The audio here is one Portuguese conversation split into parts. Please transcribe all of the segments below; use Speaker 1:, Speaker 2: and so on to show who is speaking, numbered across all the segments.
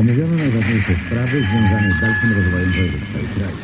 Speaker 1: Omówiono najważniejsze sprawy związane z dalszym rozwojem województwa i kraju.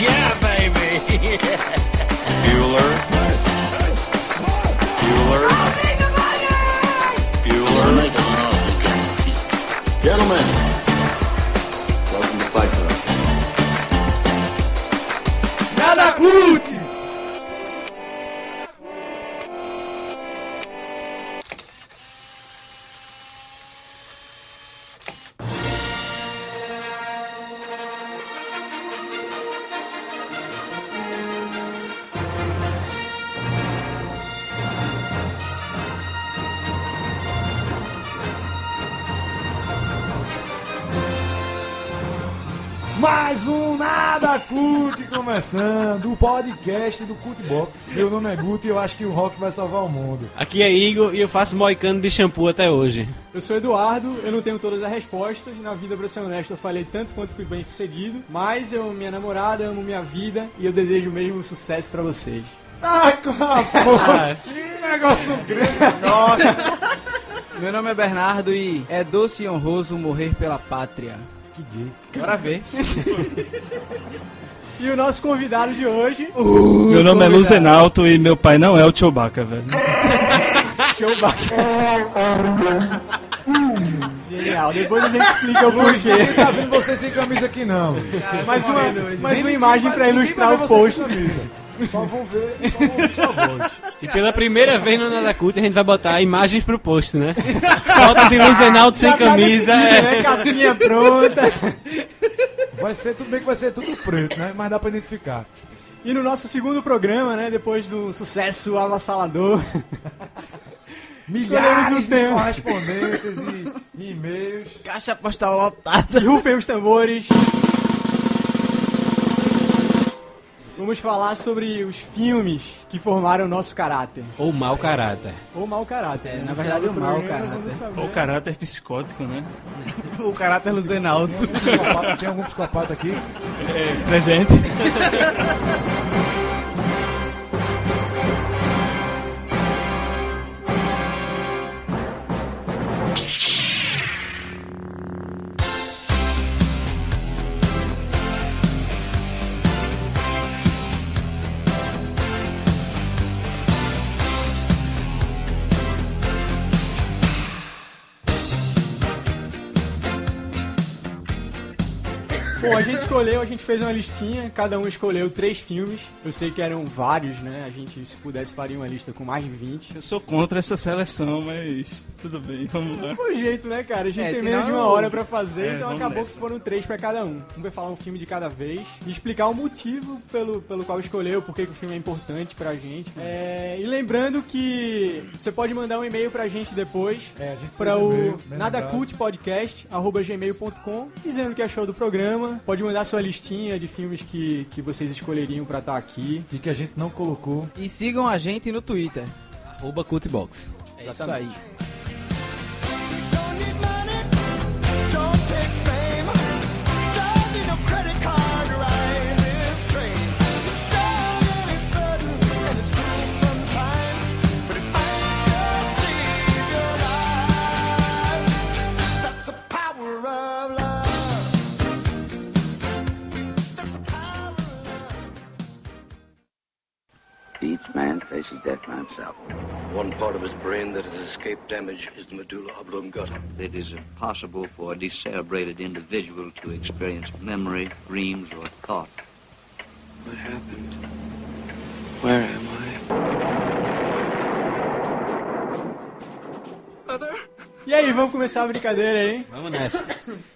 Speaker 2: Yeah, baby. Bueller. Bueller. Bueller.
Speaker 3: Gentlemen, welcome to Fight Club.
Speaker 4: Mais um Nada Cult começando, o podcast do Cult Box. Meu nome é Guto e eu acho que o rock vai salvar o mundo.
Speaker 5: Aqui é Igor e eu faço moicano de shampoo até hoje.
Speaker 6: Eu sou Eduardo, eu não tenho todas as respostas. Na vida, pra ser honesto, eu falei tanto quanto fui bem sucedido. Mas eu amo minha namorada, amo minha vida e eu desejo o mesmo sucesso pra vocês.
Speaker 4: Ah, com a porra, que negócio grande.
Speaker 7: Meu nome é Bernardo e é doce e honroso morrer pela pátria.
Speaker 4: Que gay.
Speaker 7: Bora ver.
Speaker 6: E o nosso convidado de hoje, o
Speaker 4: Uh,
Speaker 8: Meu nome é Luzenalto e meu pai não é o Chewbacca, velho.
Speaker 6: Chewbacca. Genial, depois a gente explica o porquê.
Speaker 4: Ninguém tá vendo você sem camisa aqui não.
Speaker 6: Mais uma, mais uma
Speaker 4: Ninguém- tá
Speaker 6: imagem pra
Speaker 4: ninguém
Speaker 6: ilustrar
Speaker 4: vai
Speaker 6: o
Speaker 4: ver você
Speaker 6: post.
Speaker 4: sem camisa. Só vão ver, só vão ver sua voz.
Speaker 5: E pela primeira vez no Nada Cult a gente vai botar imagens pro post, né? Foto de Luiz Enaldo sem
Speaker 6: Já tá decidido,
Speaker 5: camisa. É.
Speaker 6: né? Capinha pronta.
Speaker 4: Vai ser, tudo bem que vai ser tudo preto, né? Mas dá pra identificar.
Speaker 6: E no nosso segundo programa, né, depois do sucesso avassalador, escolhemos
Speaker 4: Milhares
Speaker 6: um
Speaker 4: de
Speaker 6: tema.
Speaker 4: correspondências e- e e-mails.
Speaker 7: Caixa postal lotada.
Speaker 6: Rufem os tambores. Vamos falar sobre os filmes que formaram o nosso caráter.
Speaker 5: Ou mau caráter.
Speaker 6: Ou mau caráter.
Speaker 7: É,
Speaker 6: né?
Speaker 7: na
Speaker 6: No
Speaker 7: verdade,
Speaker 6: final do
Speaker 7: o mau
Speaker 6: programa,
Speaker 7: caráter.
Speaker 6: vamos saber.
Speaker 8: O caráter psicótico, né?
Speaker 7: O caráter Luzenalto.
Speaker 4: Psicopata, Tem algum psicopata aqui?
Speaker 8: Presente.
Speaker 6: Bom, a gente escolheu, a gente fez uma listinha, cada um escolheu três filmes. Eu sei que eram vários, né? A gente, se pudesse, faria uma lista com mais de 20.
Speaker 8: Eu sou contra essa seleção, mas tudo bem, vamos lá.
Speaker 6: Foi o jeito, né, cara? A gente
Speaker 7: É,
Speaker 6: tem
Speaker 7: senão
Speaker 6: menos de uma
Speaker 7: eu-
Speaker 6: hora pra fazer,
Speaker 8: É,
Speaker 6: então
Speaker 8: vamos
Speaker 6: acabou
Speaker 8: nessa.
Speaker 6: que foram três pra cada um. Um vai falar um filme de cada vez e explicar o motivo pelo, pelo qual escolheu, por que que o filme é importante pra gente. É, e lembrando que você pode mandar um e-mail pra gente depois
Speaker 4: É, a gente
Speaker 6: pra
Speaker 4: fez um
Speaker 6: o
Speaker 4: e-mail, bem
Speaker 6: nadacultpodcast.gmail.com dizendo o que achou do programa. Pode mandar sua listinha de filmes que, que vocês escolheriam pra estar aqui.
Speaker 4: E que a gente não colocou.
Speaker 7: E sigam a gente no Twitter.
Speaker 5: Arroba Cultbox.
Speaker 7: É isso aí.
Speaker 9: Don't need money, don't take fame, don't need no credit card to ride this train. It's strong and it's sudden and it's cruel sometimes, but it might just save your life. That's the power of love. That's the power of love.
Speaker 10: Each man faces death by himself.
Speaker 3: One part of his brain that has escaped damage is the medulla oblongata.
Speaker 10: It is impossible for a decerebrated individual to experience memory, dreams, or thought.
Speaker 3: What happened? Where am I?
Speaker 6: E aí, vamos começar a brincadeira aí.
Speaker 5: Vamos nessa.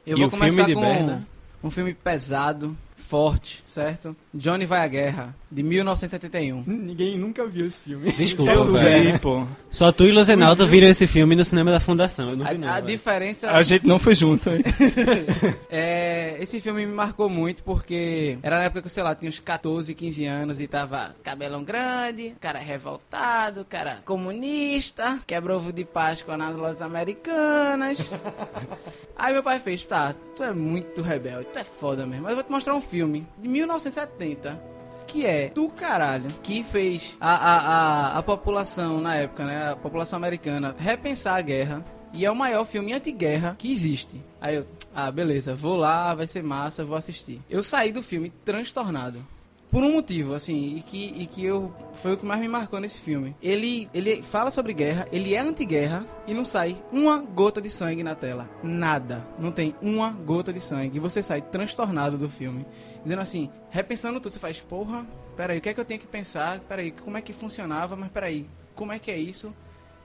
Speaker 7: Eu
Speaker 5: E
Speaker 7: vou
Speaker 5: o
Speaker 7: começar
Speaker 5: filme de
Speaker 7: com
Speaker 5: Berna?
Speaker 7: um filme pesado. forte, certo? Johnny vai à guerra, de 1971.
Speaker 6: Ninguém nunca viu esse filme.
Speaker 5: Desculpa,
Speaker 6: Só tu,
Speaker 5: velho.
Speaker 6: né?
Speaker 8: Pô,
Speaker 5: Só tu e Luzenaldo viram esse filme no cinema né? da Fundação. Eu não
Speaker 7: A,
Speaker 5: vi, não.
Speaker 7: a
Speaker 5: velho.
Speaker 7: diferença.
Speaker 8: a gente não foi junto, hein?
Speaker 7: É, esse filme me marcou muito porque era na época que, eu, sei lá, tinha uns 14, 15 anos e tava cabelão grande, cara revoltado, cara comunista, quebra ovo de Páscoa nas lojas americanas. Aí meu pai fez, tá, tu é muito rebelde, tu é foda mesmo, mas eu vou te mostrar um filme de 1970. Que é do caralho, que fez a, a, a, a população na época, né? A população americana repensar a guerra. E é o maior filme anti-guerra que existe. Aí eu, ah, beleza, vou lá, vai ser massa, vou assistir. Eu saí do filme transtornado por um motivo, assim, e que, e que eu, foi o que mais me marcou nesse filme. Ele, ele fala sobre guerra, ele é anti-guerra e não sai uma gota de sangue na tela. Nada. Não tem uma gota de sangue. E você sai transtornado do filme. Dizendo assim, repensando tudo, você faz, porra, peraí, o que é que eu tenho que pensar? Peraí, como é que funcionava? Mas peraí, como é que é isso?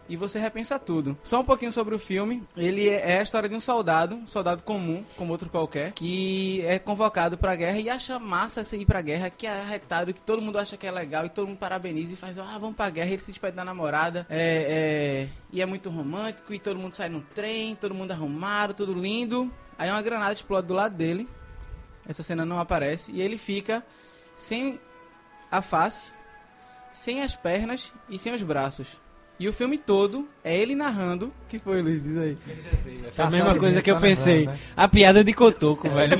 Speaker 7: e você repensa tudo. Só um pouquinho sobre o filme. Ele é é a história de um soldado, um soldado comum, como outro qualquer, que é convocado pra guerra e acha massa se ir pra guerra, que é arretado, que todo mundo acha que é legal e todo mundo parabeniza e faz, ah, vamos pra guerra. Ele se despede da namorada, é, é, e é muito romântico, e todo mundo sai num trem, todo mundo arrumado, tudo lindo. Aí uma granada explode do lado dele, essa cena não aparece, e ele fica sem a face, sem as pernas e sem os braços. E o filme todo é ele narrando. que foi, Luiz? Diz aí.
Speaker 5: Foi a mesma
Speaker 4: Tá
Speaker 5: coisa que eu
Speaker 4: lembrando,
Speaker 5: pensei.
Speaker 4: né?
Speaker 5: A piada de cotoco, velho.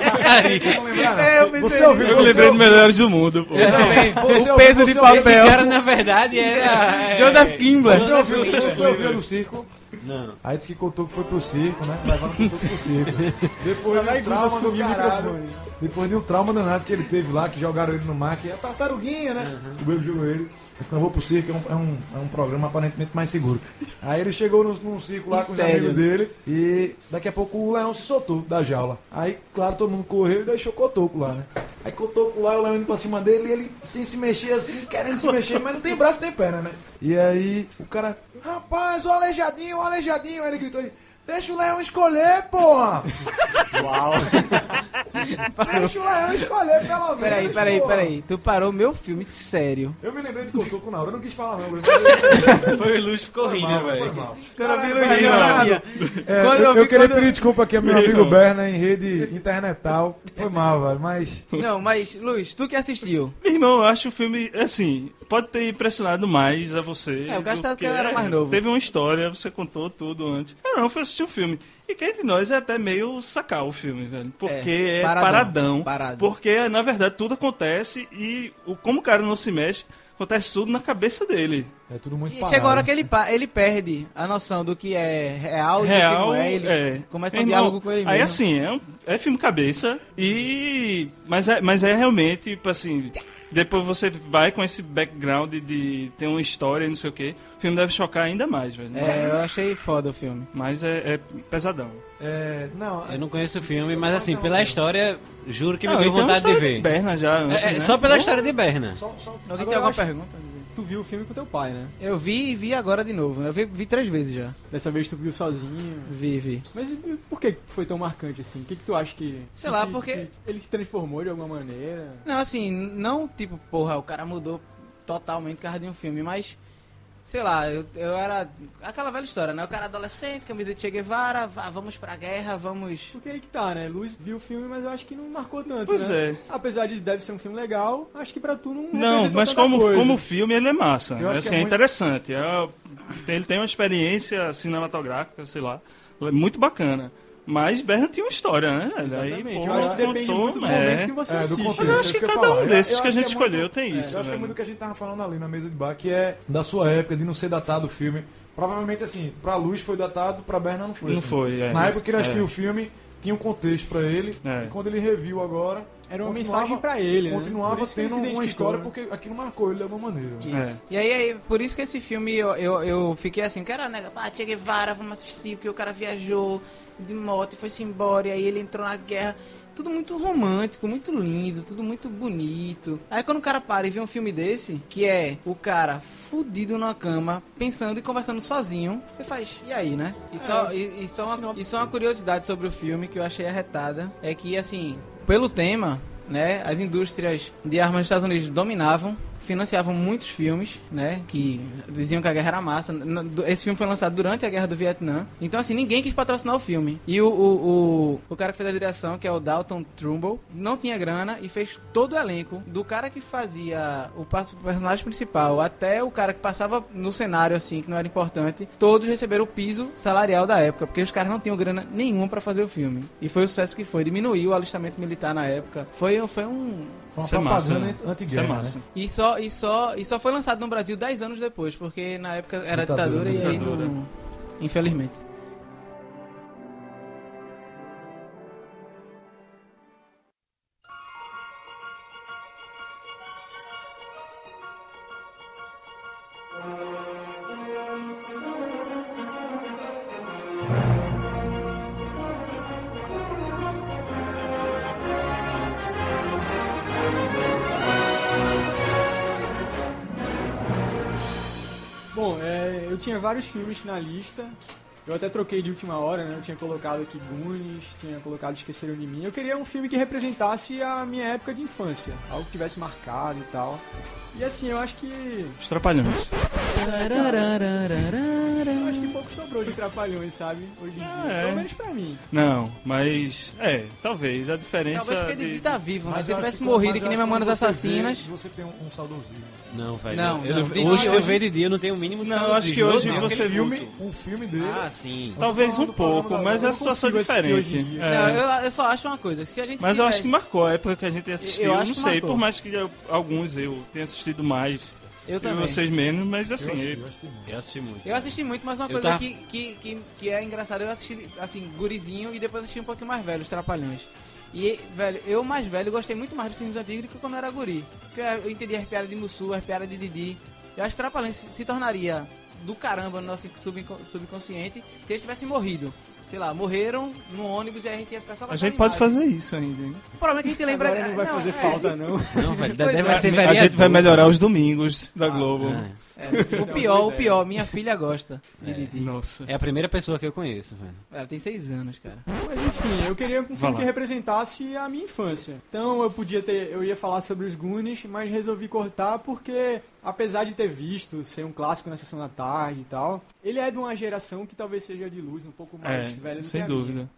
Speaker 4: Não lembrar, não.
Speaker 7: É, eu pensei
Speaker 4: Você ouviu?
Speaker 8: Eu lembrei do Melhores do Mundo, pô.
Speaker 7: Eu também.
Speaker 4: Você
Speaker 5: o
Speaker 4: ouviu-
Speaker 5: peso
Speaker 4: você
Speaker 5: de
Speaker 4: ouviu-
Speaker 5: papel. Esse cara, na verdade, era... é-
Speaker 7: Joseph Kimbler.
Speaker 4: Você ouviu, você ouviu no circo?
Speaker 5: Não.
Speaker 4: Aí disse que Cotoco foi pro circo, né? Levando Cotoco pro circo. Depois de um
Speaker 6: Vai, Guga,
Speaker 4: trauma
Speaker 6: assumir
Speaker 4: do
Speaker 6: o
Speaker 4: caralho,
Speaker 6: microfone.
Speaker 4: Depois de um trauma danado que ele teve lá, que jogaram ele no mar, que é a tartaruguinha, né? O belo jogou ele. Disse, não vou pro circo, é um, é, um, é um programa aparentemente mais seguro. Aí ele chegou num, num circo lá com os
Speaker 7: Sério,
Speaker 4: amigos dele e daqui a pouco o leão se soltou da jaula. Aí, claro, todo mundo correu e deixou Cotoco lá, né? Aí Cotoco lá, o leão indo pra cima dele e ele sem se mexer assim, querendo se mexer, mas não tem braço nem perna, né? E aí o cara, rapaz, o aleijadinho, o aleijadinho. Aí ele gritou, deixa o leão escolher, porra! Deixa o leão escolher, pelo menos.
Speaker 7: Peraí, peraí,
Speaker 4: porra.
Speaker 7: peraí. Tu parou meu filme sério.
Speaker 4: Eu me lembrei de Cotoco na hora, eu não quis falar, não. Foi
Speaker 5: Foi o luxo ficou rindo,
Speaker 4: mal, foi
Speaker 5: velho.
Speaker 4: mal.
Speaker 7: Quando eu vi Luiz, eu sabia.
Speaker 4: É,
Speaker 7: Quando
Speaker 4: eu,
Speaker 7: eu vi-
Speaker 4: eu queria
Speaker 7: quando-
Speaker 4: pedir desculpa aqui ao meu amigo Berna em rede internetal. Foi mal, velho, mas.
Speaker 7: Não, mas, Luiz, tu que assistiu.
Speaker 8: Meu irmão, eu acho o filme, assim, pode ter impressionado mais a você.
Speaker 7: É, eu
Speaker 8: do
Speaker 7: gastava que eu era mais novo.
Speaker 8: Teve uma história, você contou tudo antes. Eu não fui assistir o filme. E quem de nós é até meio sacar o filme, velho. Porque é,
Speaker 7: É, paradão,
Speaker 8: paradão.
Speaker 7: parado.
Speaker 8: Porque, na verdade, tudo acontece e o, como o cara não se mexe, acontece tudo na cabeça dele.
Speaker 4: É tudo muito
Speaker 7: E
Speaker 4: parado.
Speaker 7: chega a hora que ele, pa- ele perde a noção do que é real e do que
Speaker 8: real.
Speaker 7: não é. Ele
Speaker 8: é.
Speaker 7: começa um
Speaker 8: Meu irmão,
Speaker 7: diálogo com ele mesmo.
Speaker 8: Aí assim, é, um- é filme cabeça e mas é, mas é realmente tipo assim, depois você vai com esse background de ter uma história e não sei o quê, o filme deve chocar ainda mais, velho.
Speaker 7: É, eu achei foda o filme.
Speaker 8: Mas é, é pesadão.
Speaker 4: É, não,
Speaker 5: Eu não conheço o filme, mas assim, pela história, juro que me
Speaker 8: Não,
Speaker 5: deu
Speaker 8: e tem uma
Speaker 5: vontade de
Speaker 8: história
Speaker 5: ver.
Speaker 8: Berna já. antes,
Speaker 5: É, é,
Speaker 8: né?
Speaker 5: só pela história de Berna.
Speaker 4: só- só-
Speaker 7: Alguém
Speaker 4: agora
Speaker 7: tem
Speaker 4: eu
Speaker 7: alguma
Speaker 4: acho-
Speaker 7: pergunta pra dizer?
Speaker 6: Tu viu o filme com teu pai, né?
Speaker 7: Eu vi e vi agora de novo. né? Eu vi, vi três vezes já.
Speaker 6: Dessa vez tu viu sozinho.
Speaker 7: Vi, vi.
Speaker 6: Mas e por que foi tão marcante assim? O que, que tu acha que.
Speaker 7: Sei lá,
Speaker 6: que-
Speaker 7: porque-
Speaker 6: que Ele se transformou de alguma maneira.
Speaker 7: Não, assim, não tipo, porra, o cara mudou totalmente por causa de um filme, mas. Sei lá, eu, eu era. Aquela velha história, né? O cara adolescente, camisa de Che Guevara, vá, vamos pra guerra, vamos.
Speaker 6: Porque aí que tá, né? Luz viu o filme, mas eu acho que não marcou tanto.
Speaker 8: Pois
Speaker 6: né?
Speaker 8: é.
Speaker 6: Apesar de deve ser um filme legal, acho que pra tu não.
Speaker 8: Não,
Speaker 6: representou
Speaker 8: mas
Speaker 6: tanta
Speaker 8: como
Speaker 6: coisa.
Speaker 8: como o filme ele é massa,
Speaker 6: Eu acho
Speaker 8: assim,
Speaker 6: que é
Speaker 8: é,
Speaker 6: muito-
Speaker 8: interessante. é- tem- ele tem uma experiência cinematográfica, sei lá, é muito bacana. Mas Berna tinha uma história, né? velho?
Speaker 6: Exatamente.
Speaker 8: Aí,
Speaker 6: eu
Speaker 8: pô,
Speaker 6: acho que depende
Speaker 8: contou,
Speaker 6: muito do
Speaker 8: né?
Speaker 6: momento que você
Speaker 4: É, do
Speaker 6: assiste.
Speaker 4: contexto.
Speaker 8: Mas eu acho que
Speaker 4: Isso que eu ia
Speaker 8: cada
Speaker 4: falar.
Speaker 8: um
Speaker 4: Eu
Speaker 8: desses que a
Speaker 4: acho
Speaker 8: gente
Speaker 4: que é muito-
Speaker 8: escolheu tem
Speaker 4: É,
Speaker 8: isso.
Speaker 4: eu
Speaker 8: né?
Speaker 4: acho que é
Speaker 8: velho.
Speaker 4: muito o que a gente tava falando ali na mesa de bar, que é da sua época, de não ser datado o filme. Provavelmente, assim, pra Luz foi datado, pra Berna não foi.
Speaker 8: Não
Speaker 4: assim.
Speaker 8: foi, é.
Speaker 4: Na época que ele assistiu
Speaker 8: É.
Speaker 4: o filme, tinha um contexto pra ele.
Speaker 8: É.
Speaker 4: E quando ele reviu agora...
Speaker 6: Era uma
Speaker 4: continuava-
Speaker 6: mensagem pra ele, né?
Speaker 4: Continuava um
Speaker 6: Por isso que ele
Speaker 4: tendo
Speaker 6: se
Speaker 4: uma
Speaker 6: identificou,
Speaker 4: história,
Speaker 6: né?
Speaker 4: porque aquilo marcou ele de alguma maneira. né?
Speaker 7: Isso. E aí, aí, por isso que esse filme eu, eu, eu fiquei assim, cara, né? Ah, Che Guevara, vamos assistir, porque o cara viajou de moto e foi-se embora, e aí ele entrou na guerra. Tudo muito romântico, muito lindo, tudo muito bonito. Aí quando o cara para e vê um filme desse, que é o cara fudido numa cama, pensando e conversando sozinho, você faz, e aí, né? E só, e, e só, uma, e só uma curiosidade sobre o filme que eu achei arretada, é que, assim, pelo tema, né? As indústrias de armas nos Estados Unidos dominavam, financiavam muitos filmes, né? Que diziam que a guerra era massa. N- n- Esse filme foi lançado durante a guerra do Vietnã. Então, assim, ninguém quis patrocinar o filme. E o, o, o, o cara que fez a direção, que é o Dalton Trumbull, não tinha grana e fez todo o elenco. Do cara que fazia o pas- o personagem principal até o cara que passava no cenário, assim, que não era importante, todos receberam o piso salarial da época, porque os caras não tinham grana nenhuma pra fazer o filme. E foi o sucesso que foi. Diminuiu o alistamento militar na época. Foi, foi um,
Speaker 4: Foi uma
Speaker 8: Isso é massa,
Speaker 4: propaganda
Speaker 8: né?
Speaker 4: anti-
Speaker 8: Isso é
Speaker 4: anti-guerra,
Speaker 8: massa.
Speaker 4: né?
Speaker 7: e só, e, só, e só foi lançado no Brasil 10 anos depois, porque na época era ditadura,
Speaker 4: Ditadura,
Speaker 7: e aí
Speaker 8: ditadura.
Speaker 7: não... Infelizmente.
Speaker 6: Bom, é, eu tinha vários filmes na lista. Eu até troquei de última hora, né? Eu tinha colocado aqui Goonies, tinha colocado Esqueceram de Mim. Eu queria um filme que representasse a minha época de infância. Algo que tivesse marcado e tal. E assim, eu acho que...
Speaker 8: Os Trapalhões.
Speaker 6: Eu acho que pouco sobrou de Trapalhões, sabe? Hoje em
Speaker 8: Ah,
Speaker 6: dia.
Speaker 8: é.
Speaker 6: Pelo menos pra mim.
Speaker 8: Não, mas. É, talvez. A diferença.
Speaker 7: Talvez porque
Speaker 8: de-
Speaker 7: Didi tá vivo, mas se
Speaker 4: eu
Speaker 7: ele tivesse
Speaker 4: acho que-
Speaker 7: morrido
Speaker 4: mas
Speaker 7: que nem
Speaker 4: eu acho
Speaker 7: Mamonas
Speaker 4: quando você
Speaker 7: Assassinas...
Speaker 4: vê, Você tem um, um saudosismo.
Speaker 5: Não, velho.
Speaker 7: Não,
Speaker 5: eu,
Speaker 7: não.
Speaker 5: Hoje,
Speaker 7: Hoje-
Speaker 5: eu vejo de dia, eu não tenho o mínimo de
Speaker 8: Não, eu
Speaker 5: saudosismo.
Speaker 8: acho que hoje
Speaker 5: Meu Deus.
Speaker 8: você-
Speaker 4: Um filme,
Speaker 8: luto.
Speaker 4: um filme dele.
Speaker 5: Ah, sim.
Speaker 8: Talvez um
Speaker 4: Falando do programa
Speaker 8: pouco,
Speaker 4: da
Speaker 8: mas
Speaker 4: Globo,
Speaker 8: é uma situação
Speaker 6: consigo assistir
Speaker 8: diferente.
Speaker 6: hoje em dia.
Speaker 8: É.
Speaker 7: Não, eu, eu só acho uma coisa, se a gente
Speaker 8: Mas eu acho que
Speaker 7: tivesse-
Speaker 8: marcou a época que a gente assistiu.
Speaker 7: Eu
Speaker 8: Eu
Speaker 7: acho
Speaker 8: não
Speaker 7: que
Speaker 8: sei,
Speaker 7: marcou.
Speaker 8: por mais que eu- alguns eu tenha assistido mais
Speaker 7: Eu
Speaker 8: e
Speaker 7: também.
Speaker 8: vocês menos, mas assim,
Speaker 5: Eu assisti muito.
Speaker 7: Eu assisti muito, mas uma
Speaker 5: Eu
Speaker 7: coisa
Speaker 5: tava-
Speaker 7: que, que, que, que é engraçada, eu assisti, assim, gurizinho e depois assisti um pouquinho mais velho, os Trapalhões. E, velho, eu mais velho gostei muito mais de filmes antigos do que quando eu era guri. Porque eu- eu entendi as piadas de Mussu, as piadas de Didi. Eu acho que Trapalhões se tornaria do caramba no nosso subinco- subconsciente se eles tivessem morrido. Sei lá, morreram no ônibus e a gente ia ficar só com
Speaker 8: a
Speaker 7: aquela
Speaker 8: gente pode
Speaker 7: imagem.
Speaker 8: fazer isso ainda. hein?
Speaker 7: O problema é que a gente lembra...
Speaker 6: Agora não vai fazer
Speaker 7: é,
Speaker 6: falta, não.
Speaker 5: Não, velho.
Speaker 7: Pois
Speaker 5: Dedé
Speaker 7: é.
Speaker 5: vai ser
Speaker 8: A
Speaker 5: vereador.
Speaker 8: gente vai melhorar os domingos da Globo.
Speaker 5: É.
Speaker 7: é, o pior, o pior, minha filha gosta de Didi.
Speaker 8: Nossa.
Speaker 5: É a primeira pessoa que eu conheço, velho.
Speaker 7: Ela tem seis anos, cara.
Speaker 6: Mas enfim, eu queria um
Speaker 8: Vai
Speaker 6: filme
Speaker 8: lá.
Speaker 6: que representasse a minha infância. Então eu podia ter, eu ia falar sobre os Goonies, mas resolvi cortar porque apesar de ter visto ser um clássico na sessão da tarde e tal, ele é de uma geração que talvez seja de luz um pouco mais velha
Speaker 8: É,
Speaker 6: do que
Speaker 8: sem
Speaker 6: a minha.
Speaker 8: dúvida.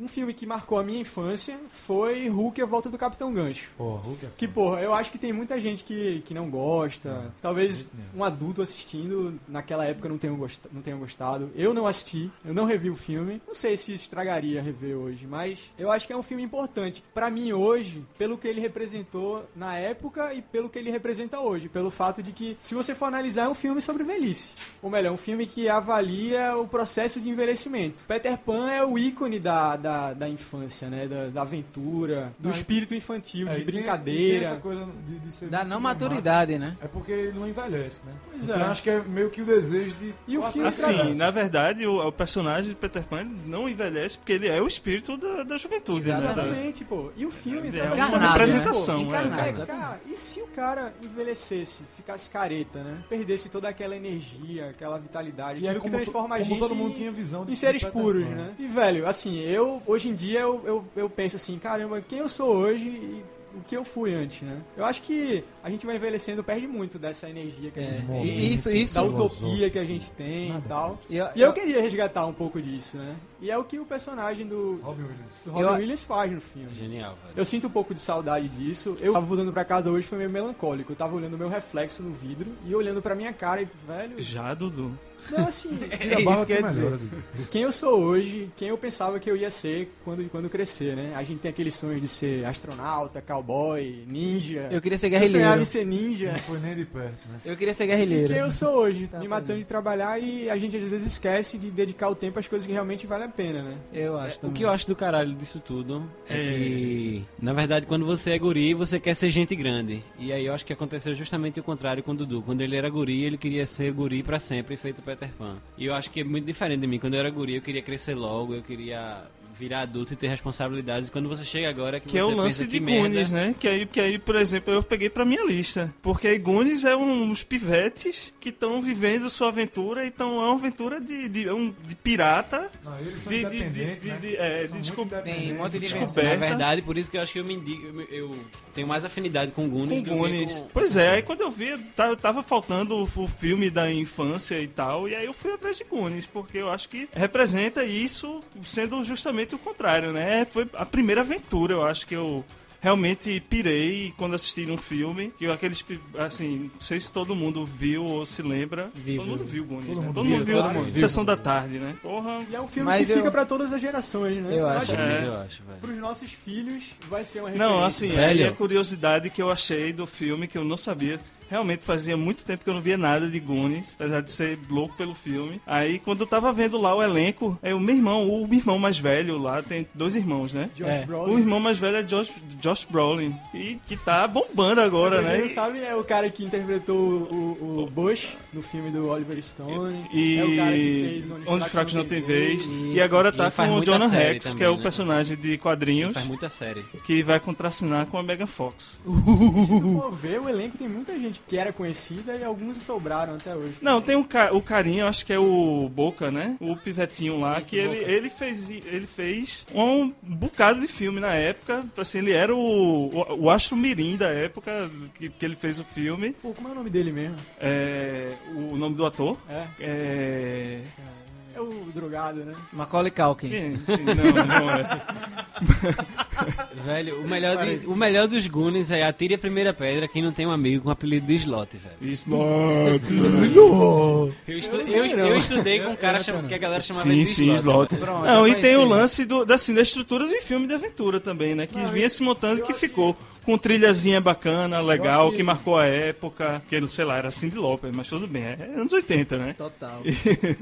Speaker 6: Um filme que marcou a minha infância foi Hulk e a Volta do Capitão Gancho.
Speaker 4: Porra, Hulk é
Speaker 6: Que, porra, eu acho que tem muita gente que, que não gosta. Talvez um adulto assistindo naquela época não tenha, gost- não tenha gostado. Eu não assisti, eu não revi o filme. Não sei se estragaria rever hoje, mas eu acho que é um filme importante. Pra mim, hoje, pelo que ele representou na época e pelo que ele representa hoje. Pelo fato de que, se você for analisar, é um filme sobre velhice. Ou melhor, é um filme que avalia o processo de envelhecimento. Peter Pan é o ícone da, da, da infância, né? Da, da aventura, do
Speaker 4: Não,
Speaker 6: espírito infantil, de
Speaker 4: É, e tem- e tem
Speaker 6: brincadeira.
Speaker 4: essa coisa de, de ser
Speaker 7: Da não
Speaker 4: muito
Speaker 7: maturidade, né?
Speaker 4: dramático. É porque ele não envelhece, né?
Speaker 6: Pois
Speaker 4: então
Speaker 6: é.
Speaker 4: acho que é meio que o desejo de.
Speaker 6: E o filme
Speaker 8: Assim,
Speaker 6: Engraçado.
Speaker 8: na verdade, o, o personagem de Peter Pan não envelhece porque ele é o espírito da, da juventude, né?
Speaker 6: Exatamente, pô. E o filme
Speaker 8: É
Speaker 6: trata
Speaker 8: uma
Speaker 6: disso,
Speaker 7: né?
Speaker 8: representação,
Speaker 6: pô.
Speaker 8: é.
Speaker 6: Encarnado, cara,
Speaker 7: Exatamente.
Speaker 6: e se o cara envelhecesse, ficasse careta, né? Perdesse toda aquela energia, aquela vitalidade,
Speaker 4: Que é
Speaker 6: aquilo que
Speaker 4: como,
Speaker 6: transforma a
Speaker 4: como
Speaker 6: gente
Speaker 4: todo mundo
Speaker 6: em-
Speaker 4: tinha visão de
Speaker 6: em seres
Speaker 4: de Peter
Speaker 6: puros,
Speaker 4: Pan.
Speaker 6: né? E, velho, assim, eu, hoje em dia, eu, eu, eu penso assim, caramba, quem eu sou hoje e o que eu fui antes, né? Eu acho que a gente vai envelhecendo, perde muito dessa energia que a
Speaker 7: É,
Speaker 6: gente
Speaker 4: Bom,
Speaker 7: e isso, isso.
Speaker 6: da utopia que a gente tem e tal.
Speaker 7: Eu-
Speaker 6: E eu queria resgatar um pouco disso, né? E é o que o personagem do,
Speaker 4: Robin Williams.
Speaker 6: do Robin
Speaker 7: Eu-
Speaker 6: Williams faz no filme.
Speaker 5: Genial, velho.
Speaker 6: Eu sinto um pouco de saudade disso. Eu tava voltando pra casa hoje, foi meio melancólico. Eu tava olhando meu reflexo no vidro e olhando pra minha cara e, velho.
Speaker 8: Já, Dudu.
Speaker 6: Não, assim,
Speaker 4: E a barba que é melhor.
Speaker 6: quem eu sou hoje, quem eu pensava que eu ia ser quando, quando crescer, né? A gente tem aqueles sonhos de ser astronauta, cowboy, ninja.
Speaker 7: Eu queria ser
Speaker 6: eu sonhava
Speaker 7: guerrilheiro.
Speaker 6: em ser ninja.
Speaker 4: Não foi nem de perto, né?
Speaker 7: Eu queria ser
Speaker 6: Quem eu
Speaker 7: guerrilheiro.
Speaker 6: sou hoje, me
Speaker 7: Tá,
Speaker 6: matando de trabalhar e a gente às vezes esquece de dedicar o tempo às coisas que realmente valem a pena, né?
Speaker 7: Eu acho
Speaker 5: O
Speaker 7: também.
Speaker 5: que eu acho do caralho disso tudo é,
Speaker 8: É.
Speaker 5: que, na verdade, quando você é guri, você quer ser gente grande. E aí eu acho que aconteceu justamente o contrário com o Dudu. Quando ele era guri, ele queria ser guri pra sempre, feito Peter Pan. E eu acho que é muito diferente de mim. Quando eu era guri, eu queria crescer logo, eu queria virar adulto e ter responsabilidades. E quando você chega agora, que,
Speaker 8: Que é
Speaker 5: você
Speaker 8: o lance
Speaker 5: pensa,
Speaker 8: de
Speaker 5: "Que merda,
Speaker 8: Goonies, né? Que aí, que aí, por exemplo, eu peguei pra minha lista. Porque aí Goonies é um- uns pivetes que estão vivendo sua aventura, então é uma aventura de, de, é um- de pirata.
Speaker 4: Não, eles são
Speaker 8: De- de-
Speaker 4: independentes,
Speaker 8: de-
Speaker 4: né?
Speaker 8: de- é,
Speaker 4: São muito
Speaker 8: desculpa.
Speaker 4: independentes.
Speaker 7: Tem um monte de
Speaker 8: Descoberta.
Speaker 5: Na verdade, por isso que eu acho que eu me indico, eu, eu tenho mais afinidade com Goonies
Speaker 8: Com
Speaker 5: do que
Speaker 8: Goonies.
Speaker 5: com-
Speaker 8: Pois é, aí quando eu vi, tá- eu tava faltando o, o filme da infância e tal, e aí eu fui atrás de Goonies, porque eu acho que representa isso sendo justamente o contrário, né? Foi a primeira aventura, eu acho que eu realmente pirei quando assisti um filme, que eu- aqueles, pi- assim, não sei se todo mundo viu ou se lembra.
Speaker 7: Vi,
Speaker 8: todo mundo
Speaker 7: vi.
Speaker 8: viu Goonies,
Speaker 4: Todo
Speaker 8: né?
Speaker 4: mundo
Speaker 8: Todo
Speaker 4: viu,
Speaker 8: mundo viu,
Speaker 7: todo mundo viu.
Speaker 8: Sessão da Tarde, né? Porra,
Speaker 6: E é um filme
Speaker 7: Mas
Speaker 6: que
Speaker 7: eu-
Speaker 6: fica pra todas as gerações, né?
Speaker 7: Eu acho.
Speaker 8: É.
Speaker 5: Mas eu acho, velho.
Speaker 6: Pros nossos filhos vai ser uma referência.
Speaker 8: Não, assim,
Speaker 5: Velho.
Speaker 8: aí a curiosidade que eu achei do filme, que eu não sabia. Realmente fazia muito tempo que eu não via nada de Goonies, apesar de ser louco pelo filme. Aí quando eu tava vendo lá o elenco, aí o meu irmão, o meu irmão mais velho lá, tem dois irmãos, né?
Speaker 6: Josh
Speaker 7: É.
Speaker 8: O
Speaker 6: Brolin.
Speaker 8: irmão mais velho é Josh, Josh Brolin, e que tá bombando agora,
Speaker 6: Pra quem
Speaker 8: né?
Speaker 6: não sabe, é o cara que interpretou o, o Bush no filme do Oliver Stone.
Speaker 8: E
Speaker 6: é o cara que fez
Speaker 8: Onde os Fracos Não Tem Vez.
Speaker 7: Isso.
Speaker 8: E agora
Speaker 5: E
Speaker 8: tá
Speaker 5: faz
Speaker 8: com o
Speaker 5: muita
Speaker 8: Jonah
Speaker 5: série
Speaker 8: Rex, que
Speaker 5: também,
Speaker 8: é o
Speaker 5: né?
Speaker 8: personagem de quadrinhos,
Speaker 5: Faz muita série.
Speaker 8: que vai contracenar com a Megan Fox.
Speaker 6: E se tu for ver, o elenco tem muita gente que era conhecida e alguns sobraram até hoje.
Speaker 8: Não, tem um ca- o carinha, eu acho que é o Boca, né? O pivetinho lá,
Speaker 7: Esse
Speaker 8: que ele,
Speaker 7: Boca.
Speaker 8: ele fez, ele fez um bocado de filme na época. Assim, ele era o, o, o Astro Mirim da época que, que ele fez o filme.
Speaker 6: Pô, como é o nome dele mesmo?
Speaker 8: É, o nome do ator.
Speaker 6: É,
Speaker 8: É.
Speaker 6: é o drogado, né?
Speaker 7: Macaulay Culkin.
Speaker 8: Enfim, enfim, não, não é.
Speaker 5: Velho, o melhor, de- o melhor dos Goonies é atire a primeira pedra quem não tem um amigo com apelido de slot, velho.
Speaker 8: Isso não.
Speaker 5: Eu, estu- eu, eu estudei com um cara chama- que a galera chamava
Speaker 8: Sim,
Speaker 5: de
Speaker 8: sim, Slot.
Speaker 5: velho.
Speaker 7: Pronto,
Speaker 8: Não,
Speaker 7: eu
Speaker 8: e tem o
Speaker 7: conheci.
Speaker 8: lance do, da, assim, da estrutura de filme de aventura também, né? Que vinha se montando e que ficou com trilhazinha bacana, legal,
Speaker 6: que-
Speaker 8: que... marcou a época. Que, sei lá, era Cindy Lopes, mas tudo bem, é anos 80, né?
Speaker 7: Total.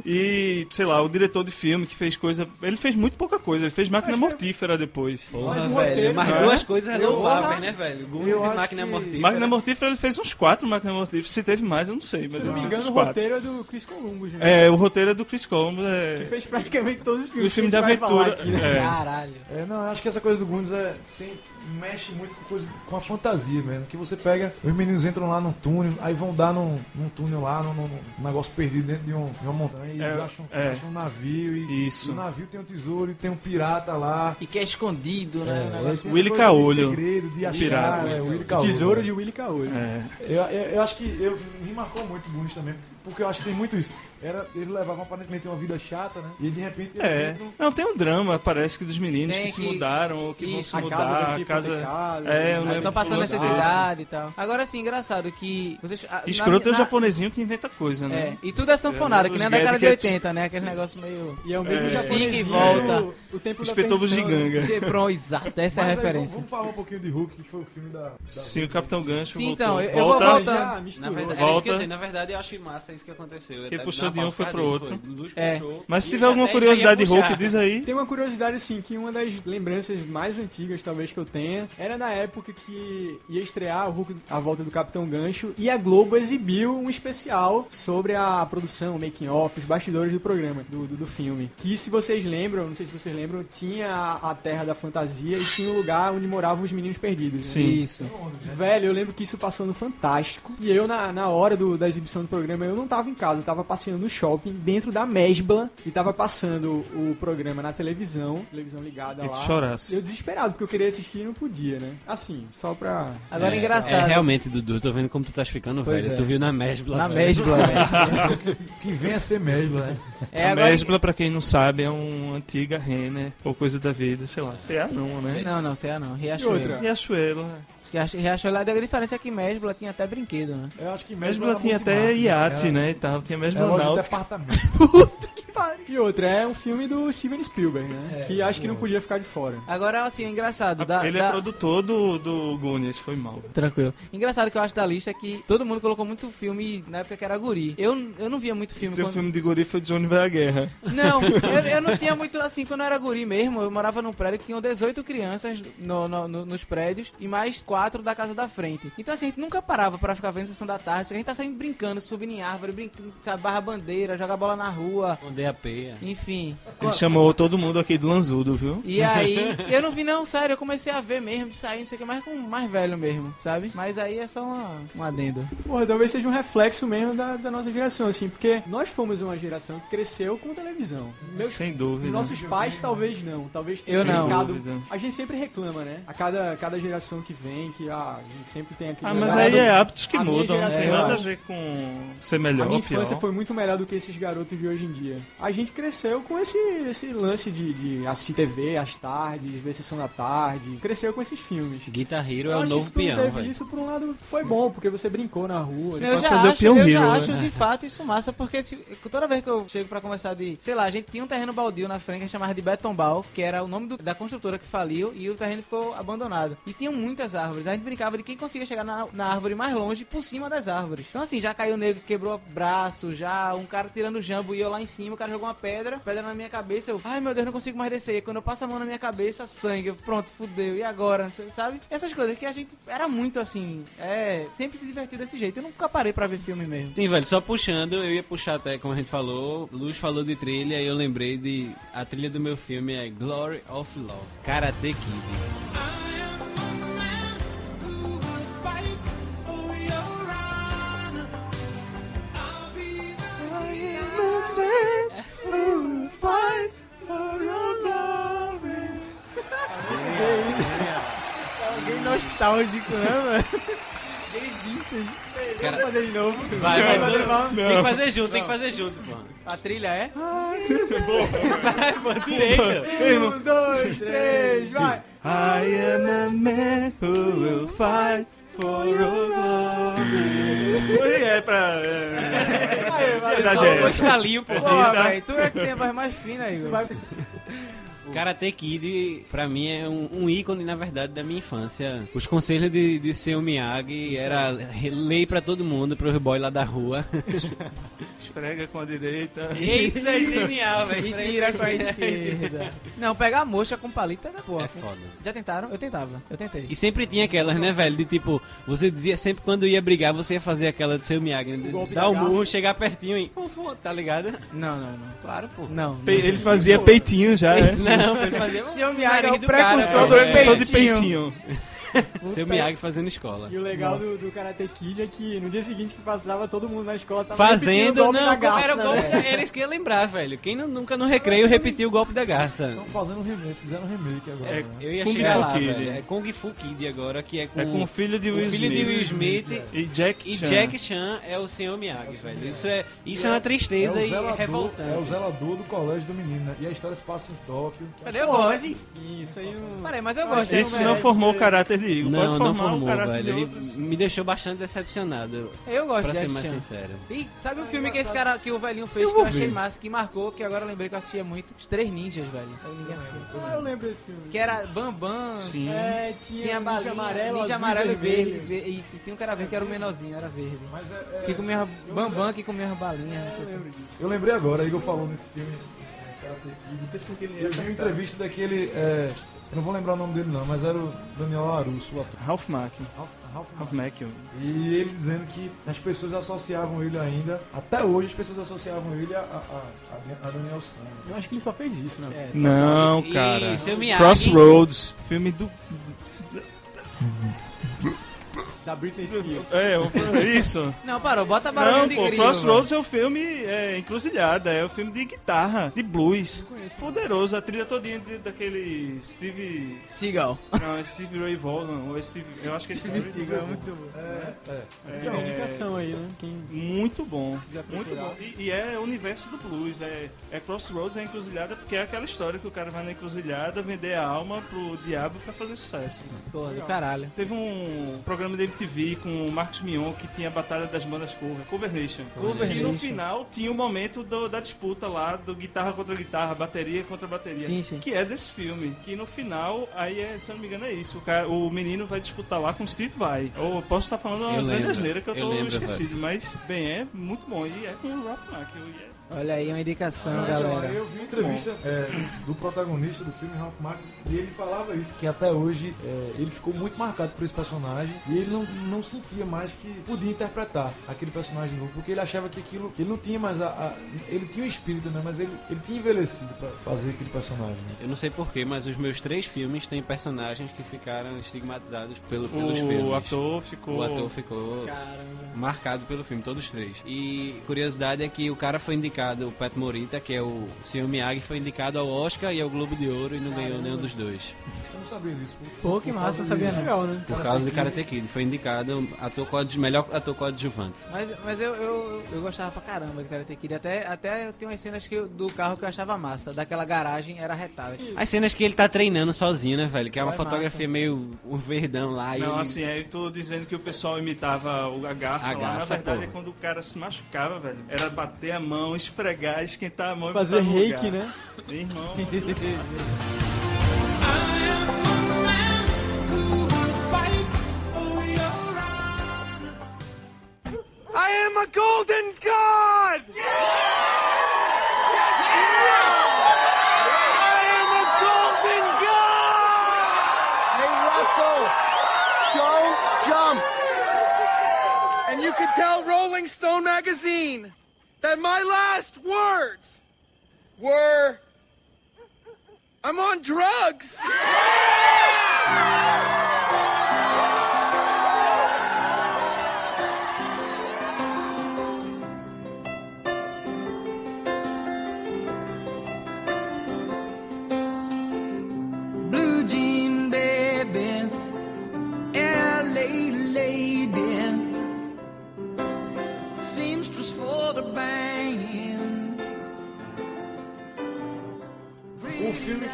Speaker 8: E, sei lá, o diretor de filme que fez coisa. Ele fez muito pouca coisa, ele fez máquina
Speaker 6: Mas-
Speaker 8: mortífera depois.
Speaker 5: Porra,
Speaker 6: Mas o
Speaker 5: velho.
Speaker 6: roteiro,
Speaker 5: Mas
Speaker 8: né?
Speaker 5: duas coisas
Speaker 6: Eu-
Speaker 5: louváveis, né, velho? Goonies
Speaker 6: eu
Speaker 5: e
Speaker 6: acho
Speaker 5: Máquina
Speaker 6: que-
Speaker 5: Mortífera.
Speaker 8: Máquina mortífera, ele fez uns quatro máquina mortífera. Se teve mais, eu não sei, mas
Speaker 6: Se eu não
Speaker 8: ele
Speaker 6: me
Speaker 8: fez
Speaker 6: engano,
Speaker 8: uns
Speaker 6: o
Speaker 8: quatro.
Speaker 6: roteiro é do Chris Columbus, né?
Speaker 8: É, o roteiro é do Chris Columbus. É...
Speaker 6: Que fez praticamente todos os
Speaker 8: Os
Speaker 6: filmes
Speaker 8: filmes de
Speaker 6: que a gente vai falar
Speaker 8: aventura.
Speaker 6: aqui, né?
Speaker 8: é.
Speaker 7: Caralho.
Speaker 4: É, não, eu acho que essa coisa do Goonies é, tem- mexe muito com, coisa- com a fantasia mesmo. Que você pega, os meninos entram lá num túnel, aí vão dar num, num túnel lá, num, num- num negócio perdido dentro de, um- de uma montanha, e
Speaker 8: É,
Speaker 4: eles acham,
Speaker 8: é.
Speaker 4: acham um navio, e
Speaker 8: Isso.
Speaker 4: no navio tem um tesouro, e tem um pirata lá.
Speaker 7: E que é escondido, né? o
Speaker 4: É,
Speaker 7: negócio.
Speaker 4: tem essa
Speaker 8: Willy
Speaker 4: coisa
Speaker 8: Caolho.
Speaker 4: De segredo, de achar,
Speaker 8: pirata.
Speaker 4: é, Willy Caolho.
Speaker 6: Tesouro de Willy Caolho.
Speaker 8: É.
Speaker 4: Eu, eu, eu acho que eu, me marcou muito o Goonies também, porque eu acho que tem muito isso. Era, ele levava aparentemente uma vida chata, né? E de repente eles
Speaker 8: É.
Speaker 4: entram
Speaker 8: Não, tem um drama, parece que dos meninos
Speaker 7: Tem
Speaker 8: que, se
Speaker 7: que-
Speaker 8: mudaram ou que vão
Speaker 7: Isso.
Speaker 8: se
Speaker 6: A
Speaker 8: mudar.
Speaker 6: casa né, vai ser
Speaker 8: a casa...
Speaker 6: hipotecada.
Speaker 8: É, eu
Speaker 6: Aí
Speaker 8: lembro
Speaker 7: Estão Então, passando
Speaker 8: desse lance.
Speaker 7: necessidade e tal. Agora sim, engraçado que. Vocês, a- na
Speaker 8: Escroto é o
Speaker 7: minha- na-
Speaker 8: japonesinho que inventa coisa, né?
Speaker 7: É, e tudo é sanfonado,
Speaker 8: É,
Speaker 7: que nem a
Speaker 8: os
Speaker 7: década de
Speaker 8: gadgets.
Speaker 7: 80, né? Aquele negócio meio.
Speaker 6: E é o mesmo
Speaker 8: É.
Speaker 6: japonesinho
Speaker 7: Fica e
Speaker 6: do-
Speaker 7: volta.
Speaker 6: O tempo da
Speaker 8: Espetobos de
Speaker 6: pensão, né?
Speaker 8: ganga.
Speaker 7: Pronto, exato, essa é a
Speaker 4: Mas aí, vamos,
Speaker 7: referência.
Speaker 4: vamos falar um pouquinho de Hulk, que foi o filme da. da
Speaker 8: Sim, o
Speaker 4: Hulk. né?
Speaker 8: Capitão Gancho
Speaker 7: Sim,
Speaker 8: voltou.
Speaker 7: então, eu- eu vou
Speaker 8: Volta-
Speaker 7: voltar.
Speaker 6: Já
Speaker 5: Na
Speaker 6: Ah, misturou.
Speaker 5: verdade, era
Speaker 8: Volta.
Speaker 5: isso que eu ia dizer, na verdade, eu acho massa isso que aconteceu.
Speaker 8: Quem
Speaker 5: Tá-
Speaker 8: puxou
Speaker 5: dá
Speaker 8: de
Speaker 5: uma
Speaker 8: um foi
Speaker 5: pausa
Speaker 8: pro
Speaker 5: pra
Speaker 8: outro.
Speaker 5: isso, foi. Luz
Speaker 7: É.
Speaker 5: puxou,
Speaker 8: Mas
Speaker 5: e
Speaker 8: se tiver um-
Speaker 5: já
Speaker 8: alguma
Speaker 5: até já ia
Speaker 8: curiosidade de
Speaker 5: puxar.
Speaker 8: Hulk, diz aí.
Speaker 6: Tem uma curiosidade, assim, que uma das lembranças mais antigas, talvez, que eu tenha, era na época que ia estrear o Hulk, a volta do Capitão Gancho, e a Globo exibiu um especial sobre a produção, o making off, os bastidores do programa, do, do, do filme. Que, se vocês lembram, não sei se vocês lembram, tinha a, a Terra da Fantasia e tinha o lugar onde moravam os meninos perdidos. né?
Speaker 7: Isso.
Speaker 6: Velho, eu lembro que isso passou no Fantástico. E eu, na, na hora do- da exibição do programa, eu não tava em casa, eu tava passeando no shopping, dentro da Mesbla, e tava passando o programa na televisão, televisão ligada
Speaker 8: E tu
Speaker 6: lá.
Speaker 8: chorasse.
Speaker 6: Eu desesperado, porque eu queria assistir e não podia, né? Assim, só pra.
Speaker 7: Agora é,
Speaker 5: É,
Speaker 7: engraçado.
Speaker 5: realmente, Dudu, eu tô vendo como tu tá ficando
Speaker 7: Pois
Speaker 5: velho.
Speaker 7: é.
Speaker 5: Tu viu na mesbla,
Speaker 7: na
Speaker 5: velho.
Speaker 7: mesbla. velho.
Speaker 4: Que vem a ser mesmo, né?
Speaker 7: É,
Speaker 8: a
Speaker 7: agora.
Speaker 8: Mesbla, pra quem não sabe, é uma antiga renner ou coisa da vida, sei lá. Sei lá, não, né?
Speaker 7: Não, não, sei lá não.
Speaker 6: E
Speaker 7: Riachuelo.
Speaker 6: outra?
Speaker 8: E Achuelo, né?
Speaker 7: Acho que Riachu- Riachuelo, a diferença é que Mesbla tinha até brinquedo, né?
Speaker 4: Eu acho que mesmo.
Speaker 8: Mesbla tinha até iate, né? E tal, tinha
Speaker 4: É
Speaker 8: Mesbla
Speaker 4: loja de
Speaker 8: náutica.
Speaker 4: departamento.
Speaker 6: E outra, é um filme do Steven Spielberg, né? que acho que não podia ficar de fora.
Speaker 7: Agora, assim, o engraçado. Da,
Speaker 8: Ele
Speaker 7: da-
Speaker 8: é produtor do, do Goonies, foi mal.
Speaker 5: Então,
Speaker 7: Tranquilo. Engraçado que eu acho da lista é que todo mundo colocou muito filme na época que era guri. Eu, eu não via muito filme
Speaker 8: Teu
Speaker 7: quando.
Speaker 8: filme de guri foi Johnny vai à guerra.
Speaker 7: Não, eu, eu não tinha muito assim, quando eu era guri mesmo, eu morava num prédio que tinham 18 crianças no- no- no- nos prédios e mais quatro da casa da frente. Então assim, a gente nunca parava pra ficar vendo sessão da tarde, só que a gente tá saindo brincando, subindo em árvore, brincando, sabe, barra bandeira, jogar bola na rua,
Speaker 5: Esconder a apeia.
Speaker 7: Enfim.
Speaker 8: Ele chamou todo mundo aqui de lanzudo, viu?
Speaker 7: E aí, eu não vi não, sério, eu comecei a ver mesmo, de sair, não sei o que, mas com mais velho mesmo, sabe? Mas aí é só uma, um adendo.
Speaker 6: Porra, talvez seja um reflexo mesmo da, da nossa geração, assim, porque nós fomos uma geração que cresceu com televisão. Meus
Speaker 8: Sem dúvida.
Speaker 6: Nossos pais talvez não, talvez tenha
Speaker 7: Eu não.
Speaker 6: ficado-
Speaker 8: Dúvida.
Speaker 6: A gente sempre reclama, né? A cada, cada geração que vem, que ah, a gente sempre tem aquele.
Speaker 8: Ah, mas
Speaker 6: legado.
Speaker 8: aí é hábitos que
Speaker 6: A minha
Speaker 8: mudam, não tem
Speaker 6: geração-
Speaker 8: nada a ver com ser melhor
Speaker 6: A minha
Speaker 8: ou pior.
Speaker 6: infância foi muito melhor do que esses garotos de hoje em dia. A gente cresceu com esse, esse lance de, de assistir TV às tardes, ver sessão da tarde. Cresceu com esses filmes.
Speaker 5: Guitar Hero
Speaker 6: Eu
Speaker 5: é o
Speaker 6: acho que
Speaker 5: novo
Speaker 6: se tu teve
Speaker 5: peão, velho.
Speaker 6: isso, por um lado, foi bom, porque você brincou na rua.
Speaker 7: Eu
Speaker 8: pode
Speaker 7: já
Speaker 8: fazer o
Speaker 7: acho,
Speaker 8: Peão
Speaker 7: eu
Speaker 8: Hero,
Speaker 7: já
Speaker 8: né?
Speaker 7: acho de fato isso massa, porque se- toda vez que eu chego pra conversar de, sei lá, a gente tinha um terreno baldio na frente que chamava de Betombal, que era o nome do- da construtora que faliu e o terreno ficou abandonado. E tinham muitas árvores, a gente brincava de quem conseguia chegar na, na árvore mais longe por cima das árvores. Então assim, já caiu negro, quebrou braço, já um cara tirando jambo e eu lá em cima, o cara jogou uma pedra, pedra na minha cabeça, eu, ai meu Deus, não consigo mais descer. E quando eu passo a mão na minha cabeça, sangue, eu, pronto, fudeu, e agora? Não sei, Sabe? Essas coisas que a gente era muito assim, é, sempre se divertiu desse jeito. Eu nunca parei pra ver filme mesmo.
Speaker 5: Sim, velho, só puxando, eu ia puxar até, como a gente falou, Luz falou de trilha e eu lembrei de. A trilha do meu filme é Glory of Love, Karate Kid.
Speaker 7: Alguém nostálgico, né, velho?
Speaker 5: Cara-
Speaker 6: fazer de novo.
Speaker 5: Vai, vai, vai, tem que fazer junto, tem que fazer junto, pô.
Speaker 7: A trilha é?
Speaker 6: É
Speaker 5: Pô, direita.
Speaker 6: Um, dois, três, vai!
Speaker 8: I am a man who will fight for your glory. é pra. É,
Speaker 6: Aí, vai,
Speaker 8: da
Speaker 6: só-
Speaker 5: um
Speaker 8: gente.
Speaker 7: Estalinho, pô.
Speaker 8: Eita.
Speaker 7: velho, tu é que tem a voz mais fina aí,
Speaker 6: Isso
Speaker 7: velho.
Speaker 6: vai-
Speaker 5: Karate Kid, pra mim, é um, um ícone, na verdade, da minha infância. Os conselhos de, de seu Miyagi era lei pra todo mundo, pro boy lá da rua.
Speaker 8: esfrega com a direita.
Speaker 5: Isso é genial,
Speaker 7: E tira com a esquerda. Não, pegar a mocha com palito é da porra.
Speaker 5: É foda.
Speaker 7: Já tentaram? Eu tentava. Eu tentei.
Speaker 5: E sempre tinha aquelas, né, velho? De tipo, você dizia sempre quando ia brigar, você ia fazer aquela do seu Miyagi. né?
Speaker 6: golpe
Speaker 5: Dar o
Speaker 6: da
Speaker 5: murro,
Speaker 6: graça.
Speaker 5: chegar pertinho e. Pô, pô, tá ligado?
Speaker 7: Não, não, não.
Speaker 5: Claro, pô.
Speaker 7: Não.
Speaker 8: Pe- Ele fazia peitinho já, né?
Speaker 5: Não, pra ele fazer.
Speaker 7: Se eu me agarro, é o
Speaker 5: nariz do cara,
Speaker 7: precursor
Speaker 5: velho.
Speaker 7: do
Speaker 5: É.
Speaker 8: Só de
Speaker 7: peitinho.
Speaker 8: peitinho.
Speaker 5: Seu Miyagi fazendo escola.
Speaker 6: E o legal do, do Karate Kid é que no dia seguinte que passava, todo mundo na escola tava repetindo o
Speaker 5: Fazendo,
Speaker 6: golpe da
Speaker 5: não,
Speaker 6: garça,
Speaker 5: era o golpe.
Speaker 6: né?
Speaker 5: da- Era isso que eu ia lembrar, velho. Quem nu- nunca no recreio repetiu o golpe da garça?
Speaker 4: Estão fazendo um remake, fizeram um remake agora.
Speaker 8: É,
Speaker 4: né?
Speaker 5: Eu ia
Speaker 8: Kung
Speaker 5: chegar
Speaker 8: Fu
Speaker 5: lá,
Speaker 8: Kid.
Speaker 5: velho. É Kung Fu Kid agora, que é com,
Speaker 8: É com o filho de
Speaker 5: o
Speaker 8: Will
Speaker 5: filho
Speaker 8: Smith.
Speaker 5: de Will Smith.
Speaker 8: E Jack
Speaker 5: E
Speaker 8: Chan.
Speaker 5: Jack Chan é o senhor Miyagi, velho. Isso é, isso é uma tristeza
Speaker 4: é o
Speaker 5: e
Speaker 4: zelador,
Speaker 5: revoltante.
Speaker 4: É o zelador do colégio do menino, né? E a história se passa em Tóquio.
Speaker 7: Peraí, eu
Speaker 6: Pô, mas
Speaker 7: gosto.
Speaker 6: enfim, isso aí não...
Speaker 7: Peraí, mas eu gosto.
Speaker 8: Esse
Speaker 7: eu,
Speaker 8: não formou o caráter de Igor.
Speaker 5: Não,
Speaker 8: Pode formar
Speaker 5: não formou,
Speaker 8: o caráter
Speaker 5: velho.
Speaker 8: de
Speaker 5: Ele
Speaker 8: outros.
Speaker 5: me deixou bastante decepcionado,
Speaker 7: eu gosto
Speaker 5: pra
Speaker 7: de
Speaker 5: ser
Speaker 7: Jack
Speaker 5: mais
Speaker 7: Chan.
Speaker 5: sincero.
Speaker 7: E sabe o filme que esse cara, que o velhinho fez, que eu achei massa, que marcou, que agora eu lembrei que eu assistia muito? Os Três Ninjas, velho. Eu ninguém assistiu.
Speaker 6: Ah, eu lembro desse filme.
Speaker 7: Que era Bambam,
Speaker 8: Sim.
Speaker 6: É, tinha,
Speaker 7: tinha a
Speaker 6: ninja
Speaker 7: balinha,
Speaker 6: amarelo,
Speaker 7: ninja
Speaker 6: azul
Speaker 7: amarelo e verde.
Speaker 6: vermelho.
Speaker 7: ve- Isso, tinha um cara verde que era o menorzinho, era verde.
Speaker 4: Mas é- é-
Speaker 7: Que comia Bambam, que comia balinha, não sei
Speaker 6: Eu
Speaker 7: o quê.
Speaker 6: lembro disso.
Speaker 4: Eu lembrei agora, Igor falou nesse filme. é, Karate Kid. Eu vi uma entrevista daquele. é, eu não vou lembrar o nome dele, não, mas era o Daniel Larusso, o ator.
Speaker 8: Ralph Mack.
Speaker 4: Ralph, Ralph
Speaker 8: Ralph
Speaker 4: Macchio.
Speaker 8: Mack.
Speaker 4: E ele dizendo que as pessoas associavam ele ainda, até hoje as pessoas associavam ele a, a, a, a Daniel Sam.
Speaker 6: Eu acho que ele só fez isso, né?
Speaker 7: É.
Speaker 8: Não,
Speaker 5: E
Speaker 8: cara.
Speaker 5: seu Miyagi-
Speaker 8: Crossroads. Filme do.
Speaker 6: Da Britney Spears.
Speaker 8: É, o- isso.
Speaker 7: Não, parou, bota barulhinho
Speaker 8: Não,
Speaker 7: de
Speaker 8: pô,
Speaker 7: grilo.
Speaker 8: Crossroads é um filme é, encruzilhada, é um filme de guitarra, de blues. Poderoso, a trilha todinha de- daquele Steve.
Speaker 7: Sigal.
Speaker 8: Não, é Steve Ray Vaughan, ou é Steve. Eu acho que é Steve, Ray Vaughan. É,
Speaker 6: Fica uma indicação aí, né? Quem
Speaker 8: Muito bom,
Speaker 6: quiser
Speaker 8: muito
Speaker 6: procurar.
Speaker 8: bom. E, e é o universo do blues, é, é Crossroads, é encruzilhada, porque é aquela história que o cara vai na encruzilhada vender a alma pro diabo pra fazer sucesso.
Speaker 7: Porra, do caralho.
Speaker 8: Teve um programa da MTV com o Marcos Mion que tinha a Batalha das Bandas Cover, Cover Nation.
Speaker 7: Cover
Speaker 8: e no
Speaker 7: Nation.
Speaker 8: final tinha o momento do- da disputa lá, do guitarra contra guitarra, bateria contra bateria.
Speaker 7: Sim, sim.
Speaker 8: Que é desse filme. Que no final, aí é, se eu não me engano, é isso. O, cara- o menino vai disputar lá com o Steve Vai. Ou posso estar falando uma
Speaker 5: Eu
Speaker 8: grande
Speaker 5: lembro,
Speaker 8: asneira que eu
Speaker 5: eu
Speaker 8: tô
Speaker 5: lembro,
Speaker 8: esquecido, mas bem, é muito bom. E é com o Ralph Macchio. E é
Speaker 7: Olha aí uma indicação,
Speaker 4: Então,
Speaker 7: galera.
Speaker 4: Eu vi uma entrevista é, do protagonista do filme, Ralph Macchio, e ele falava isso, que até hoje é, ele ficou muito marcado por esse personagem e ele não, não sentia mais que podia interpretar aquele personagem novo, porque ele achava que aquilo, que ele não tinha mais a... a- ele tinha o espírito, né, mas ele, ele tinha envelhecido pra fazer aquele personagem, né.
Speaker 5: Eu não sei porquê, mas os meus três filmes têm personagens que ficaram estigmatizados pelo, pelos
Speaker 8: O
Speaker 5: filmes.
Speaker 8: ator ficou.
Speaker 5: O ator ficou marcado pelo filme, todos três. E curiosidade é que o cara foi indicado, o Pat Morita, que é o Sr. Miyagi, foi indicado ao Oscar e ao Globo de Ouro e não ganhou nenhum dos dois.
Speaker 4: Eu não sabia disso.
Speaker 7: Pô, que massa, não
Speaker 4: É.
Speaker 7: sabia não.
Speaker 6: Legal, né?
Speaker 5: Por causa de Karate Kid. Foi indicado ator coadju- melhor ator coadjuvante.
Speaker 7: Mas, mas eu, eu, eu gostava pra caramba de Karate Kid. Até, até tem umas cenas que eu- do carro que eu achava massa. Daquela garagem era retada.
Speaker 5: As cenas que ele tá treinando sozinho, né, velho? Que é uma
Speaker 7: Vai
Speaker 5: fotografia meio um verdão lá. e
Speaker 8: Não,
Speaker 5: ele-
Speaker 8: assim, aí eu tô dizendo que o pessoal imitava o agaça
Speaker 5: A
Speaker 8: lá. Na
Speaker 5: garça,
Speaker 8: verdade,
Speaker 5: porra.
Speaker 8: é quando o cara se machucava, velho. Era bater a mão, esfregar, esquentar a mão e
Speaker 6: Fazer
Speaker 4: tá
Speaker 8: botar no
Speaker 6: reiki,
Speaker 8: lugar.
Speaker 6: né?
Speaker 8: Meu irmão.
Speaker 9: Hey, Russell, don't jump.
Speaker 11: And you can tell Rolling Stone magazine that my last words were I'm on drugs.
Speaker 9: Blue jean baby, LA lady, seamstress for the band.
Speaker 4: O Um filme que,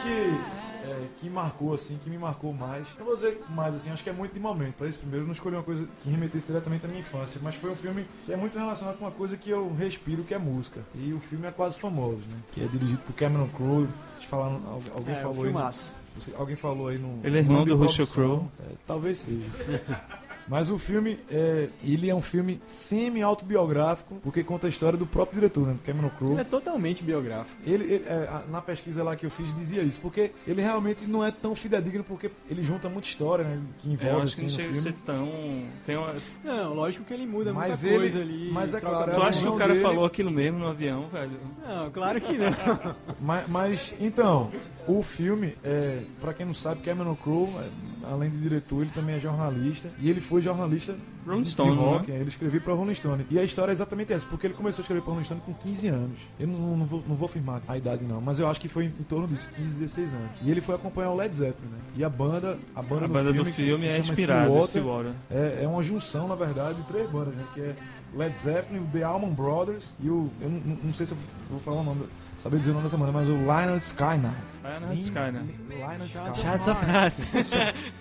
Speaker 4: é, que marcou, assim, que me marcou mais, não vou dizer mais, assim, acho que é muito de momento. Pra esse primeiro, eu não escolhi uma coisa que remetesse diretamente à minha infância, mas foi um filme que é muito relacionado com uma coisa que eu respiro, que é música. E o filme é quase famoso, né? Que é dirigido por Cameron Crowe. Eles Falaram, al- alguém
Speaker 6: É, um
Speaker 4: falou aí. no-
Speaker 6: filmaço.
Speaker 4: você- alguém falou aí no.
Speaker 8: Ele é irmão
Speaker 4: no
Speaker 8: do
Speaker 4: Bob
Speaker 8: Russell
Speaker 4: Song.
Speaker 8: Crowe.
Speaker 4: É, talvez seja. Mas o filme, é, ele é um filme semi-autobiográfico, porque conta a história do próprio diretor, né? Cameron Crowe.
Speaker 6: Ele é totalmente biográfico.
Speaker 4: Ele, ele, é, a- na pesquisa lá que eu fiz dizia isso, porque ele realmente não é tão fidedigno porque ele junta muita história, né, que envolve
Speaker 8: É, Eu acho que
Speaker 4: assim,
Speaker 8: não
Speaker 4: no
Speaker 8: chega
Speaker 4: filme.
Speaker 8: a ser tão. Tem uma...
Speaker 6: Não, lógico que ele muda
Speaker 4: Mas
Speaker 6: muita
Speaker 4: ele-
Speaker 6: coisa ali.
Speaker 4: mas é
Speaker 6: troca
Speaker 4: claro,
Speaker 8: Tu
Speaker 4: é
Speaker 6: muito.
Speaker 8: acha que o
Speaker 4: irmão
Speaker 8: cara
Speaker 4: dele.
Speaker 8: falou aquilo mesmo no avião, velho?
Speaker 6: Não, claro que não.
Speaker 4: Mas, mas, então, o filme, é, para quem não sabe, Cameron Crowe, é, além de diretor, ele também é jornalista e ele foi jornalista
Speaker 8: Rolling
Speaker 4: de
Speaker 8: Stone,
Speaker 4: rock,
Speaker 8: né?
Speaker 4: é, ele escreveu para Rolling Stone. E a história é exatamente essa, porque ele começou a escrever para Rolling Stone com 15 anos. Eu não, não vou, não vou afirmar a idade não, mas eu acho que foi em, em torno disso, 15, 16 anos. E ele foi acompanhar o Led Zeppelin, né? E a banda, a banda,
Speaker 8: A
Speaker 4: do,
Speaker 8: banda do
Speaker 4: filme, que-
Speaker 8: filme
Speaker 4: que
Speaker 8: é
Speaker 4: chama
Speaker 8: inspirada em
Speaker 4: Stillwater,
Speaker 8: Stillwater.
Speaker 4: é, é uma junção, na verdade, de três bandas, né? Que é Led Zeppelin, o The Allman Brothers e o. Eu não, não- não sei se eu vou falar o nome, do- saber dizer o nome dessa banda, mas o Lionel Sky Knight.
Speaker 8: Ah, não, Sky, né?
Speaker 4: Lionel Sky.
Speaker 5: Shards of Hearts.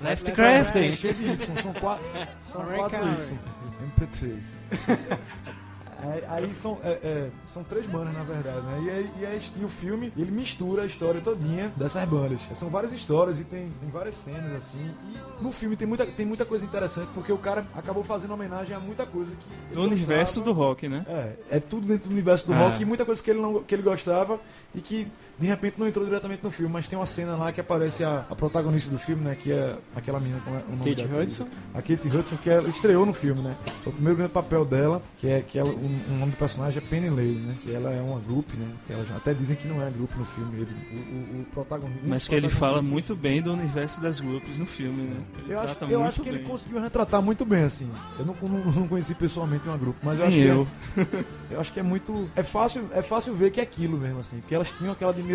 Speaker 5: Left Crafted.
Speaker 4: Cheio de Y, são quatro. São
Speaker 6: Frank
Speaker 4: quatro Y. MP3. Aí, aí são, é, é, são três bandas, na verdade, né? E, aí- e, aí- e o filme, ele mistura a história todinha dessas bandas. São várias histórias e tem, tem várias cenas, assim. E no filme tem muita, tem muita coisa interessante, porque o cara acabou fazendo homenagem a muita coisa que... ele
Speaker 8: Do universo do
Speaker 4: gostava.
Speaker 8: rock, né?
Speaker 4: É, é tudo dentro do universo do
Speaker 8: Ah.
Speaker 4: rock e muita coisa que ele, não, que ele gostava e que de repente não entrou diretamente no filme, mas tem uma cena lá que aparece a, a protagonista do filme, né? Que é aquela menina, como é o nome
Speaker 6: Kate
Speaker 4: dela?
Speaker 6: Hudson.
Speaker 4: A Kate Hudson, que ela estreou no filme, né? Foi o primeiro grande papel dela, que é que ela, o, o nome do personagem é Penny Lane, né? Que ela é uma grupo, né? que Ela já, até dizem que não é grupo no filme, ele, o, o- o protagonista.
Speaker 8: Mas que ele fala muito bem do universo das grupos no filme, né? Ele
Speaker 4: Eu acho,
Speaker 8: trata
Speaker 4: eu
Speaker 8: muito
Speaker 4: acho que ele
Speaker 8: bem.
Speaker 4: conseguiu retratar muito bem, assim. Eu não, não, não conheci pessoalmente uma grupo, mas eu acho
Speaker 8: Nem
Speaker 4: que é-
Speaker 8: assim, eu.
Speaker 4: eu acho que é muito. É fácil, é fácil ver que é aquilo mesmo, assim. Porque elas tinham aquela admiração.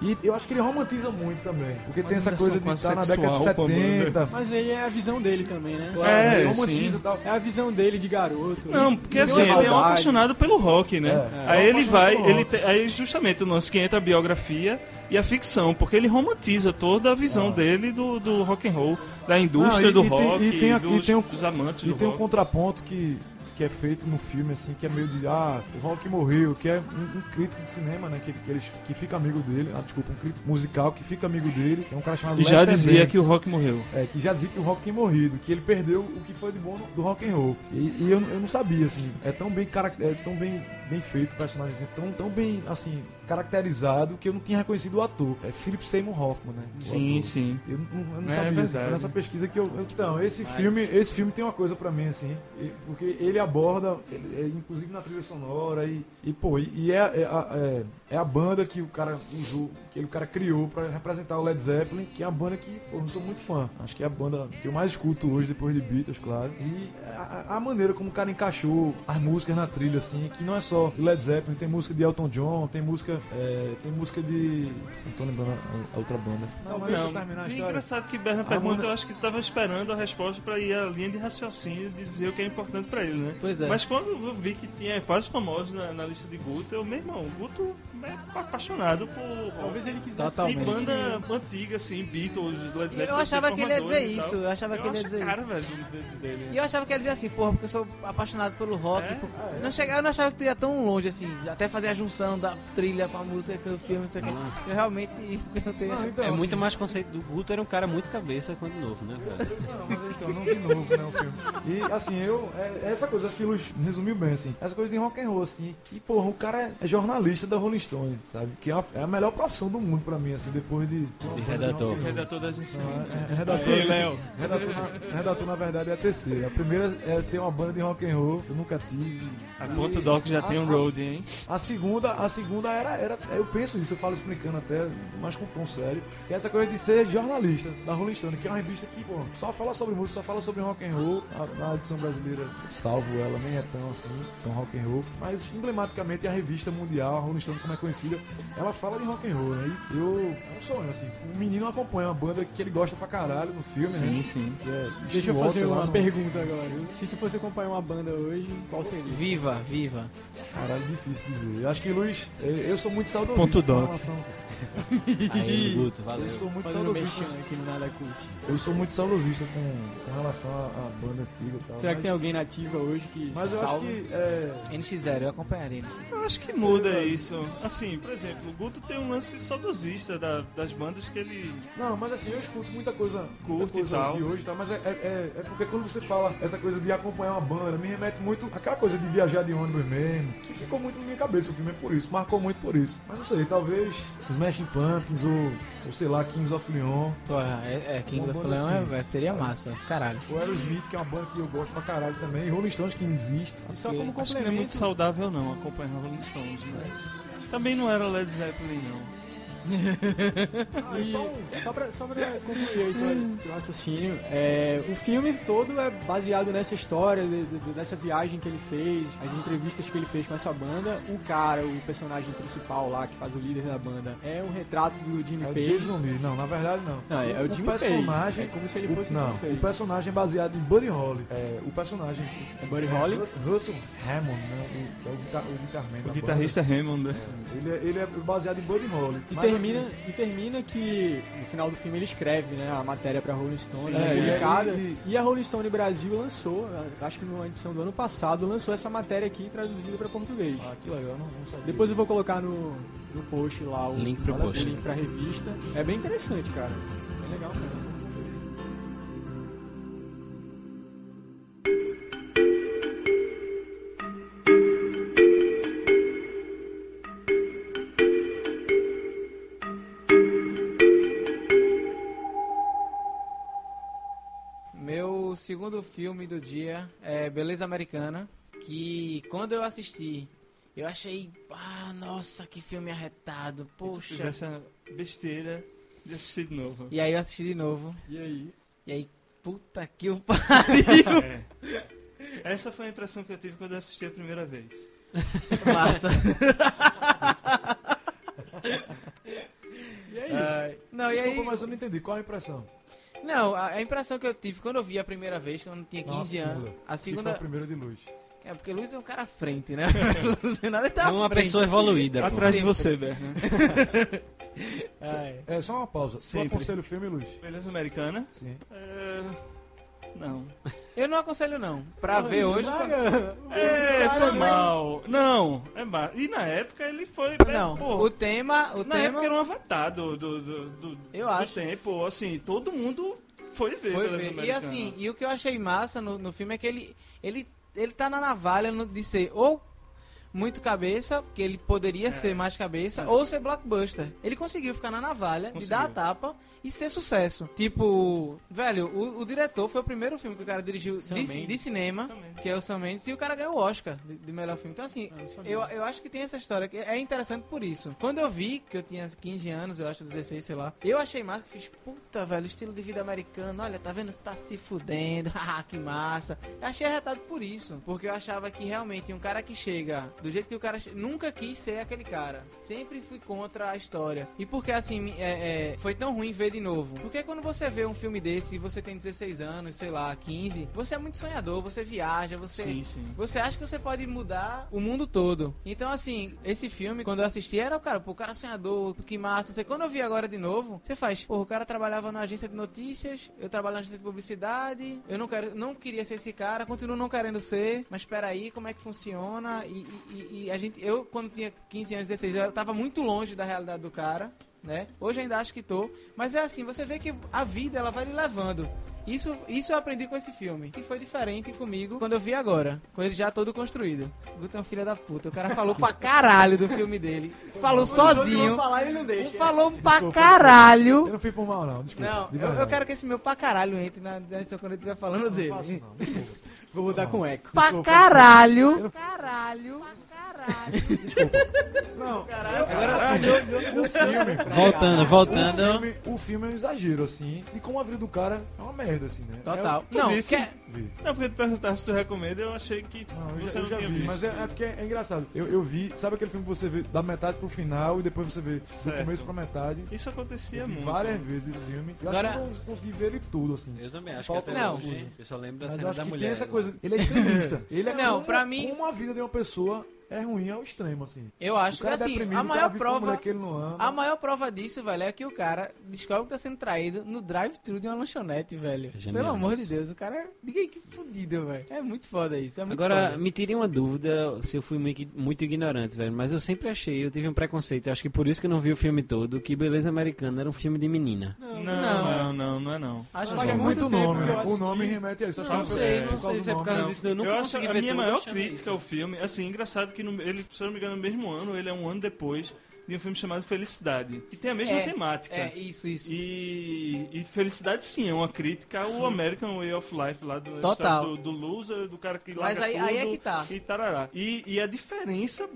Speaker 4: E eu acho que ele romantiza muito também. Porque
Speaker 8: Uma
Speaker 4: tem essa
Speaker 8: admiração
Speaker 4: coisa de
Speaker 8: quase
Speaker 4: estar na década de
Speaker 8: sexual, pô,
Speaker 4: 70.
Speaker 6: Mas aí é a visão dele também, né?
Speaker 8: É,
Speaker 4: ele romantiza e tal.
Speaker 6: É a visão dele de garoto.
Speaker 8: Não,
Speaker 6: Ele-
Speaker 8: porque
Speaker 6: ele
Speaker 8: assim,
Speaker 6: tem uma
Speaker 8: ele é um
Speaker 6: maldade.
Speaker 8: apaixonado pelo rock, né?
Speaker 4: É,
Speaker 8: aí
Speaker 4: é um
Speaker 8: ele
Speaker 4: apaixonado
Speaker 8: vai,
Speaker 4: pelo
Speaker 8: ele
Speaker 4: rock.
Speaker 8: te- aí justamente o nosso que entra a biografia e a ficção, porque ele romantiza toda a visão dele do, do rock and roll, da indústria
Speaker 4: Ah. Não, e-
Speaker 8: do
Speaker 4: e tem-
Speaker 8: rock,
Speaker 4: e tem a- e
Speaker 8: dos,
Speaker 4: tem o-
Speaker 8: dos amantes
Speaker 4: E
Speaker 8: do
Speaker 4: tem um
Speaker 8: rock.
Speaker 4: contraponto que que é feito no filme, assim, que é meio de ah, o Rock morreu, que é um, um crítico de cinema, né? Que, que, eles, que fica amigo dele, ah, desculpa, um crítico musical que fica amigo dele, é um cara chamado
Speaker 8: E já
Speaker 4: Lester
Speaker 8: dizia
Speaker 4: Bangs.
Speaker 8: que o rock morreu.
Speaker 4: É, que já dizia que o rock tinha morrido, que ele perdeu o que foi de bom no- do rock and roll. E, e eu, eu não sabia, assim, é tão bem, carac- é tão bem, bem feito o personagem, assim, tão, tão bem, assim, caracterizado, que eu não tinha reconhecido o ator. É Philip Seymour Hoffman, né? o
Speaker 8: Sim,
Speaker 4: ator.
Speaker 8: sim.
Speaker 4: Eu não, eu não
Speaker 8: É
Speaker 4: sabia, assim, foi
Speaker 8: verdade.
Speaker 4: nessa pesquisa que eu... eu- então, esse filme esse filme tem uma coisa pra mim, assim, e- porque ele aborda, ele- é, inclusive na trilha sonora, e, e pô, e, e é, é a- é- é a banda que o cara usou, que ele- o cara criou pra representar o Led Zeppelin, que é uma banda que, pô, eu não sou muito fã. Acho que é a banda que eu mais escuto hoje, depois de Beatles, claro. E a, a- a maneira como o cara encaixou as músicas na trilha, assim, que não é só do Led Zeppelin, tem música de Elton John, tem música, é, tem música de... Não tô lembrando a, a outra banda. Não, mas deixa eu terminar a
Speaker 8: E
Speaker 4: história.
Speaker 8: engraçado que Berna
Speaker 4: Ah,
Speaker 8: pergunta,
Speaker 4: manda-
Speaker 8: eu acho que tava esperando a resposta pra ir à linha de raciocínio de dizer o que é importante pra ele, né?
Speaker 7: Pois é.
Speaker 8: Mas quando eu vi que tinha quase famosos na, na lista de Guto, eu, meu irmão, Guto é apaixonado por
Speaker 6: Talvez ele quisesse
Speaker 8: e
Speaker 7: Totalmente.
Speaker 8: banda antiga, assim, Beatles, Led Zeppelin.
Speaker 7: Eu achava
Speaker 8: assim,
Speaker 7: que ele ia dizer
Speaker 8: formadores e
Speaker 7: isso,
Speaker 8: tal.
Speaker 7: eu achava que ele ia
Speaker 8: acho
Speaker 7: dizer
Speaker 8: cara, velho, do- dele.
Speaker 7: E eu achava que ele dizia assim, porra, porque eu sou apaixonado pelo rock.
Speaker 8: É?
Speaker 7: por- Não chegava, eu não achava que tu ia tão longe assim, até fazer a junção da trilha com a música pelo filme, não sei o quê. Eu realmente não tenho.
Speaker 4: Não, então,
Speaker 5: É muito
Speaker 4: assim,
Speaker 5: mais conceito do Guto, era um cara muito cabeça quando novo, né, cara?
Speaker 4: Não, mas então, não vi novo, né, o filme. E, assim, eu... é- essa coisa, acho que o Luiz resumiu bem, assim. Essa coisa de rock and roll, assim. E, porra, o cara é jornalista da Rolling Stone, sabe? Que é a, é a melhor profissão do mundo pra mim, assim, depois de...
Speaker 5: De redator.
Speaker 8: Redator das ensinas.
Speaker 4: É, Redator,
Speaker 8: Ei, Léo.
Speaker 4: redator, na, redator, na verdade, é a terceira. A primeira é ter uma banda de rock and roll, que eu nunca tive.
Speaker 8: A ponto doc já
Speaker 4: Ah,
Speaker 8: tem um
Speaker 4: ah.
Speaker 8: road, hein?
Speaker 4: A segunda, a segunda era, era. Eu penso nisso, eu falo explicando até, mas com tom sério. Que é essa coisa de ser jornalista da Rolling Stone, que é uma revista que, pô, só fala sobre música, só fala sobre rock and roll. A, a edição brasileira, salvo ela, nem é tão assim, tão rock and roll. Mas emblematicamente a revista mundial, a Rolling Stone como é conhecida, ela fala de rock and roll, né? E eu. É um sonho, assim. O menino acompanha uma banda que ele gosta pra caralho no filme, né?
Speaker 8: sim.
Speaker 4: Que é
Speaker 6: Deixa eu
Speaker 4: Stillwater
Speaker 6: fazer
Speaker 4: lá
Speaker 6: uma
Speaker 4: no-
Speaker 6: pergunta agora. Se tu fosse acompanhar uma banda hoje, qual seria?
Speaker 7: Viva, viva.
Speaker 4: Caralho, difícil dizer. Eu acho que Luiz, eu, eu sou muito saudoso.
Speaker 8: Ponto doc.
Speaker 5: Aí, Guto, valeu.
Speaker 4: Eu sou muito
Speaker 6: Fazendo
Speaker 4: saudosista.
Speaker 6: mexendo aqui no Nada Cult.
Speaker 4: Eu sou muito saudosista com, com relação à, à banda antiga e tal.
Speaker 6: Será
Speaker 4: mas,
Speaker 6: que tem alguém nativa hoje que
Speaker 4: Mas
Speaker 6: se
Speaker 4: eu acho
Speaker 6: salva?
Speaker 4: que. É,
Speaker 7: NX0, eu acompanharia. NX.
Speaker 8: Eu acho que muda isso. Assim, por exemplo, o Guto tem um lance saudosista da- das bandas que ele
Speaker 4: não, mas assim, eu escuto muita coisa, muita
Speaker 8: Curte e
Speaker 4: coisa
Speaker 8: tal.
Speaker 4: de hoje e tal. Mas é, é- é- é porque quando você fala essa coisa de acompanhar uma banda, me remete muito àquela coisa de viajar de ônibus mesmo, que ficou muito na minha cabeça. O filme é por isso, marcou muito por isso. Mas não sei, talvez Smashing Pumpkins ou, ou sei lá, Kings of Leon.
Speaker 7: Porra, é, é King
Speaker 4: Uma
Speaker 7: of
Speaker 4: banda
Speaker 7: Leon
Speaker 4: assim.
Speaker 7: é- é- seria massa, caralho.
Speaker 4: O Aerosmith, que é uma banda que eu gosto pra caralho também. Rolling Stones, que existe.
Speaker 6: E só
Speaker 7: Ok,
Speaker 6: como
Speaker 8: Acho que não é muito
Speaker 6: complemento,
Speaker 8: saudável não acompanhar Rolling Stones, mas né? também não era Led Zeppelin não.
Speaker 6: E tá, então, só pra, só pra concluir aí teu-
Speaker 8: Hum.
Speaker 6: teu raciocínio, é, o filme todo é baseado nessa história, de- de- dessa viagem que ele fez, as entrevistas que ele fez com essa banda. O cara, o personagem principal lá, que faz o líder da banda, é um retrato do Jimmy
Speaker 4: É o
Speaker 6: Page.
Speaker 4: James Lee. Não, na verdade não.
Speaker 6: Não, é o Jimmy Page.
Speaker 4: personagem,
Speaker 6: É como se ele
Speaker 4: o-
Speaker 6: fosse o
Speaker 4: não,
Speaker 6: Jimmy Page.
Speaker 4: o personagem é baseado em Buddy Holly. É, o personagem
Speaker 6: É Buddy Holly.
Speaker 4: Russell Hammond, né? O, que é o, guitar, o guitarman da
Speaker 8: O guitarrista
Speaker 7: é
Speaker 8: Hammond.
Speaker 4: banda. Ele, é- ele é baseado em Buddy Holly.
Speaker 6: E
Speaker 4: Mas,
Speaker 6: termina,
Speaker 4: assim,
Speaker 6: e termina que no final do filme ele escreve né, a matéria pra Rolling Stone,
Speaker 8: Sim,
Speaker 6: né,
Speaker 8: é,
Speaker 6: publicada.
Speaker 4: e ele-
Speaker 6: E a Rolling Stone Brasil lançou, acho que numa edição do ano passado, lançou essa matéria aqui traduzida pra português.
Speaker 4: Ah, que legal, não, não sabia.
Speaker 6: Depois eu vou colocar no, no post lá o
Speaker 5: Link pro
Speaker 6: o
Speaker 5: post.
Speaker 6: link pra revista. É bem interessante, cara. É legal mesmo.
Speaker 7: Meu segundo filme do dia é Beleza Americana, que quando eu assisti, eu achei, ah, nossa, que filme arretado,
Speaker 8: Poxa.
Speaker 7: poxa.
Speaker 8: essa besteira de assistir de novo.
Speaker 7: E aí eu assisti de novo,
Speaker 6: E aí?
Speaker 7: e aí, puta que o pariu,
Speaker 8: É. Essa foi a impressão que eu tive quando eu assisti a primeira vez.
Speaker 7: massa.
Speaker 6: E aí?
Speaker 7: Ai, não, e
Speaker 4: Desculpa,
Speaker 7: aí,
Speaker 4: mas eu não entendi. Qual a impressão?
Speaker 7: não, a, a impressão que eu tive quando eu vi a primeira vez, quando eu tinha
Speaker 4: Não, a
Speaker 7: 15 anos, a
Speaker 4: segunda. Que foi a
Speaker 7: segunda,
Speaker 4: primeira de luz.
Speaker 7: é porque Luiz é um cara à frente, né, Luiz é nada, ele tá
Speaker 5: É uma
Speaker 7: à frente.
Speaker 5: pessoa evoluída, pô.
Speaker 8: Atrás de você, Berna.
Speaker 7: Ai.
Speaker 4: É, só uma pausa. Tu
Speaker 8: Sempre.
Speaker 4: aconselha o filme, Luz?
Speaker 8: Beleza americana?
Speaker 4: Sim.
Speaker 8: É... Não.
Speaker 7: Eu não aconselho, não. Pra ver hoje.
Speaker 8: É, foi mal. Não, é mal. E na época ele foi. é,
Speaker 7: Não,
Speaker 8: pô,
Speaker 7: o tema. O
Speaker 8: na
Speaker 7: tema
Speaker 8: época era um avatar do, do, do, do,
Speaker 7: Eu
Speaker 8: do
Speaker 7: acho.
Speaker 8: tempo. Assim, todo mundo foi ver.
Speaker 7: Foi
Speaker 8: Velas
Speaker 7: ver. E
Speaker 8: Americanas.
Speaker 7: assim, e o que eu achei massa no, no filme é que ele, ele, ele tá na navalha no- de ser ou muito cabeça, que ele poderia ser mais cabeça, ou ser blockbuster. Ele conseguiu ficar na navalha, de dar a tapa e ser sucesso. Tipo, velho, o, o diretor foi o primeiro filme que o cara dirigiu de, ci- de cinema, que é o Sam Mendes, e o cara ganhou o Oscar de, de melhor filme. Então
Speaker 8: Ah,
Speaker 7: assim, eu, eu acho que tem essa história, que é interessante por isso. Quando eu vi que eu tinha 15 anos, eu acho 16, sei lá, eu achei massa, que fiz, puta, velho, estilo de vida americano, olha, tá vendo, tá se fudendo, haha, que massa. Eu achei arretado por isso, porque eu achava que realmente um cara que chega, do jeito que o cara che- nunca quis ser aquele cara, sempre fui contra a história. E porque assim, me- é, é, foi tão ruim ver de novo? Porque quando você vê um filme desse e você tem 16 anos, sei lá, 15, você é muito sonhador, você viaja, você
Speaker 8: Sim, sim.
Speaker 7: você acha que você pode mudar o mundo todo. Então, assim, esse filme, quando eu assisti, era o cara, pô, o cara sonhador, que massa. Você, quando eu vi agora de novo, você faz, pô, o cara trabalhava na agência de notícias, eu trabalho na agência de publicidade, eu não quero, não queria ser esse cara, continuo não querendo ser, mas peraí, como é que funciona? E, e- e- e a gente, eu, quando tinha 15 anos, 16, eu tava muito longe da realidade do cara, né? Hoje ainda acho que tô, mas é assim, você vê que a vida, ela vai lhe levando. Isso, isso eu aprendi com esse filme, que foi diferente comigo quando eu vi agora, com ele já todo construído. Guto é um filho da puta, o cara falou pra caralho do filme dele. Falou sozinho,
Speaker 6: falar, ele não deixa.
Speaker 7: falou pra caralho.
Speaker 4: Eu não fui por mal, não. Desculpa.
Speaker 7: Não,
Speaker 4: De
Speaker 7: eu, eu
Speaker 4: verdade.
Speaker 7: quero que esse meu pra caralho entre na na edição quando eu estiver falando dele.
Speaker 6: Vou mudar com eco.
Speaker 7: Pra caralho. Caralho.
Speaker 5: Voltando,
Speaker 4: O
Speaker 5: voltando.
Speaker 4: filme, o filme é um exagero, assim, de como a vida do cara é uma merda, assim, né?
Speaker 7: Total.
Speaker 8: tu
Speaker 7: Não,
Speaker 8: disse-
Speaker 7: que é-
Speaker 4: Eu vi.
Speaker 8: Não, porque tu perguntasse se tu recomenda, eu achei que
Speaker 4: Não, eu
Speaker 8: você
Speaker 4: já, eu
Speaker 8: não
Speaker 4: já
Speaker 8: tinha
Speaker 4: vi,
Speaker 8: visto.
Speaker 4: mas é, é porque é engraçado. Eu, eu vi, sabe aquele filme que você vê da metade pro final e depois você vê do
Speaker 8: Certo.
Speaker 4: começo pra metade?
Speaker 8: Isso acontecia
Speaker 4: é- Eu vi
Speaker 8: muito.
Speaker 4: várias vezes esse filme. Eu
Speaker 7: Agora-
Speaker 4: acho que eu não consegui ver ele tudo, assim.
Speaker 5: Eu também acho
Speaker 4: Falta
Speaker 5: que até
Speaker 7: Não.
Speaker 4: alguma coisa.
Speaker 5: hoje. Eu só lembro da
Speaker 4: Mas eu
Speaker 5: cena
Speaker 4: acho
Speaker 5: da
Speaker 4: que
Speaker 5: mulher. né?
Speaker 4: tem essa
Speaker 5: lá.
Speaker 4: coisa. Ele é extremista. Ele é
Speaker 7: Não,
Speaker 4: como,
Speaker 7: pra mim-
Speaker 4: Como a vida de uma pessoa é ruim ao extremo, assim.
Speaker 7: eu acho que assim,
Speaker 4: deprimido, tá
Speaker 7: a
Speaker 4: o cara
Speaker 7: maior
Speaker 4: vive com uma mulher
Speaker 7: prova
Speaker 4: que ele não ama.
Speaker 7: A maior prova disso, velho, é que o cara descobre que tá sendo traído no drive-thru de uma lanchonete, velho.
Speaker 5: É genial
Speaker 7: Pelo amor
Speaker 5: isso.
Speaker 7: de Deus, o cara. Diga aí que fudido, velho. É muito foda isso. É muito
Speaker 5: Agora,
Speaker 7: foda.
Speaker 5: me tirem uma dúvida se eu fui mui- muito ignorante, velho. Mas eu sempre achei, eu tive um preconceito. Acho que por isso que eu não vi o filme todo, que Beleza Americana era um filme de menina.
Speaker 8: Não, não, não, não é não.
Speaker 7: Acho
Speaker 4: Mas
Speaker 7: que
Speaker 4: é muito
Speaker 6: tempo que
Speaker 4: nome,
Speaker 6: eu
Speaker 4: né? O
Speaker 6: assisti.
Speaker 4: nome remete a isso. Acho que
Speaker 5: Não
Speaker 4: é
Speaker 5: sei,
Speaker 4: por
Speaker 5: não
Speaker 4: causa
Speaker 5: sei
Speaker 4: do
Speaker 5: se é por
Speaker 4: nome,
Speaker 5: causa
Speaker 4: não.
Speaker 5: disso. Eu nunca
Speaker 8: acho-
Speaker 5: consegui
Speaker 8: a
Speaker 5: ver
Speaker 8: minha
Speaker 5: tudo, eu
Speaker 8: maior
Speaker 5: achava
Speaker 8: crítica ao filme, assim, engraçado que no- ele, se eu não me engano, no mesmo ano, ele é um ano depois de um filme chamado Felicidade, que tem a mesma
Speaker 7: É,
Speaker 8: temática.
Speaker 7: É, isso, isso.
Speaker 8: E, e Felicidade sim, é uma crítica ao American Way of Life lá do,
Speaker 7: Uhum. Total.
Speaker 8: história do, do loser, do cara que
Speaker 7: Mas
Speaker 8: larga
Speaker 7: aí- aí é
Speaker 8: tudo
Speaker 7: que tá.
Speaker 8: E tarará. E, e a diferença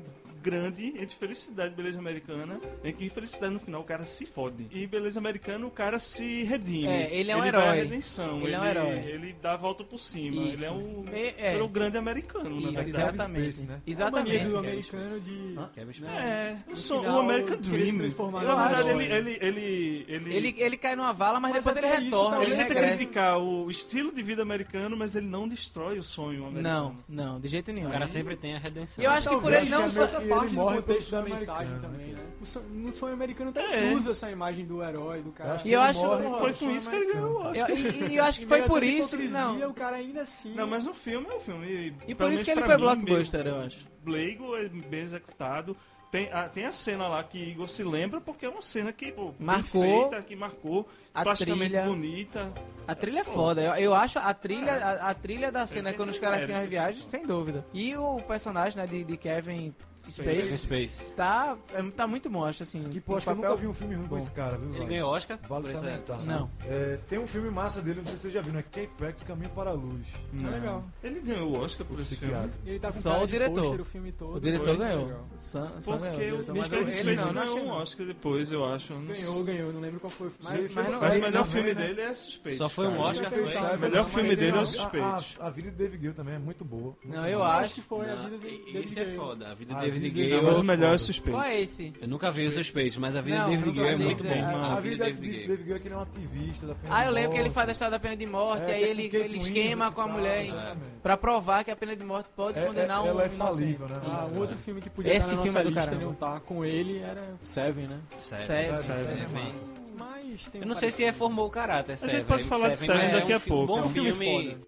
Speaker 8: grande entre Felicidade e Beleza Americana é que em Felicidade no final o cara se fode. E Beleza Americana o cara se redime.
Speaker 7: É, ele é um
Speaker 8: vai à
Speaker 7: herói.
Speaker 8: redenção,
Speaker 7: Ele
Speaker 8: ele
Speaker 7: é um herói.
Speaker 8: Ele dá a volta por cima.
Speaker 7: Isso.
Speaker 8: Ele é um,
Speaker 7: É, é.
Speaker 8: ele é um grande americano, na
Speaker 7: Isso, é
Speaker 8: verdade.
Speaker 7: exatamente.
Speaker 4: Space, né?
Speaker 6: A mania do
Speaker 7: Exatamente.
Speaker 6: americano de...
Speaker 5: Kevin Spacey.
Speaker 8: É, o, som,
Speaker 6: final,
Speaker 8: o American
Speaker 6: ele queria se
Speaker 8: Dream.
Speaker 6: transformar
Speaker 8: Na
Speaker 6: num
Speaker 8: verdade, ele,
Speaker 6: herói.
Speaker 8: ele, ele, ele,
Speaker 7: Ele, ele cai numa vala, mas,
Speaker 6: Mas
Speaker 7: depois ele
Speaker 6: até isso,
Speaker 7: retorna.
Speaker 6: talvez
Speaker 7: ele
Speaker 8: Ele tenta
Speaker 7: regressa.
Speaker 8: criticar o estilo de vida americano, mas ele não destrói o sonho americano.
Speaker 7: Não, não, de jeito nenhum.
Speaker 5: O cara sempre tem a redenção.
Speaker 7: E eu acho que por ele
Speaker 6: Talvez
Speaker 7: não
Speaker 6: que
Speaker 7: só.
Speaker 6: essa
Speaker 4: ele
Speaker 6: parte
Speaker 4: morre
Speaker 6: do contexto da
Speaker 4: pelo
Speaker 6: mensagem
Speaker 4: americano,
Speaker 6: também, né? O sonho- No sonho americano até
Speaker 8: É.
Speaker 6: usa essa imagem do herói, do cara.
Speaker 7: E eu acho.
Speaker 8: Foi com isso que ele ganhou o Oscar.
Speaker 7: eu- e- e eu acho que foi por isso. Não.
Speaker 6: O cara ainda assim...
Speaker 8: Não, mas o filme é um filme.
Speaker 7: E
Speaker 8: pelo
Speaker 7: por isso
Speaker 8: menos
Speaker 7: que ele
Speaker 8: pra
Speaker 7: foi
Speaker 8: mim, né?
Speaker 7: blockbuster, eu acho.
Speaker 8: meio Leigo, é bem executado. Tem a, tem a cena lá que Igor se lembra, porque é uma cena que pô, bem
Speaker 7: Marcou.
Speaker 8: feita, que marcou,
Speaker 7: A
Speaker 8: plasticamente
Speaker 7: trilha.
Speaker 8: bonita.
Speaker 7: A trilha é foda. Eu, eu acho a trilha, a, a trilha da cena
Speaker 8: tem
Speaker 7: quando os
Speaker 8: seus
Speaker 7: caras têm as
Speaker 8: méritos,
Speaker 7: viagens, sem dúvida. E o personagem, né, de, de Kevin Space
Speaker 5: Space.
Speaker 7: tá, é- tá muito bom, acho assim.
Speaker 4: Que,
Speaker 7: O
Speaker 4: pô, acho que eu
Speaker 7: papel-
Speaker 4: nunca vi um filme ruim com esse cara, viu?
Speaker 5: Ele
Speaker 4: velho?
Speaker 5: ganhou Oscar?
Speaker 4: Vale
Speaker 5: por essa
Speaker 4: salientar.
Speaker 5: atuação.
Speaker 7: Não.
Speaker 4: É, tem um filme massa dele, não sei se vocês já viram, é K-Prex Caminho para a Luz.
Speaker 6: É legal.
Speaker 8: Ele ganhou o Oscar por esse filme.
Speaker 4: Psiquiatra.
Speaker 6: Ele tá com
Speaker 7: Só
Speaker 6: cara
Speaker 7: o
Speaker 6: de
Speaker 7: diretor.
Speaker 6: pôster, o filme todo.
Speaker 7: O diretor
Speaker 6: Foi
Speaker 7: ganhou.
Speaker 6: legal.
Speaker 7: Sam, Sam ganhou. o
Speaker 8: Porque
Speaker 7: diretor,
Speaker 8: o
Speaker 7: mas
Speaker 8: Space
Speaker 7: ele
Speaker 8: Space
Speaker 7: não, não
Speaker 8: ganhou
Speaker 7: achei,
Speaker 8: um
Speaker 7: não.
Speaker 8: Oscar depois, eu acho. não sei.
Speaker 6: Ganhou, ganhou. Não lembro qual foi o filme.
Speaker 4: Mas- mas não-
Speaker 8: Mas o
Speaker 4: Ele
Speaker 8: melhor
Speaker 4: não
Speaker 8: filme
Speaker 4: ganha, né?
Speaker 8: dele é Suspeito.
Speaker 5: Só foi um
Speaker 8: cara.
Speaker 5: Oscar,
Speaker 4: Ele fez
Speaker 5: foi?
Speaker 4: Seven,
Speaker 8: O melhor
Speaker 4: mas
Speaker 8: filme
Speaker 4: tem
Speaker 8: dele é
Speaker 4: a-
Speaker 8: o Suspeitos.
Speaker 4: A, a, a vida de David Gale também é muito boa.
Speaker 7: Não, eu
Speaker 6: Acho,
Speaker 7: acho.
Speaker 6: que foi a
Speaker 5: Não,
Speaker 6: vida dele.
Speaker 5: e-
Speaker 6: dele
Speaker 5: Isso é
Speaker 6: ganhou.
Speaker 5: foda. A vida
Speaker 4: A
Speaker 5: de David
Speaker 4: vida de-
Speaker 5: Gale.
Speaker 8: Mas o melhor é
Speaker 4: Foda.
Speaker 8: Suspeito.
Speaker 7: Qual é esse?
Speaker 5: Eu nunca vi o Suspeito, mas a vida
Speaker 7: Não,
Speaker 5: de David
Speaker 7: nunca
Speaker 5: Gale é
Speaker 7: vi.
Speaker 5: muito
Speaker 7: É,
Speaker 5: bom.
Speaker 7: a
Speaker 4: A,
Speaker 5: A vida
Speaker 4: vida
Speaker 5: de
Speaker 4: de
Speaker 5: David Gale.
Speaker 4: David Gale é que ele é um ativista da pena
Speaker 7: Ah,
Speaker 4: de
Speaker 7: eu lembro que ele
Speaker 4: morte.
Speaker 7: faz a história da pena de
Speaker 4: É,
Speaker 7: morte, aí
Speaker 4: tem
Speaker 7: ele,
Speaker 4: Kate
Speaker 7: ele
Speaker 4: Winslet
Speaker 7: esquema
Speaker 4: e
Speaker 7: com a
Speaker 4: tal,
Speaker 7: mulher
Speaker 4: exatamente.
Speaker 7: pra provar que a pena de morte pode
Speaker 4: É, é,
Speaker 7: condenar um
Speaker 4: ela é
Speaker 7: inocente.
Speaker 4: falível, né?
Speaker 6: Ah,
Speaker 4: Isso,
Speaker 6: outro
Speaker 4: é.
Speaker 6: filme que podia
Speaker 7: Esse
Speaker 6: estar na
Speaker 7: filme é
Speaker 6: nossa
Speaker 7: do
Speaker 6: lista e
Speaker 7: caramba.
Speaker 6: não tá com ele era Seven, né?
Speaker 4: É,
Speaker 7: Sério.
Speaker 5: Seven.
Speaker 6: Mas tem
Speaker 5: Eu
Speaker 6: um
Speaker 5: não sei se
Speaker 6: parecido.
Speaker 5: reformou o caráter,
Speaker 8: gente
Speaker 5: Seven.
Speaker 8: pode falar de
Speaker 5: Seven
Speaker 8: Seven
Speaker 5: é
Speaker 8: daqui
Speaker 5: um
Speaker 8: a
Speaker 5: fi-
Speaker 8: pouco.
Speaker 5: Bom
Speaker 8: É um
Speaker 5: filme.
Speaker 8: filme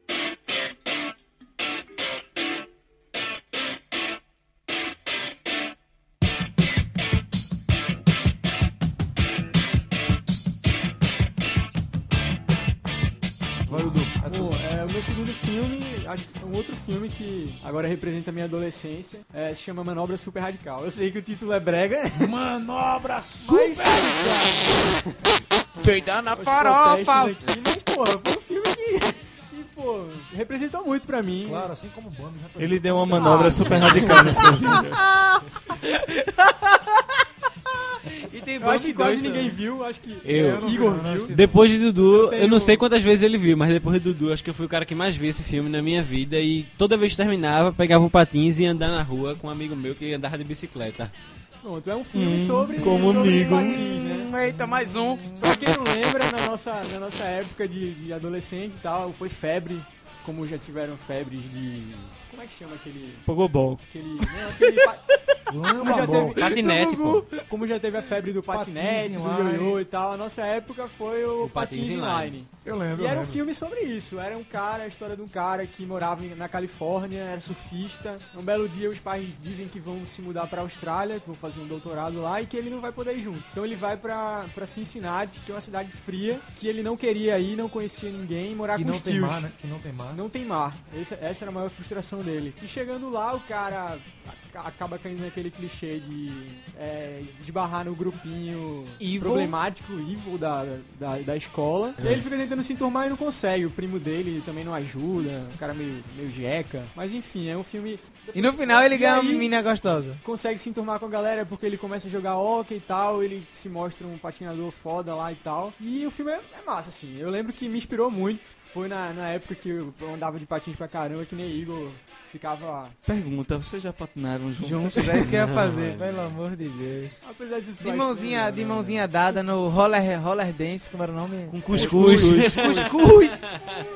Speaker 6: é, o meu segundo filme, acho que é um outro filme que agora representa a minha adolescência, é, se chama Manobra Super Radical. Eu sei que o título é brega.
Speaker 4: um Manobra Super
Speaker 6: Radical!
Speaker 7: Feita na
Speaker 6: Os
Speaker 7: farofa!
Speaker 6: protestos aqui, mas, porra, foi um filme que, que, pô, representou muito pra mim.
Speaker 4: Claro, assim como o Bambi. representou.
Speaker 8: Ele deu uma manobra super radical nesse vídeo.
Speaker 7: E tem
Speaker 6: Eu acho que
Speaker 7: Bambi
Speaker 6: quase
Speaker 7: dois
Speaker 6: ninguém
Speaker 7: também.
Speaker 6: viu, acho que
Speaker 5: Eu.
Speaker 6: é, Igor viu.
Speaker 5: Depois de Dudu, eu,
Speaker 6: tenho-
Speaker 5: não sei quantas vezes ele viu, mas depois de Dudu, acho que eu fui o cara que mais viu esse filme na minha vida. E toda vez que terminava, pegava um patins e ia andar na rua com um amigo meu que andava de bicicleta.
Speaker 6: Pronto, é um filme sobre,
Speaker 8: como
Speaker 6: sobre
Speaker 8: amigo.
Speaker 6: patins, né?
Speaker 7: Hum, Eita, mais um.
Speaker 6: Pra quem não lembra, na nossa, na nossa época de, de adolescente e tal, foi febre, como já tiveram febres de. Como é que chama aquele.
Speaker 8: Pogobol.
Speaker 6: aquele. Não, aquele pa- como, já
Speaker 4: Lambabol.
Speaker 6: teve,
Speaker 5: Patinete, pô.
Speaker 6: como já teve a febre do patinete,
Speaker 4: Patins
Speaker 6: do
Speaker 4: inline.
Speaker 6: ioiô e tal, a nossa época foi o,
Speaker 5: patins
Speaker 6: patins
Speaker 5: inline.
Speaker 6: inline.
Speaker 4: Eu lembro.
Speaker 6: E
Speaker 4: eu
Speaker 6: era um
Speaker 4: lembro.
Speaker 6: filme sobre isso. Era um cara, a história de um cara que morava em- na Califórnia, era surfista. Um belo dia os pais dizem que vão se mudar pra Austrália, que vão fazer um doutorado lá e que ele não vai poder ir junto. Então ele vai pra, pra Cincinnati, que é uma cidade fria, que ele não queria ir, não conhecia ninguém, morar
Speaker 4: Que
Speaker 6: com
Speaker 4: não
Speaker 6: os
Speaker 4: tem
Speaker 6: tios.
Speaker 4: mar, né? Que não tem mar.
Speaker 6: Não tem mar. Esse- essa era a maior frustração dele. E chegando lá, o cara ac- acaba caindo naquele clichê de é, esbarrar no grupinho
Speaker 7: Evil.
Speaker 6: problemático, evil da, da, da escola. E aí ele fica tentando se enturmar e não consegue. O primo dele também não ajuda, o cara meio, meio jeca. Mas enfim, é um filme
Speaker 7: E no final ele
Speaker 6: E
Speaker 7: ganha uma
Speaker 6: aí?
Speaker 7: menina gostosa.
Speaker 6: consegue se enturmar com a galera porque ele começa a jogar hockey e tal, ele se mostra um patinador foda lá e tal. E o filme é, é massa, assim. Eu lembro que me inspirou muito. Foi na, na época que eu andava de patins pra caramba, que nem Igor ficava.
Speaker 8: Pergunta, vocês já patinaram juntos?
Speaker 7: Juntos, é isso que eu ia fazer, pelo amor de Deus.
Speaker 6: Apesar disso,
Speaker 7: De mãozinha,
Speaker 6: né?
Speaker 7: de mãozinha dada no roller, roller dance, como era o nome?
Speaker 5: Com cuscuz.
Speaker 7: Cuscuz!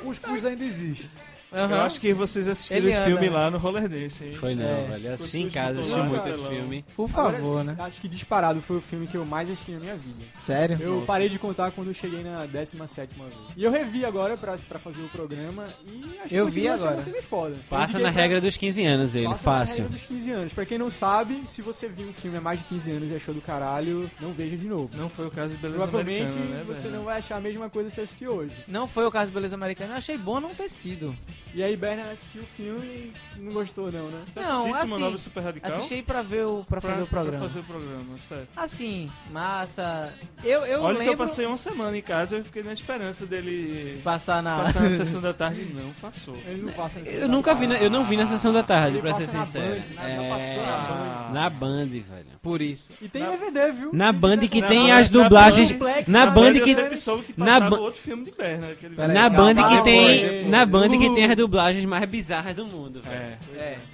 Speaker 4: Cuscuz ainda existe.
Speaker 7: Aham.
Speaker 8: Eu acho que vocês assistiram
Speaker 7: Ele
Speaker 8: esse
Speaker 7: anda.
Speaker 8: filme lá no Roller Dance, hein?
Speaker 5: Foi não,
Speaker 7: É.
Speaker 5: velho. Assisti em
Speaker 8: Cuscuz
Speaker 5: casa, assisti
Speaker 8: popular,
Speaker 5: muito esse
Speaker 8: caralho.
Speaker 5: filme.
Speaker 7: Por
Speaker 6: Agora,
Speaker 7: favor, né?
Speaker 6: Acho que disparado foi o filme que eu mais assisti na minha vida.
Speaker 7: Sério?
Speaker 6: Eu parei de contar quando eu cheguei na 17 vez. E eu revi agora pra, pra fazer o programa e acho
Speaker 7: Eu
Speaker 6: que
Speaker 7: vi
Speaker 6: continua sendo
Speaker 7: agora.
Speaker 6: um filme foda. Eu
Speaker 5: Passa
Speaker 6: indiquei
Speaker 5: na
Speaker 6: pra-
Speaker 5: regra dos 15 anos ele,
Speaker 6: Passa na
Speaker 5: fácil.
Speaker 6: é regra dos 15 anos. Pra quem não sabe, se você viu um filme há mais de 15 anos e achou do caralho, não veja de novo.
Speaker 8: Não foi o caso de Beleza
Speaker 6: Provavelmente
Speaker 8: Americana, né,
Speaker 6: você
Speaker 8: velho?
Speaker 6: não vai achar a mesma coisa que você assistiu hoje.
Speaker 7: Não foi o caso do Beleza Americana, eu achei bom não ter sido.
Speaker 6: E aí Bernard assistiu o filme e não gostou não, né?
Speaker 8: Você
Speaker 7: Não,
Speaker 8: assiste
Speaker 7: assim,
Speaker 8: Manobra Tá Super Radical?
Speaker 7: Assisti pra ver o, pra fazer o programa.
Speaker 8: Então? Pra fazer o programa, certo.
Speaker 7: Assim, massa. Eu, eu
Speaker 8: Olha que eu
Speaker 7: lembro
Speaker 8: passei uma semana em casa e fiquei na esperança dele
Speaker 7: passar na.
Speaker 8: passar na sessão da tarde. Não, passou.
Speaker 6: Ele não passa nesse
Speaker 5: Eu nunca vi, É. na- eu não vi na sessão da tarde,
Speaker 6: Ele
Speaker 5: pra ser
Speaker 6: passa na
Speaker 5: sincero.
Speaker 6: Band, na- na- passou na
Speaker 5: É,
Speaker 8: Band.
Speaker 5: Na Band, velho.
Speaker 7: Por isso.
Speaker 6: E tem DVD, viu?
Speaker 5: Na
Speaker 6: Tem
Speaker 5: Band
Speaker 6: DVD.
Speaker 5: que
Speaker 8: Na
Speaker 5: tem
Speaker 8: Band-
Speaker 5: as
Speaker 8: na
Speaker 5: dublagens.
Speaker 6: Band-
Speaker 5: Na Band
Speaker 8: Eu
Speaker 5: que.
Speaker 8: sempre soube que
Speaker 5: na
Speaker 8: passava
Speaker 5: Ba-
Speaker 8: outro filme de Berna. Aquele...
Speaker 7: Peraí.
Speaker 5: Na
Speaker 7: Calma,
Speaker 5: Band que
Speaker 7: depois,
Speaker 5: tem.
Speaker 7: depois.
Speaker 5: Na Band que tem as dublagens mais bizarras do mundo, velho.
Speaker 8: É,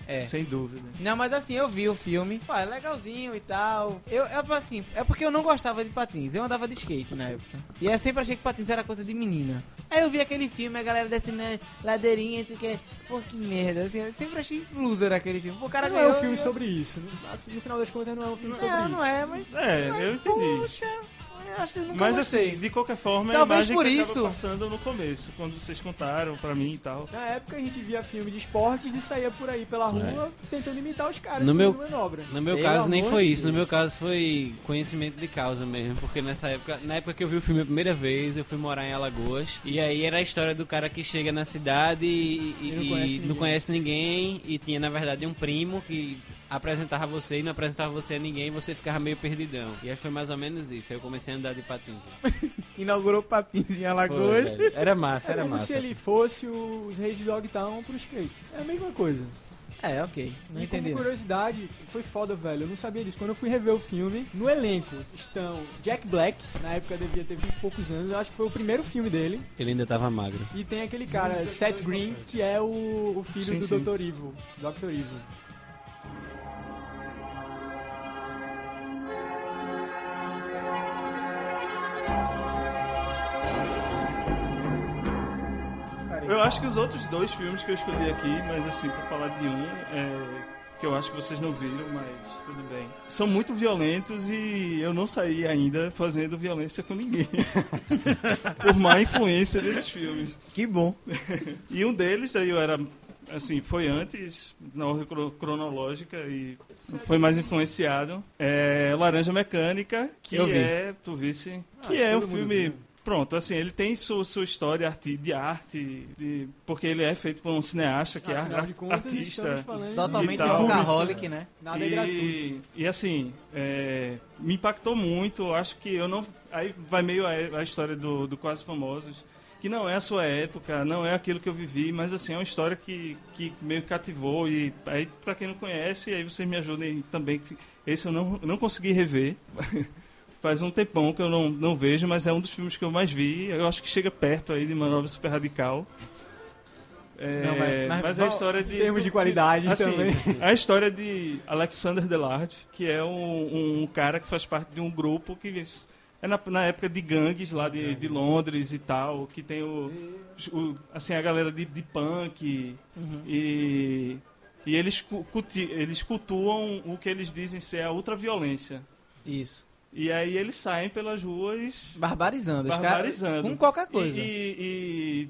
Speaker 7: É, é.
Speaker 8: sem dúvida.
Speaker 7: Não, mas assim, eu vi o filme. Pô, é legalzinho e tal. Eu, eu, assim, é porque eu não gostava de patins. Eu andava de skate na época. E eu sempre achei que patins era coisa de menina. Aí eu vi aquele filme, a galera descendo na ladeirinha, assim, que é. Pô, que merda. Assim, eu sempre achei loser aquele filme. Pô, o cara
Speaker 6: Não
Speaker 7: ganhou,
Speaker 6: é um filme
Speaker 7: e eu-
Speaker 6: sobre isso. No- assim, No final das contas não é um filme sobre
Speaker 7: Não,
Speaker 6: isso.
Speaker 7: não é, mas.
Speaker 8: É,
Speaker 7: mas,
Speaker 8: eu entendi.
Speaker 7: Poxa, eu acho que eu nunca
Speaker 8: Mas
Speaker 7: gostei.
Speaker 8: assim, de qualquer forma,
Speaker 7: Talvez
Speaker 8: a imagem
Speaker 7: por
Speaker 8: que
Speaker 7: isso.
Speaker 8: acaba passando no começo, quando vocês contaram pra mim e
Speaker 5: é.
Speaker 8: tal.
Speaker 6: Na época a gente via filme de esportes e saía por aí pela rua tentando imitar os caras
Speaker 5: é. No meu-
Speaker 6: fazendo manobra.
Speaker 5: No meu
Speaker 6: Pelo
Speaker 5: caso nem
Speaker 6: amor
Speaker 5: foi
Speaker 6: de
Speaker 5: isso, no
Speaker 6: Deus.
Speaker 5: meu caso foi conhecimento de causa mesmo, porque nessa época, na época que eu vi o filme a primeira vez, eu fui morar em Alagoas, e aí era a história do cara que chega na cidade e, e-
Speaker 6: E não
Speaker 5: e
Speaker 6: conhece
Speaker 5: não
Speaker 6: ninguém.
Speaker 5: conhece ninguém, e tinha na verdade um primo que apresentava você e não apresentava você a ninguém, e você ficava meio perdidão. E aí foi mais ou menos isso, aí eu comecei a andar de patins.
Speaker 7: Inaugurou patins em
Speaker 5: Foi,
Speaker 7: Alagoas.
Speaker 5: velho. Era massa,
Speaker 6: É
Speaker 5: era
Speaker 6: como se
Speaker 5: massa.
Speaker 6: ele fosse os reis de Dogtown pro skate. É a mesma coisa.
Speaker 7: É, ok. Não
Speaker 6: e
Speaker 7: entendi.
Speaker 6: como curiosidade, foi foda, velho. Eu não sabia disso. Quando eu fui rever o filme, no elenco estão Jack Black, na época devia ter 20 e poucos anos, eu acho que foi o primeiro filme dele.
Speaker 5: Ele ainda tava magro.
Speaker 6: E tem aquele cara, Seth Green, que é o, o filho
Speaker 8: Sim,
Speaker 6: do
Speaker 8: sim.
Speaker 6: Dr. Evil. Dr. Evil.
Speaker 8: Eu acho que os outros dois filmes que eu escolhi aqui, mas assim, pra falar de um, é, que eu acho que vocês não viram, mas tudo bem. São muito violentos e eu não saí ainda fazendo violência com ninguém. Por má influência desses filmes.
Speaker 7: Que bom.
Speaker 8: E um deles, aí eu era. Assim, foi antes, na ordem cro- cronológica, e foi mais influenciado. É Laranja Mecânica, que
Speaker 7: Eu vi.
Speaker 8: é. Tu visse. Que
Speaker 6: Ah, acho que
Speaker 8: é o
Speaker 6: todo mundo
Speaker 8: filme.
Speaker 6: viu.
Speaker 8: pronto, assim, ele tem su- sua história arti- de arte, de- porque ele é feito por um cineasta que é
Speaker 6: Afinal
Speaker 8: ar-
Speaker 6: de contas,
Speaker 8: artista.
Speaker 6: estamos falando
Speaker 8: e
Speaker 7: Totalmente
Speaker 8: tal.
Speaker 7: workaholic, né?
Speaker 6: Nada é gratuito.
Speaker 8: E assim, é, me impactou muito. eu Acho que eu não. Aí vai meio a, a história do, do Quase Famosos, que não é a sua época, não é aquilo que eu vivi, mas assim, é uma história que, que meio cativou. E aí, pra quem não conhece, aí vocês me ajudem também. que Esse eu não, não consegui rever. Faz um tempão que eu não, não vejo, mas é um dos filmes que eu mais vi. Eu acho que chega perto aí de Manobra Super Radical. É,
Speaker 6: Não, mas-
Speaker 8: mas,
Speaker 6: mas
Speaker 8: é a
Speaker 6: bom,
Speaker 8: história de.
Speaker 6: em termos de qualidade
Speaker 8: assim,
Speaker 6: também.
Speaker 8: é a história de Alexander Delard, que é um, um cara que faz parte de um grupo que é na, na época de gangues lá de, de Londres e tal, que tem o, o- assim a galera de, de punk e e eles cu- culti, eles cultuam o que eles dizem ser a ultraviolência.
Speaker 7: Isso.
Speaker 8: E aí eles saem pelas ruas
Speaker 7: Barbarizando, os caras
Speaker 8: Barbarizando.
Speaker 7: com qualquer coisa.
Speaker 8: E, e- e,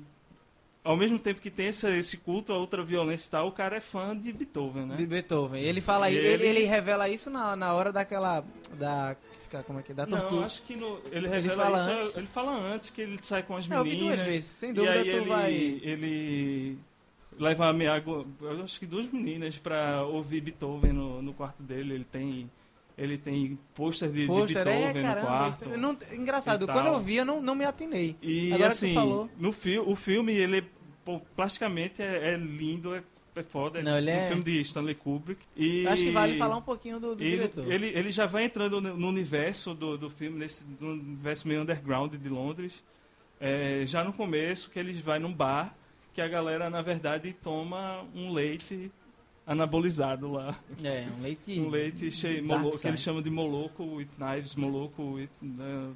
Speaker 8: ao mesmo tempo que tem essa- esse culto à ultraviolência e tal, o cara é fã de Beethoven, né?
Speaker 7: De Beethoven. Ele fala
Speaker 8: E
Speaker 7: ele,
Speaker 8: ele-
Speaker 7: ele revela isso na, na hora daquela da que fica como é que é? da
Speaker 8: Não,
Speaker 7: tortura.
Speaker 8: acho que no- ele revela
Speaker 7: fala
Speaker 8: isso,
Speaker 7: antes.
Speaker 8: ele fala antes que ele sai com as
Speaker 7: Não, eu vi
Speaker 8: meninas.
Speaker 7: duas vezes, sem dúvida
Speaker 8: e aí
Speaker 7: tu
Speaker 8: ele,
Speaker 7: vai-
Speaker 8: ele leva a Miago, eu acho que duas meninas pra ouvir Beethoven no, no quarto dele, ele tem ele tem pôster de, de
Speaker 7: Poxa, é,
Speaker 8: Beethoven no
Speaker 7: caramba,
Speaker 8: quarto. né?
Speaker 7: isso, eu não, engraçado,
Speaker 8: e tal.
Speaker 7: quando eu vi, eu não, não me atinei.
Speaker 8: E
Speaker 7: Agora que
Speaker 8: assim,
Speaker 7: tu falou.
Speaker 8: no fi o filme, ele pô, plasticamente é, é lindo, é, é foda.
Speaker 7: Não, ele
Speaker 8: um
Speaker 7: é-
Speaker 8: filme de Stanley Kubrick. E...
Speaker 7: Eu acho que vale falar um pouquinho do, do
Speaker 8: e
Speaker 7: diretor.
Speaker 8: Ele, ele já vai entrando no, no universo do, do filme, nesse no universo meio underground de Londres. É, já no começo, que eles vai num bar, que a galera, na verdade, toma um leite anabolizado lá.
Speaker 7: É, um leite.
Speaker 8: Um leite cheio,
Speaker 7: Dark
Speaker 8: molo, que
Speaker 7: side.
Speaker 8: eles chamam de moloco with knives, moloco with... né,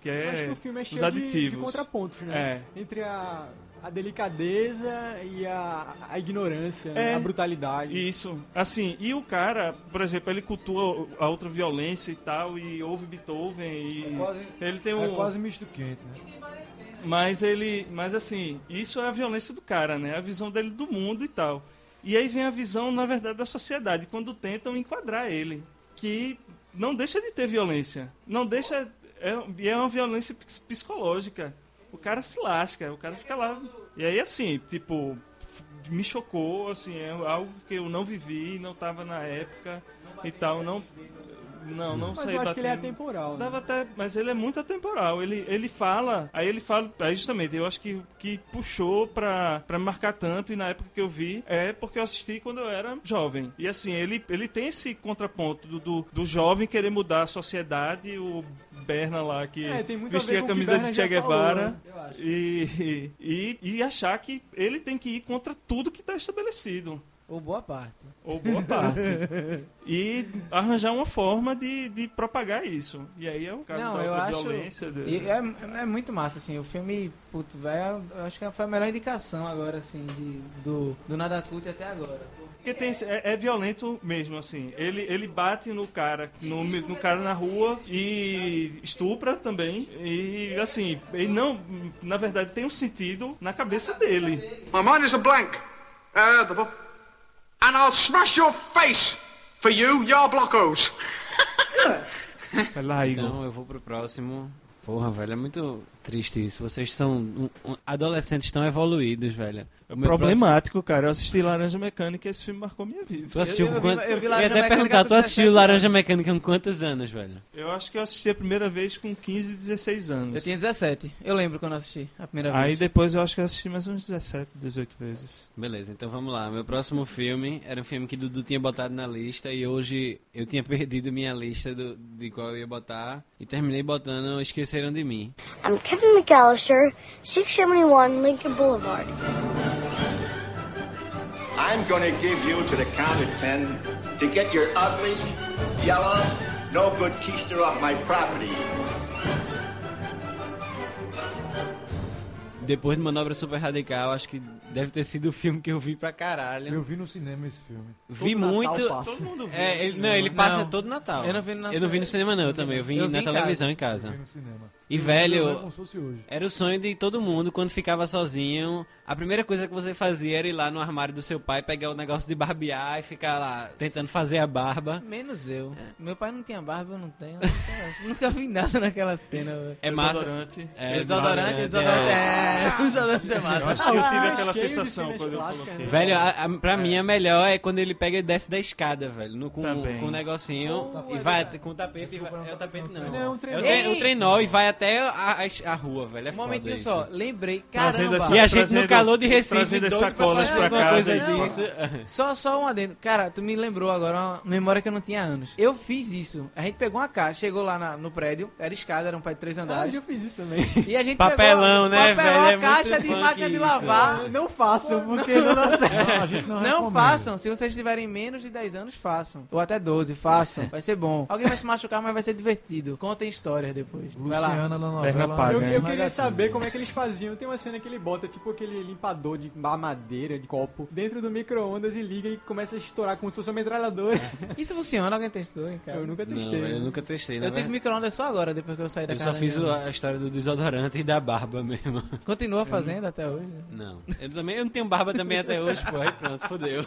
Speaker 8: que
Speaker 6: Eu
Speaker 8: é
Speaker 6: Acho que o filme é
Speaker 8: os
Speaker 6: cheio de- de,
Speaker 8: aditivos.
Speaker 6: contrapontos, né? Entre a, a delicadeza e a, a ignorância,
Speaker 8: É.
Speaker 6: a brutalidade.
Speaker 8: Isso. Assim, e o cara, por exemplo, ele cultua a outra violência e tal, e ouve Beethoven e.
Speaker 4: É quase-
Speaker 8: ele tem um.
Speaker 4: É quase misto quente, né?
Speaker 8: Mas ele. Mas assim, isso é a violência do cara, né? A visão dele do mundo e tal. E aí vem a visão, na verdade, da sociedade, quando tentam enquadrar ele. Que não deixa de ter violência. Não deixa. é- E é, uma violência ps- psicológica. O cara se lasca, o cara fica lá. E aí, assim, tipo, f- me chocou, assim, é algo que eu não vivi, não tava na época e tal. Não, não, não
Speaker 6: Mas
Speaker 8: saí
Speaker 6: eu acho que ele é
Speaker 8: batendo.
Speaker 6: atemporal. Né?
Speaker 8: Dava até, mas ele é muito atemporal. Ele, ele fala, aí ele fala, aí justamente, eu acho que que puxou pra, pra me marcar tanto e na época que eu vi é porque eu assisti quando eu era jovem. E assim, ele, ele tem esse contraponto do, do, do jovem querer mudar a sociedade, o Berna lá que
Speaker 6: É, tem muito a
Speaker 8: vestia
Speaker 6: ver com o que
Speaker 8: camisa
Speaker 6: Berna
Speaker 8: de Che
Speaker 6: já falou,
Speaker 8: Guevara
Speaker 6: né?
Speaker 7: Eu acho.
Speaker 8: e, e, e achar que ele tem que ir contra tudo que está estabelecido.
Speaker 7: Ou boa parte.
Speaker 8: Ou boa parte. e arranjar uma forma de, de propagar isso. E aí é o caso
Speaker 7: Não,
Speaker 8: da
Speaker 7: eu
Speaker 8: outra
Speaker 7: acho-
Speaker 8: violência. de-
Speaker 7: E é, é muito massa, assim, o filme, puto, velho, eu acho que foi a melhor indicação agora, assim, de, do, do Nada Cult até agora.
Speaker 8: Porque tem, esse- é, é violento mesmo, assim. Ele, ele bate no cara,
Speaker 7: é
Speaker 8: no, no cara na rua e estupra também. E assim, ele não. Na verdade, tem um sentido na cabeça dele.
Speaker 12: My mind is a blank. Uh, the book. And I'll smash your face for you, your blockos.
Speaker 8: Vai lá, Igor.
Speaker 5: Então eu vou pro próximo. Porra, velho, é muito triste isso. Vocês são um- um- adolescentes tão evoluídos, velho. O meu
Speaker 8: Problemático, cara. Eu assisti Laranja Mecânica e esse filme marcou minha vida.
Speaker 5: próximo- Tu assistiu
Speaker 7: Eu-
Speaker 5: com
Speaker 7: eu vi-
Speaker 5: quanto...
Speaker 7: eu vi
Speaker 5: ia
Speaker 7: Laranja
Speaker 5: até
Speaker 7: Mecânica
Speaker 5: perguntar,
Speaker 7: com
Speaker 5: tu assistiu
Speaker 7: 17
Speaker 5: Laranja Mecânica com quantos anos, velho?
Speaker 8: Eu acho que eu assisti a primeira vez com 15, 16 anos.
Speaker 7: Eu tinha 17, eu lembro quando assisti a primeira
Speaker 8: Aí
Speaker 7: vez.
Speaker 8: depois eu acho que eu assisti mais uns 17, 18 vezes.
Speaker 5: Beleza, então vamos lá. Meu próximo filme era um filme que Dudu tinha botado na lista e hoje eu tinha perdido minha lista do- de qual eu ia botar e terminei botando Esqueceram de Mim.
Speaker 13: I'm Kevin McAllister, 671 Lincoln Boulevard.
Speaker 12: I'm gonna give you to the count of ten to get your ugly, yellow, no good keister off my property.
Speaker 5: Depois de Manobra Super Radical, acho que Deve ter sido o filme que eu vi pra caralho.
Speaker 4: Eu vi no cinema esse filme.
Speaker 5: Vi
Speaker 4: Todo Natal
Speaker 5: muito.
Speaker 4: passa.
Speaker 5: Todo mundo vê
Speaker 4: no
Speaker 5: é, ele,
Speaker 4: cinema.
Speaker 5: não, ele passa
Speaker 4: Não.
Speaker 5: todo Natal.
Speaker 4: né? Eu não vi no
Speaker 5: Eu não vi no cinema, não, eu também. Eu vi,
Speaker 4: Eu vi
Speaker 5: na
Speaker 4: em casa.
Speaker 5: televisão em casa.
Speaker 4: Eu vi no cinema.
Speaker 5: E
Speaker 4: Eu vi
Speaker 5: velho.
Speaker 4: como se fosse hoje.
Speaker 5: Era o sonho de todo mundo quando ficava sozinho. A primeira coisa que você fazia era ir lá no armário do seu pai, pegar o negócio de barbear e ficar lá tentando fazer a barba.
Speaker 7: Menos eu.
Speaker 8: É.
Speaker 7: Meu pai não tinha barba, eu não tenho. Eu nunca- nunca vi nada naquela cena, velho.
Speaker 5: É massa.
Speaker 8: Desodorante.
Speaker 5: É,
Speaker 7: Desodorante, desodorante. É, desodorante é massa.
Speaker 8: Eu acho que eu tive
Speaker 7: Ah,
Speaker 8: aquela
Speaker 7: cheio de né?
Speaker 8: sensação
Speaker 7: cenas
Speaker 8: quando eu
Speaker 7: clássicas,
Speaker 8: coloquei.
Speaker 5: Velho, a, a- pra mim a melhor é quando ele pega e desce da escada, velho. No, com,
Speaker 8: Também.
Speaker 5: com um negocinho e vai at- com o tapete. e vai- é o tapete não.
Speaker 7: Não, um
Speaker 5: é
Speaker 7: trenó.
Speaker 5: o, tre-
Speaker 7: Ei!
Speaker 5: o trenó e vai até a, a- a rua, velho. É
Speaker 7: Um
Speaker 5: foda
Speaker 7: momentinho
Speaker 5: isso. assim.
Speaker 7: só, lembrei,
Speaker 5: Trazendo
Speaker 7: caramba.
Speaker 5: essa- E a gente no trazendo- calor de Recife,
Speaker 8: trazendo as doido pra sacolas fazer pra alguma
Speaker 7: alguma
Speaker 8: casa coisa
Speaker 7: coisa
Speaker 8: e- disso.
Speaker 7: Só, só um adendo. Cara, tu me lembrou agora uma memória que eu não tinha há anos. Eu fiz isso. A gente pegou uma caixa, chegou lá na- no prédio, era escada, era um prédio de três andares.
Speaker 6: Ah, eu fiz isso também.
Speaker 7: E a gente
Speaker 5: Papelão,
Speaker 7: pegou,
Speaker 5: né,
Speaker 7: papelou
Speaker 5: velho? É
Speaker 7: a
Speaker 5: muito
Speaker 7: caixa de
Speaker 5: funk
Speaker 7: máquina de
Speaker 5: isso.
Speaker 7: lavar.
Speaker 5: Ah,
Speaker 6: Não façam, porque não dá certo.
Speaker 7: Não,
Speaker 6: a gente não recomenda.
Speaker 7: façam. Se vocês tiverem menos de 10 anos, façam. Ou até 12,
Speaker 5: É.
Speaker 7: façam. Vai ser bom. Alguém vai se machucar, mas vai ser divertido. Contem histórias depois. vai lá.
Speaker 4: Luciana é na novela.
Speaker 8: é
Speaker 6: eu, eu queria
Speaker 5: né?
Speaker 6: saber como é que eles faziam. Tem uma cena que ele bota tipo aquele limpador de madeira, de copo, dentro do micro-ondas e liga e começa a estourar como se fosse uma metralhadora.
Speaker 7: Isso funciona? Alguém testou, hein, cara?
Speaker 6: Eu nunca
Speaker 5: Não,
Speaker 6: testei.
Speaker 5: velho, eu nunca testei, né?
Speaker 7: Eu tive micro-ondas só agora, depois que eu saí da
Speaker 5: Eu
Speaker 7: casa
Speaker 5: só
Speaker 7: da
Speaker 5: fiz
Speaker 7: minha né?
Speaker 5: o-
Speaker 7: mãe.
Speaker 5: a história do desodorante e da barba mesmo.
Speaker 8: É.
Speaker 7: Continua fazendo até hoje. né?
Speaker 5: Não. Eu também eu não tenho barba também até hoje, pô. Aí pronto, fodeu.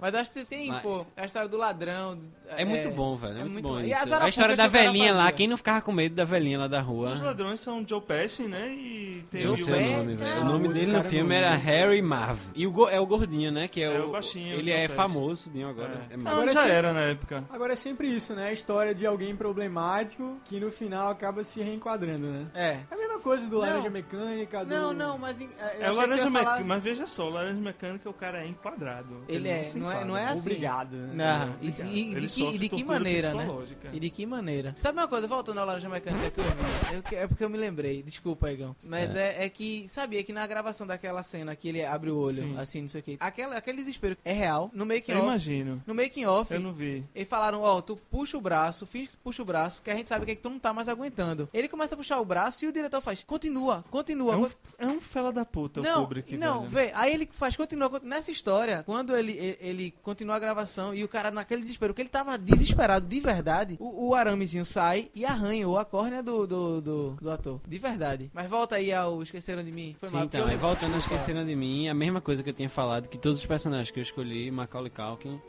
Speaker 7: Mas acho que tem,
Speaker 5: Mas-
Speaker 7: pô, a história do ladrão. do-
Speaker 5: É muito bom, velho. É, muito, bom, isso.
Speaker 7: E Zarafuca
Speaker 5: A história da
Speaker 7: chegou lá
Speaker 5: velhinha lá,
Speaker 7: fazia.
Speaker 5: quem não ficava com medo da velhinha lá da rua?
Speaker 8: Os
Speaker 7: né?
Speaker 8: ladrões são Joe Pesci, né? E tem
Speaker 5: Não
Speaker 8: o
Speaker 5: sei o nome, velho. O nome
Speaker 8: Outro
Speaker 5: dele no
Speaker 8: cara
Speaker 5: filme
Speaker 8: não
Speaker 5: era
Speaker 8: lembro.
Speaker 5: Harry Marv. E o go- é o gordinho, né? Que é,
Speaker 8: É,
Speaker 5: o,
Speaker 8: o baixinho,
Speaker 5: Ele
Speaker 8: o
Speaker 5: é
Speaker 8: Tom Cruise.
Speaker 5: famoso, Dinho, agora.
Speaker 8: É.
Speaker 5: É,
Speaker 8: Não,
Speaker 5: magro.
Speaker 8: já era na época.
Speaker 6: Agora é sempre isso, né? A história de alguém problemático que no final acaba se reenquadrando, né?
Speaker 7: É.
Speaker 6: É a mesma coisa do
Speaker 7: Não.
Speaker 6: Laranja Mecânica, do...
Speaker 7: Não, não, mas. em- Eu
Speaker 8: É o
Speaker 7: achei que
Speaker 8: laranja
Speaker 7: ia
Speaker 8: mec...
Speaker 7: falar...
Speaker 8: Mas veja só, o laranja mecânica o cara é enquadrado.
Speaker 7: Ele é,
Speaker 8: se
Speaker 7: não é,
Speaker 8: enquadra.
Speaker 7: não é assim.
Speaker 6: Obrigado, né?
Speaker 7: Não,
Speaker 8: Ele é
Speaker 7: e, se-
Speaker 8: obrigado.
Speaker 7: e de
Speaker 8: Ele
Speaker 7: que,
Speaker 8: sofre
Speaker 7: e de que
Speaker 8: tortura
Speaker 7: maneira, né?
Speaker 8: psicológica.
Speaker 7: E de que maneira? Sabe uma coisa, voltando ao Laranja Mecânica que eu vi, eu que- é porque eu me lembrei, desculpa, Egão. Mas é, é que, sabia que na gravação daquela cena que ele abre o olho,
Speaker 8: Sim.
Speaker 7: assim, não sei o que, aquela, aquele desespero é real, no making
Speaker 8: Eu
Speaker 7: off.
Speaker 8: imagino.
Speaker 7: No making off,
Speaker 8: Eu não vi.
Speaker 7: eles falaram, ó, tu puxa o braço, finge que tu puxa o braço, que a gente sabe que, é que tu não tá mais aguentando. Ele começa a puxar o braço e o diretor faz, continua, continua.
Speaker 8: É um,
Speaker 7: con-
Speaker 8: é um fela da puta o
Speaker 7: não,
Speaker 8: Kubrick,
Speaker 7: não,
Speaker 8: velho.
Speaker 7: vê, aí ele faz, continua, continua- nessa história, quando ele, ele, ele continua a gravação e o cara naquele desespero, que ele tava desesperado de verdade, o, o aramezinho sai e arranha o- a córnea do, do, do, do ator, de verdade. Mas volta aí ao Esqueceram de Mim, foi
Speaker 5: Sim,
Speaker 7: mal. porque
Speaker 5: então,
Speaker 7: eu- É.
Speaker 5: aí voltando, esqueceram de mim, a mesma coisa que eu tinha falado, que todos os personagens que eu escolhi, Macaulay Culkin,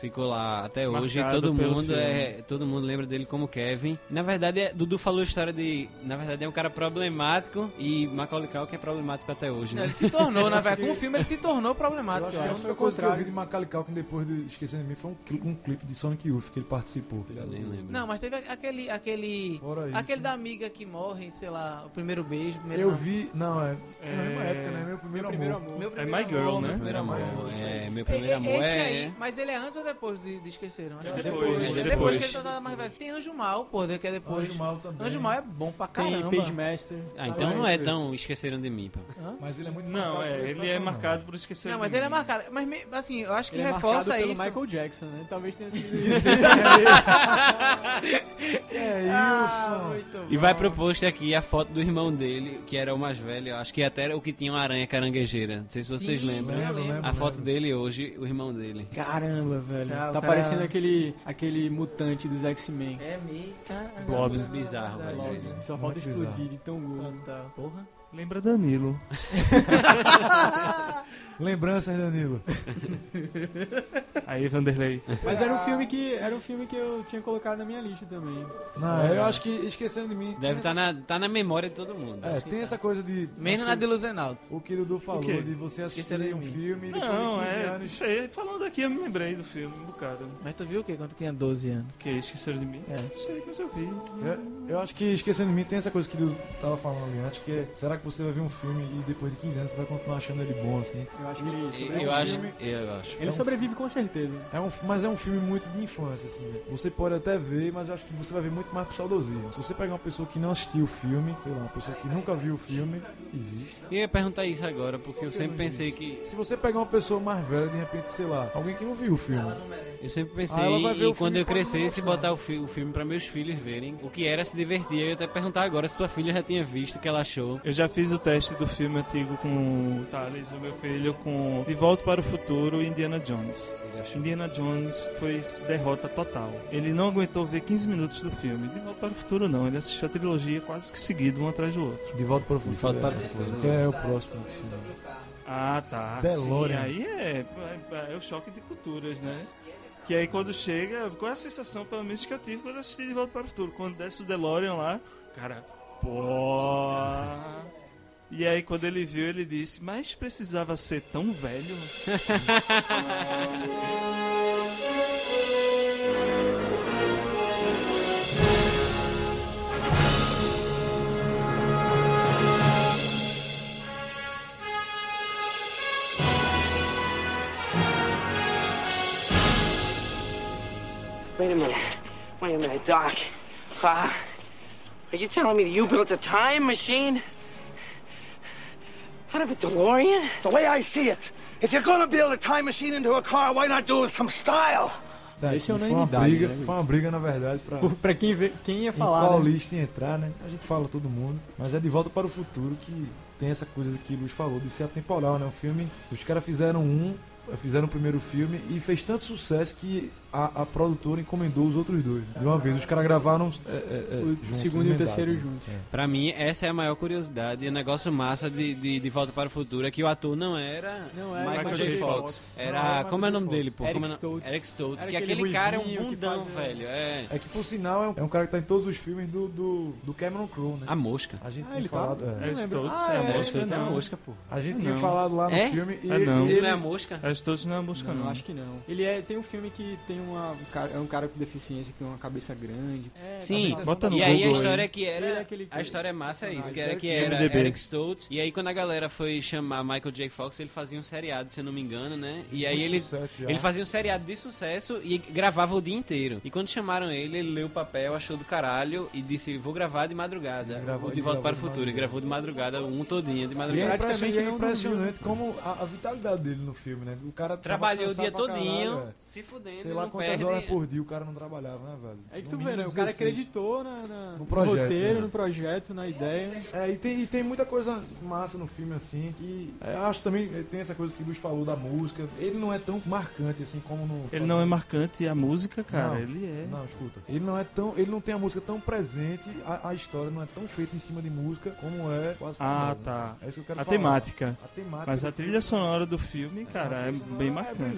Speaker 5: ficou lá até hoje,
Speaker 8: Marcado
Speaker 5: todo
Speaker 8: pelo
Speaker 5: mundo
Speaker 8: filme.
Speaker 5: é, todo mundo lembra dele como Kevin. Na verdade, é- Dudu falou a história de, na verdade é um cara problemático e Macaulay Culkin é problemático até hoje,
Speaker 7: Não,
Speaker 5: né?
Speaker 7: ele se tornou, na
Speaker 4: Eu acho
Speaker 7: verdade, com o
Speaker 4: que-
Speaker 7: filme ele se tornou
Speaker 8: é
Speaker 7: problemático.
Speaker 4: Acho que É a única coisa que eu vi de Macaulay Culkin depois de Esquecendo de Mim foi um, cli- um clipe de Sonic Youth que ele participou.
Speaker 7: Não, mas teve aquele. Aquele,
Speaker 4: Fora isso, né?
Speaker 7: aquele da amiga que morre, sei lá, o primeiro beijo. Primeiro
Speaker 4: Eu
Speaker 7: namoro.
Speaker 4: vi... Não, é... É na mesma época, né? Meu primeiro, amor.
Speaker 7: Meu
Speaker 8: É
Speaker 7: primeiro
Speaker 8: My Girl,
Speaker 7: amor,
Speaker 8: né?
Speaker 7: meu primeiro amor.
Speaker 5: É, meu
Speaker 7: É, é,
Speaker 5: primeiro amor
Speaker 7: esse
Speaker 5: é...
Speaker 7: aí, mas ele é antes ou depois de, de Esqueceram? Acho que é
Speaker 5: Depois,
Speaker 7: depois.
Speaker 5: depois.
Speaker 7: Depois que ele tá mais velho. Tem Anjo Mal, pô, que é depois.
Speaker 4: Anjo Mal também.
Speaker 7: Anjo Mal é bom pra
Speaker 6: né? Tem
Speaker 7: caramba.
Speaker 6: Pagemaster.
Speaker 5: Ah, então não é tão esqueceram de mim, pô.
Speaker 4: Mas ele é muito
Speaker 8: Não,
Speaker 4: marcado por
Speaker 8: é,
Speaker 4: esse
Speaker 8: ele é
Speaker 4: personagem.
Speaker 8: marcado por esquecer
Speaker 7: Não, mas ele é marcado. Mas me- assim, eu acho que
Speaker 6: Ele é marcado
Speaker 7: reforça
Speaker 6: pelo
Speaker 7: isso.
Speaker 6: Michael Jackson, né? Talvez tenha sido isso.
Speaker 4: É
Speaker 7: Ah,
Speaker 4: isso.
Speaker 7: muito
Speaker 5: E
Speaker 7: bom.
Speaker 5: vai proposto aqui a foto do irmão dele, que era o mais velho, eu acho que até era o que tinha uma aranha caranguejeira. Não sei se vocês
Speaker 7: Sim,
Speaker 5: lembram.
Speaker 7: sim, eu lembro,
Speaker 5: a
Speaker 4: lembro.
Speaker 5: foto dele hoje, o irmão dele.
Speaker 6: Caramba, velho.
Speaker 7: Ah, o
Speaker 6: tá
Speaker 7: cara-
Speaker 6: parecendo aquele, aquele mutante dos X-Men.
Speaker 7: É meio caramba.
Speaker 5: Blob bizarro, velho.
Speaker 6: Logo, Só falta
Speaker 4: Muito bizarro.
Speaker 6: explodir de tão gordo.
Speaker 7: Tá, porra.
Speaker 8: Lembra Danilo.
Speaker 4: Lembranças, Danilo.
Speaker 8: Aí, Vanderlei.
Speaker 6: Mas era um filme que era um filme que eu tinha colocado na minha lista também.
Speaker 4: Não, É, eu acho que Esquecendo de Mim...
Speaker 5: Deve estar na, tá na memória de todo mundo.
Speaker 4: É, tem essa coisa de...
Speaker 7: Menos na Delusionalto.
Speaker 4: O que o Dudu falou,
Speaker 8: quê?
Speaker 4: de você assistir
Speaker 7: Esqueceram de
Speaker 4: um
Speaker 7: Mim.
Speaker 4: filme e depois
Speaker 8: Não,
Speaker 4: de 15
Speaker 8: é.
Speaker 4: anos...
Speaker 8: Isso aí, falando aqui, eu me lembrei do filme, um bocado.
Speaker 7: Mas tu viu o que quando tinha 12 anos?
Speaker 8: Que esqueceram de mim.
Speaker 7: É.
Speaker 8: Não sei, mas eu vi.
Speaker 4: Eu, eu acho que Esquecendo de Mim tem essa coisa que eu tava falando ali antes, que é, será que você vai ver um filme e depois de 15 anos você vai continuar achando ele bom, assim? É um
Speaker 6: Eu acho que ele
Speaker 4: Eu
Speaker 6: sobrevive.
Speaker 4: acho-
Speaker 14: eu acho.
Speaker 6: Ele sobrevive com certeza.
Speaker 4: É um, mas é um filme muito de infância, assim. né? Você pode até ver, mas eu acho que você vai ver muito mais pro saudosismo. Se você pegar uma pessoa que não assistiu o filme, sei lá, uma pessoa que nunca viu o filme, existe.
Speaker 5: Eu ia perguntar isso agora, porque eu sempre pensei que.
Speaker 4: Se você pegar uma pessoa mais velha, de repente, sei lá, alguém que não viu o filme.
Speaker 5: Eu sempre pensei
Speaker 4: Ah, ela vai ver o
Speaker 5: em quando
Speaker 4: filme
Speaker 5: eu
Speaker 4: quando
Speaker 5: crescer, se
Speaker 4: lançar.
Speaker 5: botar o, fi- o filme pra meus filhos verem, o que era se divertir. Eu ia até perguntar agora se tua filha já tinha visto, o que ela achou.
Speaker 8: Eu já fiz o teste do filme antigo com o Thales, o meu filho, com De Volta para o Futuro e Indiana Jones. Indiana Jones foi derrota total. Ele não aguentou ver 15 minutos do filme. De Volta para o Futuro não, ele assistiu a trilogia quase que seguido, um atrás do outro.
Speaker 4: De Volta para o Futuro.
Speaker 8: Volta para o
Speaker 4: Futuro. Que é o próximo. filme.
Speaker 8: Ah, tá.
Speaker 4: DeLorean.
Speaker 8: Sim, aí é, é, é o choque de culturas, né? Que aí quando chega, qual é a sensação, pelo menos, que eu tive quando assisti De Volta para o Futuro? Quando desce o DeLorean lá, cara, pô... E aí quando ele viu, ele disse, mas precisava ser tão velho?
Speaker 15: Wait a minute. Wait a minute, Doc. Uh, are you telling me that you built a time machine? Out of a DeLorean?
Speaker 16: The way I see it, if you're gonna build a time machine into a car, why not do it with some style?
Speaker 4: Tá,
Speaker 6: Esse é
Speaker 4: foi uma
Speaker 6: unanimidade,
Speaker 4: briga,
Speaker 6: né,
Speaker 4: Foi uma briga, na verdade, pra,
Speaker 6: Pra quem, vê, quem ia falar.
Speaker 4: em qual
Speaker 6: né?
Speaker 4: lista entrar, né? A gente fala todo mundo, mas é de volta para o futuro que tem essa coisa que o Luiz falou de ser atemporal, né? O filme, os caras fizeram um, fizeram o primeiro filme e fez tanto sucesso que a, a produtora encomendou os outros dois. né? De uma vez, os caras gravaram é, é, é, juntos, emendado, né? É.
Speaker 5: Pra mim, essa é a maior curiosidade. E o negócio massa de, de, de Volta para o Futuro é que o ator não era,
Speaker 6: Não
Speaker 5: era
Speaker 6: era
Speaker 5: Michael
Speaker 6: Michael
Speaker 5: J.
Speaker 6: J.
Speaker 5: Fox.
Speaker 6: Fox.
Speaker 5: Era.
Speaker 6: Não era
Speaker 5: como é o
Speaker 6: Michael
Speaker 5: nome
Speaker 6: J.
Speaker 5: dele, pô?
Speaker 6: Eric
Speaker 5: Como é o nome-
Speaker 6: Stoltz.
Speaker 5: Eric Stoltz.
Speaker 6: Era
Speaker 5: Que
Speaker 6: aquele
Speaker 5: aquele cara é
Speaker 6: ruivinho
Speaker 5: um
Speaker 6: que
Speaker 5: bundão,
Speaker 6: fazia-
Speaker 5: velho. É.
Speaker 4: É que por sinal é um, é um cara que tá em todos os filmes do, do, do Cameron Crowe, né?
Speaker 5: A mosca.
Speaker 4: A gente
Speaker 5: Ah,
Speaker 4: tinha
Speaker 5: ele tá?
Speaker 4: falado.
Speaker 5: Eu
Speaker 4: É.
Speaker 5: lembro. Ah, é,
Speaker 4: é,
Speaker 5: Stoltz é a
Speaker 4: não.
Speaker 5: mosca, pô.
Speaker 4: A gente
Speaker 8: É
Speaker 4: tinha
Speaker 8: não.
Speaker 4: falado lá no
Speaker 8: É?
Speaker 4: filme e
Speaker 8: É não.
Speaker 4: ele-
Speaker 8: Não é a mosca? Aristóteles não é a mosca, não.
Speaker 6: acho que não. Ele é, tem um filme que tem uma, um cara, é um cara com deficiência, que tem uma cabeça grande.
Speaker 5: É,
Speaker 4: É,
Speaker 5: Sim,
Speaker 4: assim,
Speaker 6: dá a sensação
Speaker 5: bota
Speaker 6: da-
Speaker 5: no e aí a história é que
Speaker 6: Ele
Speaker 5: era.
Speaker 6: é aquele
Speaker 5: a história é massa, é
Speaker 4: Ah,
Speaker 5: isso. Que era que
Speaker 6: personagem.
Speaker 5: era
Speaker 6: IMDb.
Speaker 5: Eric Stoltz. E aí, quando a galera foi chamar Michael J. Fox, ele fazia um seriado, se eu não me engano, né? E aí
Speaker 4: Muito
Speaker 5: ele,
Speaker 4: sucesso já.
Speaker 5: ele fazia um seriado de sucesso e gravava o dia inteiro. E quando chamaram ele, ele leu o papel, achou do caralho e disse: Vou gravar de madrugada.
Speaker 4: gravou-
Speaker 5: o de
Speaker 4: ele
Speaker 5: Volta
Speaker 4: gravou
Speaker 5: para o
Speaker 4: de
Speaker 5: Futuro. E gravou de madrugada um todinho de
Speaker 4: E é
Speaker 5: madrugada.
Speaker 4: impressionante, é impressionante como a, a vitalidade dele no filme, né? O cara tava
Speaker 5: Trabalhou o
Speaker 4: cansado
Speaker 5: dia
Speaker 4: pra caralho,
Speaker 5: todinho,
Speaker 4: velho.
Speaker 5: se fudendo,
Speaker 4: Sei lá
Speaker 5: não
Speaker 4: quantas
Speaker 5: perde-
Speaker 4: horas por dia o cara não trabalhava, né, velho?
Speaker 6: É que
Speaker 4: No
Speaker 6: tu vê,
Speaker 4: mínimo
Speaker 6: né? O cara
Speaker 4: 16.
Speaker 6: acreditou na, na-
Speaker 4: No projeto,
Speaker 6: roteiro,
Speaker 4: né?
Speaker 6: no projeto, na ideia.
Speaker 4: É, e tem, e tem muita coisa massa no filme, assim, que é, eu acho também eh, tem essa coisa que o Luiz falou da música. Ele não é tão marcante, assim, como no...
Speaker 8: Ele não é marcante, a música, cara,
Speaker 4: Não,
Speaker 8: ele é...
Speaker 4: Não, escuta. Ele não é tão. Ele não tem a música tão presente, a, a história não é tão feita em cima de música como é quase
Speaker 8: Ah,
Speaker 4: Famoso, né?
Speaker 8: tá.
Speaker 4: É isso que eu quero
Speaker 8: a
Speaker 4: falar.
Speaker 8: temática.
Speaker 4: A temática.
Speaker 8: Mas a
Speaker 4: do filme.
Speaker 8: trilha sonora do filme, cara, é bem marcante.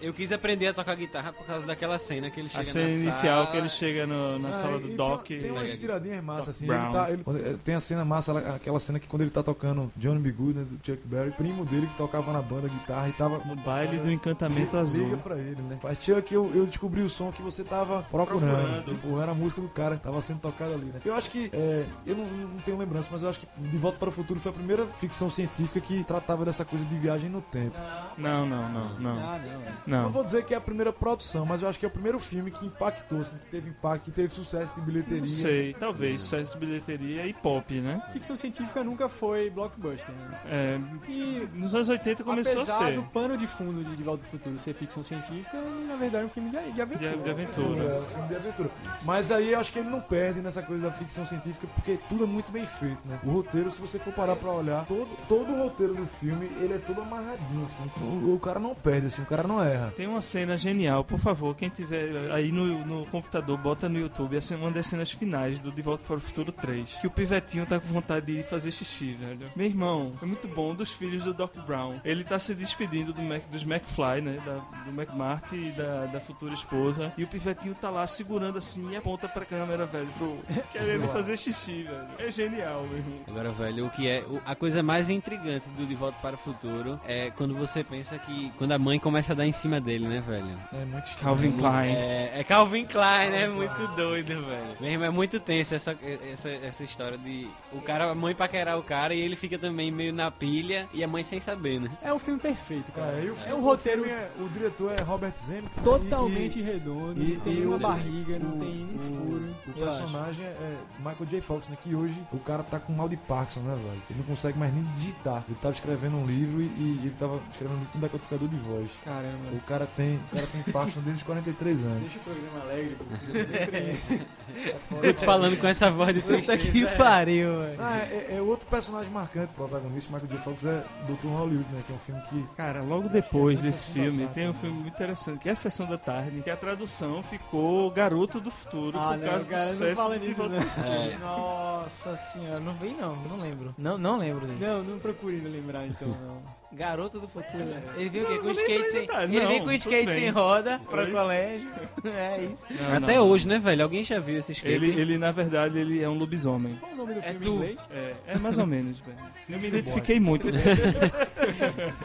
Speaker 5: Eu quis aprender a tocar guitarra por causa daquela cena que ele chega
Speaker 8: A cena
Speaker 5: na
Speaker 8: inicial
Speaker 5: sala.
Speaker 8: que ele chega no- na
Speaker 4: Ah,
Speaker 8: sala
Speaker 4: e
Speaker 8: do
Speaker 4: tem-
Speaker 8: Doc.
Speaker 4: Tem umas tiradinhas massas, assim.
Speaker 8: Brown.
Speaker 4: Ele tá, ele- quando- eh, tem a cena massa, ela- aquela cena que quando ele tá tocando Johnny B. Good, né, do Chuck Berry, primo dele que tocava na banda guitarra e tava.
Speaker 8: No baile do Encantamento Azul.
Speaker 4: Liga pra ele, né? Faz Chuck, eu, eu descobri o som que você tava procurando.
Speaker 8: Procurando.
Speaker 4: Tipo, era a música do cara, tava sendo tocada ali, né? Eu acho que. eh, eu não, não tenho lembrança, mas eu acho que De Volta para o Futuro foi a primeira ficção científica que tratava dessa coisa de viagem no tempo.
Speaker 8: Não, não, não, não.
Speaker 4: Ah,
Speaker 8: Não.
Speaker 4: Não vou dizer que é a primeira produção, mas eu acho que é o primeiro filme que impactou, assim, que teve impacto, que teve sucesso de bilheteria.
Speaker 8: Não sei, talvez, sucesso de bilheteria e pop, né?
Speaker 6: Ficção científica nunca foi blockbuster, né?
Speaker 8: É,
Speaker 6: E
Speaker 8: nos anos 80 começou
Speaker 6: apesar
Speaker 8: a ser.
Speaker 6: do pano de fundo de De Volta pro Futuro ser ficção científica, ele, na verdade é um filme de, de aventura.
Speaker 8: de aventura.
Speaker 4: É, filme de aventura. Mas aí eu acho que ele não perde nessa coisa da ficção científica, porque tudo é muito bem feito, né? O roteiro, se você for parar pra olhar, todo, todo o roteiro do filme, ele é todo amarradinho, assim. O, o cara não perde, assim, o cara não erra.
Speaker 8: Tem uma cena genial, por favor, quem tiver aí no, no computador, bota no YouTube essa é uma das cenas finais do De Volta para o Futuro 3. Que o pivetinho tá com vontade de ir fazer xixi, velho. Meu irmão, é muito bom dos filhos do Doc Brown. Ele tá se despedindo do Mac, dos McFly, né? Da, do McMarty e da, da futura esposa. E o pivetinho tá lá segurando assim e aponta pra câmera, velho, pro. Querendo fazer xixi, velho. É genial, meu irmão.
Speaker 5: Agora, velho, o que é o- a coisa mais intrigante do De Volta para o Futuro é quando você pensa que quando a mãe começa a dar em cima dele, né, velho?
Speaker 4: É muito muito estranho.
Speaker 8: Calvin Klein.
Speaker 5: É, é Calvin Klein, é muito doido, velho. Mesmo é muito tenso essa, essa, essa história de o cara, a mãe paquerar o cara e ele fica também meio na pilha e a mãe sem saber, né?
Speaker 6: É um filme perfeito, cara.
Speaker 4: É, e o
Speaker 6: é
Speaker 4: filme-
Speaker 6: um
Speaker 4: o
Speaker 6: roteiro
Speaker 4: filme é- o diretor é Robert Zemeckis.
Speaker 6: totalmente
Speaker 4: e- e-
Speaker 6: redondo,
Speaker 4: e-
Speaker 6: não tem
Speaker 4: e
Speaker 6: uma
Speaker 4: o-
Speaker 6: barriga,
Speaker 4: o-
Speaker 6: não tem um
Speaker 4: o-
Speaker 6: furo.
Speaker 4: O
Speaker 6: Eu acho.
Speaker 4: personagem é Michael J. Fox, né? Que hoje o cara tá com mal de Parkinson, né, velho? Ele não consegue mais nem digitar. Ele tava escrevendo um livro e, e ele tava escrevendo um livro com decodificador de voz.
Speaker 6: Caramba.
Speaker 4: O cara tem, o cara tem Parkinson desde os 43 anos.
Speaker 6: Deixa o programa alegre, pô.
Speaker 5: Eu te falando com essa voz de
Speaker 4: Puta
Speaker 5: tristeza.
Speaker 4: que
Speaker 5: é.
Speaker 4: pariu, velho. Ah, é, é outro personagem marcante, o protagonista, Michael J. Fox, é Dr. Hollywood, né? Que é um filme que...
Speaker 8: Cara, logo depois desse filme, tem um filme muito interessante, que é a Sessão da Tarde, que a tradução ficou Garoto do Futuro,
Speaker 7: Ah,
Speaker 8: por
Speaker 7: não,
Speaker 8: causa
Speaker 7: cara,
Speaker 8: do
Speaker 7: não
Speaker 8: sucesso
Speaker 7: fala
Speaker 8: de
Speaker 7: nisso,
Speaker 8: Volta
Speaker 7: né?
Speaker 8: ao Futuro.
Speaker 7: É. Nossa senhora, não vi não, não lembro. Não, não lembro desse.
Speaker 6: Não, não procure lembrar então, não.
Speaker 7: Garoto do futuro. Ele veio o
Speaker 6: É. Não,
Speaker 7: quê? Com
Speaker 6: não
Speaker 7: skate
Speaker 6: lembro
Speaker 7: sem.
Speaker 6: ainda,
Speaker 7: Ele
Speaker 6: não,
Speaker 7: veio com
Speaker 6: tudo
Speaker 7: skate
Speaker 6: bem.
Speaker 7: sem roda pra
Speaker 6: Oi?
Speaker 7: colégio. É isso.
Speaker 5: Até hoje, né, velho? Alguém já viu esse skate?
Speaker 8: Ele, ele, na verdade, ele é um lobisomem.
Speaker 6: Qual o nome do filme
Speaker 5: tu.
Speaker 6: em inglês?
Speaker 8: É, é mais ou menos, velho. Eu me
Speaker 5: Muito
Speaker 8: identifiquei
Speaker 5: bom.
Speaker 8: muito.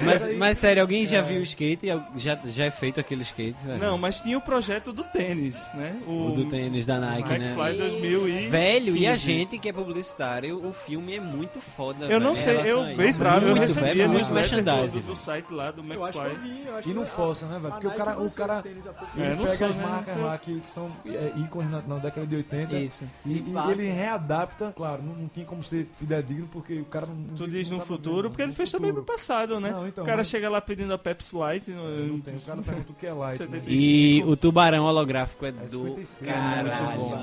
Speaker 5: Mas, É. mas sério, alguém já viu o skate? Já, já é feito aquele skate, velho?
Speaker 8: Não, mas tinha o projeto do tênis, né?
Speaker 5: O do tênis da Nike, né?
Speaker 8: McFly 2000 e...
Speaker 5: Velho, e a
Speaker 8: 15.
Speaker 5: gente que é publicitário, o filme é muito foda,
Speaker 8: Eu
Speaker 5: velho,
Speaker 8: não
Speaker 5: em
Speaker 8: sei,
Speaker 5: relação
Speaker 8: eu
Speaker 5: a isso.
Speaker 8: entrava, eu
Speaker 5: Muito,
Speaker 8: recebia
Speaker 5: velho, é muito
Speaker 8: newsletter do,
Speaker 5: merchandising.
Speaker 8: do site lá do
Speaker 6: Eu acho que eu
Speaker 8: McFly.
Speaker 6: vi, eu acho
Speaker 4: E
Speaker 6: que
Speaker 4: não
Speaker 6: eu-
Speaker 4: força, né,
Speaker 6: a
Speaker 4: velho? Porque o
Speaker 6: Nike
Speaker 4: cara, o
Speaker 6: lançou
Speaker 4: cara
Speaker 6: esse tênis há pouco
Speaker 4: ele
Speaker 6: tempo.
Speaker 8: É, não
Speaker 4: pega
Speaker 8: sei,
Speaker 4: as
Speaker 8: né?
Speaker 4: marcas lá que, que são é, ícones na, na década de 80
Speaker 7: Isso.
Speaker 4: e,
Speaker 7: E
Speaker 4: e
Speaker 7: passa.
Speaker 4: ele readapta, claro, não, não tem como ser fidedigno porque o cara não...
Speaker 8: Tu diz
Speaker 4: não
Speaker 8: no
Speaker 4: tava
Speaker 8: futuro,
Speaker 4: vendo,
Speaker 8: porque ele
Speaker 4: no
Speaker 8: fez também no
Speaker 4: futuro.
Speaker 8: passado, né?
Speaker 4: Não, então,
Speaker 8: o cara
Speaker 4: mas-
Speaker 8: chega lá pedindo a Pepsi Light. Não,
Speaker 4: não tem. O cara pergunta o que é light, né?
Speaker 8: 75.
Speaker 5: E o tubarão holográfico é do
Speaker 4: 56, né?
Speaker 5: caralho.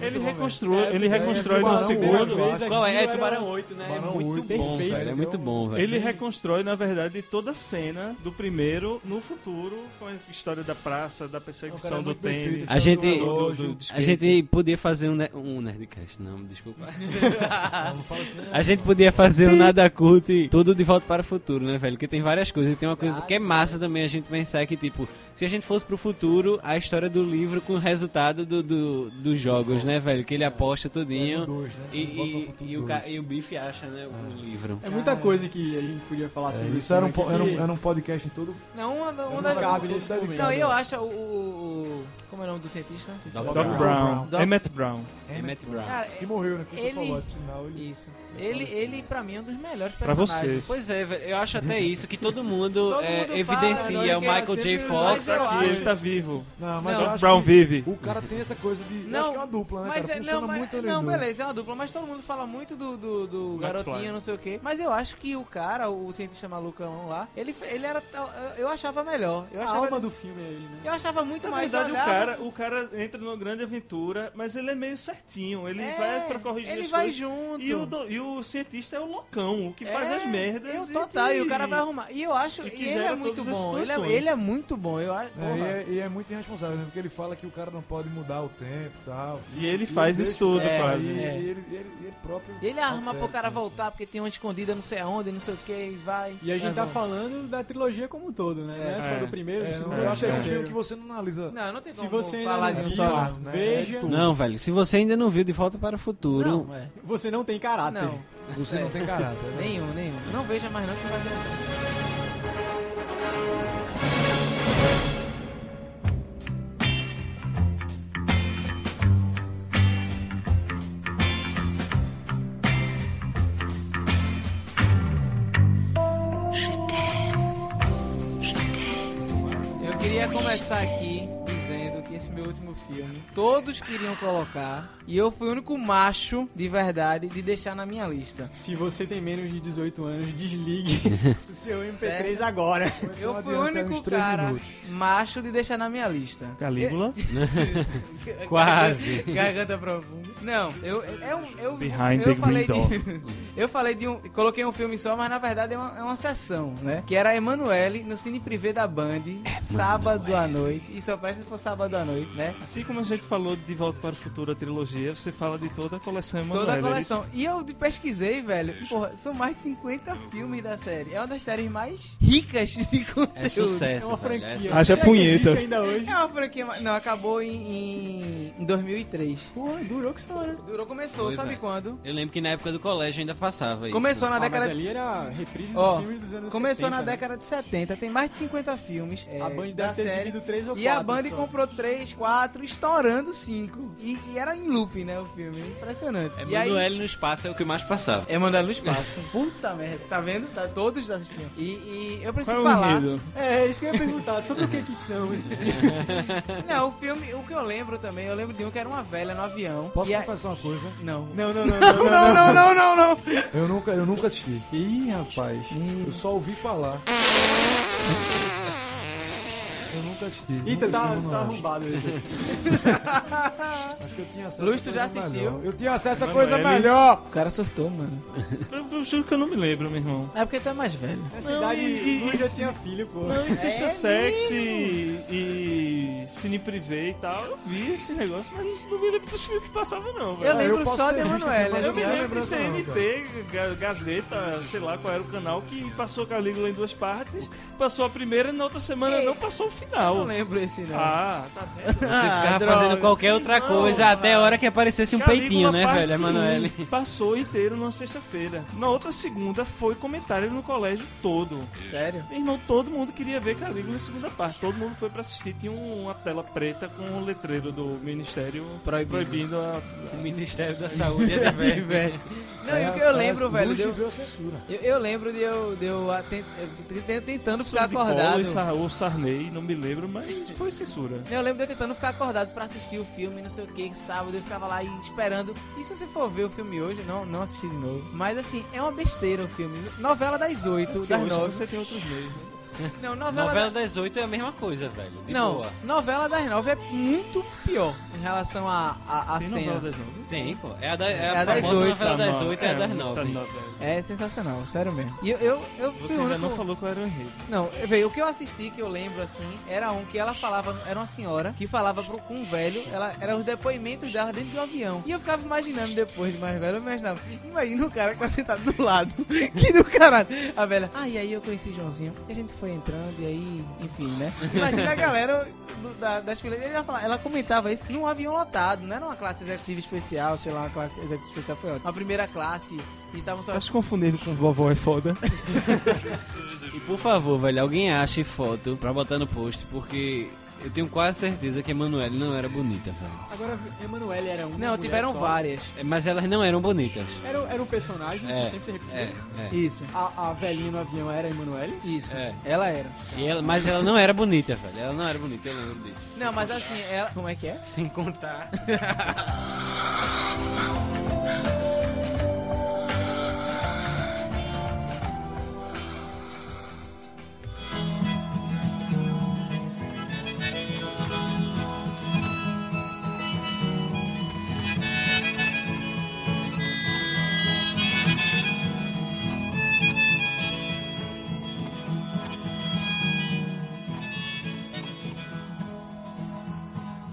Speaker 8: Ele reconstrui,
Speaker 5: É,
Speaker 8: ele
Speaker 5: é,
Speaker 8: reconstrói no
Speaker 5: Tubarão
Speaker 8: segundo.
Speaker 5: oito, eu acho. Qual é? É
Speaker 8: Aquilo era-
Speaker 5: Tubarão oito, né? É
Speaker 8: Tubarão
Speaker 5: muito
Speaker 8: oito,
Speaker 5: bom,
Speaker 8: perfeito.
Speaker 5: velho, é muito bom, velho.
Speaker 8: Ele reconstrói, na verdade, toda a cena do primeiro no futuro, com a história da praça, da perseguição
Speaker 4: Não, o cara é
Speaker 8: do
Speaker 4: muito bem feito,
Speaker 8: tênis.
Speaker 5: A gente,
Speaker 8: do- do- do
Speaker 5: a
Speaker 8: skate.
Speaker 5: gente podia fazer um, ne- um Nerdcast, não, desculpa.
Speaker 4: Não fala isso, né?
Speaker 5: A gente podia fazer um Nada Curto e tudo de volta para o futuro, né, velho? Porque tem várias coisas. E tem uma coisa que é massa também a gente pensar que, tipo, se a gente fosse pro futuro, a história do livro com o resultado do, do- dos jogos, né, velho? Que ele aposta tudinho.
Speaker 4: né? É,
Speaker 5: E, e- e o, ca- e o Biff acha, né, o livro.
Speaker 6: É muita coisa que a gente podia falar
Speaker 4: É,
Speaker 6: sobre
Speaker 4: isso era um, po-
Speaker 6: filme
Speaker 4: era,
Speaker 6: aqui.
Speaker 4: um, era um podcast em todo...
Speaker 7: Não, tá uma, uma
Speaker 4: não
Speaker 7: das-
Speaker 4: cabe nesse momento.
Speaker 7: Não, eu acho o, o- o- Como é o nome do cientista?
Speaker 4: um
Speaker 8: Doc Brown. Emmett Brown.
Speaker 4: É,
Speaker 5: Emmett É Brown.
Speaker 7: Cara,
Speaker 4: Que morreu, né? Como você
Speaker 7: ele-
Speaker 4: falou, no final ele...
Speaker 7: Isso. Ele, ele, pra mim, é um dos melhores
Speaker 8: Pra
Speaker 7: personagens.
Speaker 8: você.
Speaker 5: Pois é, velho. Eu acho até isso, que todo mundo,
Speaker 7: Todo
Speaker 5: é,
Speaker 7: mundo fala,
Speaker 5: evidencia
Speaker 7: né,
Speaker 5: o
Speaker 7: que era
Speaker 5: Michael J.
Speaker 7: sempre-
Speaker 5: Fox.
Speaker 7: mas eu
Speaker 8: E ele
Speaker 7: acho-
Speaker 8: tá vivo.
Speaker 4: Não, mas
Speaker 8: Doc
Speaker 4: eu acho
Speaker 8: Brown
Speaker 4: que
Speaker 8: vive.
Speaker 4: O cara tem essa coisa de...
Speaker 7: Não,
Speaker 4: acho que é uma dupla, né,
Speaker 7: Mas
Speaker 4: cara?
Speaker 7: é,
Speaker 4: Funciona
Speaker 7: não, mas,
Speaker 4: muito eles
Speaker 7: não
Speaker 4: dois.
Speaker 7: beleza, é uma dupla, mas todo mundo fala muito do, do, do
Speaker 8: McFly.
Speaker 7: garotinho, não sei o quê. Mas eu acho que o cara, o cientista malucão lá, ele, fe- ele era. tal- eu- Eu achava melhor. Eu
Speaker 6: A
Speaker 7: achava,
Speaker 6: alma do filme é ele, né?
Speaker 7: eu achava muito
Speaker 8: Na
Speaker 7: mais.
Speaker 8: verdade,
Speaker 7: eu
Speaker 8: o
Speaker 7: olhava-
Speaker 8: cara, o cara entra numa grande aventura, mas ele é meio certinho. Ele
Speaker 7: É,
Speaker 8: vai pra corrigir
Speaker 7: ele
Speaker 8: as
Speaker 7: vai
Speaker 8: coisas.
Speaker 7: junto.
Speaker 8: E o, do- e o cientista é o loucão, o que faz
Speaker 7: É,
Speaker 8: as merdas.
Speaker 7: Eu
Speaker 8: e
Speaker 7: total,
Speaker 8: que-
Speaker 7: e o cara vai arrumar. E eu acho.
Speaker 8: e
Speaker 7: E,
Speaker 8: que
Speaker 7: ele é
Speaker 8: gera
Speaker 7: muito
Speaker 8: todas as
Speaker 7: bom. Ele é,
Speaker 8: situações.
Speaker 7: ele é muito bom. Eu acho.
Speaker 4: É, e,
Speaker 7: porra.
Speaker 4: é, e é muito irresponsável, né? Porque ele fala que o cara não pode mudar o tempo e tal.
Speaker 8: E ele faz
Speaker 4: deixa-
Speaker 8: isso tudo,
Speaker 4: é,
Speaker 8: faz.
Speaker 4: E,
Speaker 7: É.
Speaker 4: e ele, e ele- e ele próprio.
Speaker 7: E ele arma pro
Speaker 4: altera. né?
Speaker 7: cara voltar, porque tem uma escondida não sei aonde, não sei o que, e vai.
Speaker 6: E a gente
Speaker 7: Mas
Speaker 6: tá
Speaker 7: bom.
Speaker 6: falando da trilogia como um todo, né?
Speaker 7: É.
Speaker 6: Não é só
Speaker 8: É.
Speaker 6: do primeiro,
Speaker 4: É,
Speaker 6: do
Speaker 4: não,
Speaker 6: segundo,
Speaker 4: eu
Speaker 6: do
Speaker 4: acho que é um filme
Speaker 6: terceiro.
Speaker 4: que você não analisa.
Speaker 7: Não, não tem
Speaker 6: Se
Speaker 7: como
Speaker 6: você ainda
Speaker 7: falar
Speaker 6: não
Speaker 7: de um
Speaker 6: viu,
Speaker 7: só lá.
Speaker 4: né?
Speaker 6: veja.
Speaker 5: Não, velho. Se você ainda não viu De Volta para o Futuro,
Speaker 7: Não, é.
Speaker 6: Você não tem caráter.
Speaker 7: Não. é.
Speaker 4: Você não tem caráter. né?
Speaker 7: Nenhum, nenhum. Não veja mais não que não vai ter. Eu queria começar aqui dizendo que esse meu último filme todos queriam colocar e eu fui o único macho de verdade de deixar na minha lista.
Speaker 6: Se você tem menos de 18 anos, desligue o seu MP3
Speaker 7: Certo.
Speaker 6: agora.
Speaker 7: Eu fui o
Speaker 4: adianta uns
Speaker 7: único
Speaker 4: três
Speaker 7: cara
Speaker 4: minutos.
Speaker 7: macho de deixar na minha lista.
Speaker 8: Calígula.
Speaker 5: Quase.
Speaker 7: Garganta profunda. Não, eu, é um, eu,
Speaker 8: Behind
Speaker 7: eu
Speaker 8: the
Speaker 7: falei
Speaker 8: Green
Speaker 7: de, eu falei de um, coloquei um filme só, mas na verdade é uma, é uma sessão, né? Que era Emanuele no cine privê da Band, sábado à noite. E só parece se for sábado à noite, né?
Speaker 8: Assim como a gente falou de Volta para o Futuro, a trilogia, você fala de toda a coleção Emanuele. né?
Speaker 7: Toda a coleção. E eu pesquisei, velho. Porra, são mais de 50 filmes da série. É uma das séries mais ricas de conteúdo.
Speaker 5: é sucesso.
Speaker 6: É uma
Speaker 5: velho,
Speaker 6: franquia.
Speaker 5: é sucesso.
Speaker 8: Haja
Speaker 6: Será que
Speaker 8: punheta.
Speaker 6: existe ainda hoje.
Speaker 7: É uma franquia. ma- Não, acabou em, em, em 2003.
Speaker 6: Pô, durou que
Speaker 7: história. Durou, começou,
Speaker 5: Pois
Speaker 7: sabe
Speaker 5: é.
Speaker 7: quando?
Speaker 5: Eu lembro que na época do colégio ainda passava isso.
Speaker 7: Começou
Speaker 6: Ah,
Speaker 7: na década. Ó, Começou na
Speaker 5: né?
Speaker 7: década de 70, tem mais de 50 filmes. é,
Speaker 6: A Band deve
Speaker 7: da
Speaker 6: ter
Speaker 7: série.
Speaker 6: exibido três ou
Speaker 7: E a
Speaker 6: quatro
Speaker 7: Band
Speaker 6: só.
Speaker 7: comprou 3, 4, estourando 5. E, e era em loop, né? O filme. Impressionante.
Speaker 5: É
Speaker 7: e aí,
Speaker 5: Manoel no espaço é o que mais passava.
Speaker 7: É Manoel no espaço. Puta merda, tá vendo? Tá, todos assistindo. E, e eu preciso
Speaker 6: Qual é o
Speaker 7: falar.
Speaker 6: enredo? É, isso que eu ia perguntar. Sobre o que que são esses filmes?
Speaker 7: Não, o filme, o que eu lembro também, eu lembro de um que era uma velha no avião.
Speaker 4: Posso
Speaker 7: e é- a-
Speaker 4: confessar uma coisa?
Speaker 7: Não.
Speaker 4: Não, não,
Speaker 7: não, não, não, não, não, não.
Speaker 4: Eu nunca, eu nunca assisti. Ih, rapaz. Eu só ouvi falar. Eu nunca assisti.
Speaker 6: Eita,
Speaker 4: Nunca
Speaker 6: tá-
Speaker 4: assisti, não
Speaker 6: tá
Speaker 4: acho.
Speaker 6: arrombado esse aqui.
Speaker 4: Acho que eu tinha acesso a
Speaker 7: Luz, tu
Speaker 4: coisa
Speaker 7: já assistiu?
Speaker 4: melhor. Eu tinha acesso a
Speaker 7: Manoel.
Speaker 4: coisa melhor.
Speaker 7: O cara surtou, mano.
Speaker 8: Eu, eu juro que eu não me lembro, meu irmão.
Speaker 7: É porque tu é mais velho.
Speaker 6: Nessa idade,
Speaker 8: e-
Speaker 6: Luiz já tinha filho, pô.
Speaker 8: Não, e Sexta
Speaker 6: É
Speaker 8: Sexy
Speaker 6: mesmo?
Speaker 8: e, e Cine Privé e tal, eu vi esse negócio, mas não me lembro dos filmes que passavam, não. velho.
Speaker 7: Eu lembro Ah, eu só posso de ter visto Emanuele, esse
Speaker 8: Eu me
Speaker 7: filme,
Speaker 8: lembro
Speaker 7: eu
Speaker 8: de
Speaker 7: não lembro
Speaker 8: CNT, Ga- Gazeta, sei lá qual era o canal, que passou Calígula em duas partes, passou a primeira e na outra semana não passou o final.
Speaker 7: eu não lembro esse, não.
Speaker 8: Ah, tá vendo? Você
Speaker 5: ficava fazendo qualquer outra coisa até a hora que aparecesse um peitinho, né, velho, Emanuele?
Speaker 8: Passou inteiro numa sexta-feira. Na outra segunda foi comentário no colégio todo.
Speaker 7: Sério?
Speaker 8: Meu irmão, todo mundo queria ver Calígula na segunda parte. Todo mundo foi pra assistir. Tinha um- uma tela preta com o letreiro do Ministério proibindo, a,
Speaker 5: o Ministério da Saúde é de velho.
Speaker 7: Não, e o que
Speaker 8: É,
Speaker 7: eu lembro,
Speaker 8: parece
Speaker 7: velho. deu-
Speaker 8: luxo e veio a censura.
Speaker 7: Eu, eu lembro de eu, de eu atent- eu te- tentando ficar
Speaker 8: de Collor
Speaker 7: acordado.
Speaker 8: e Sar- Ou Sarney, não me lembro, mas foi censura.
Speaker 7: Eu lembro de eu tentando ficar acordado pra assistir o filme, não sei o que, sábado eu ficava lá e esperando. E se você for ver o filme hoje, não, não assisti de novo. Mas assim, é uma besteira o filme. Novela das oito,
Speaker 8: Porque
Speaker 7: das
Speaker 8: hoje
Speaker 7: nove.
Speaker 8: você tem outros meios, né?
Speaker 7: Não, novela,
Speaker 5: Novela
Speaker 7: da-
Speaker 5: das oito é a mesma coisa, velho. De
Speaker 7: Não,
Speaker 5: boa.
Speaker 7: novela das nove é muito pior em relação a, a, a
Speaker 5: Tem
Speaker 7: cena.
Speaker 5: novela das nove? Tem, pô. É a da- é a
Speaker 7: das
Speaker 5: famosa
Speaker 7: oito.
Speaker 5: novela das Tá, oito, é a é, das nove. tá, nove,
Speaker 7: É sensacional, sério mesmo. E eu, eu, eu
Speaker 8: Você
Speaker 7: fui o
Speaker 8: ainda
Speaker 7: único-
Speaker 8: não falou qual era o enredo.
Speaker 7: Não, veio, o que eu assisti, que eu lembro assim, era um que ela falava, era uma senhora que falava pro, com um velho, ela eram os depoimentos dela dentro do avião. E eu ficava imaginando depois de mais velho, eu imaginava, imagina o cara que tá sentado do lado, que do caralho. A velha, ah, e aí eu conheci Joãozinho, e a gente foi entrando, e aí, enfim, né? Imagina a galera do- da- das filas, ela, fala- ela comentava isso num avião lotado, não era uma classe executiva especial, sei lá, uma classe executiva especial foi ótima. Uma primeira classe, e estavam só...
Speaker 8: Tá se confundindo com vovó é foda.
Speaker 5: E por favor, velho, alguém ache foto pra botar no post, porque eu tenho quase certeza que a Emanuele não era bonita, velho.
Speaker 6: Agora, Emanuele era um.
Speaker 7: Não, tiveram várias.
Speaker 5: É, Mas elas não eram bonitas.
Speaker 6: Era, era um personagem
Speaker 5: É,
Speaker 6: que sempre se repetia.
Speaker 5: é, é.
Speaker 7: Isso.
Speaker 6: A, a velhinha no avião era a Emanuele?
Speaker 7: Isso.
Speaker 5: É.
Speaker 7: Ela era.
Speaker 5: E ela- mas ela não era bonita, velho. Ela não era bonita, eu lembro disso.
Speaker 7: Não, mas assim, ela... Como é que é?
Speaker 5: Sem contar.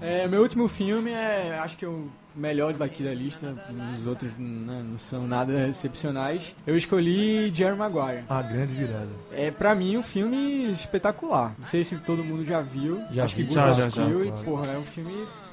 Speaker 6: É, meu último filme é, acho que o melhor daqui da lista. Os outros né, não são nada excepcionais. Eu escolhi Jerry Maguire.
Speaker 4: A grande virada.
Speaker 6: É, pra mim, um filme espetacular. Não sei se todo mundo já viu.
Speaker 4: Já
Speaker 6: acho
Speaker 4: vi,
Speaker 6: que
Speaker 4: já,
Speaker 6: Guto
Speaker 4: já,
Speaker 6: assistiu
Speaker 4: já,
Speaker 6: e,
Speaker 4: claro.
Speaker 6: porra, é um filme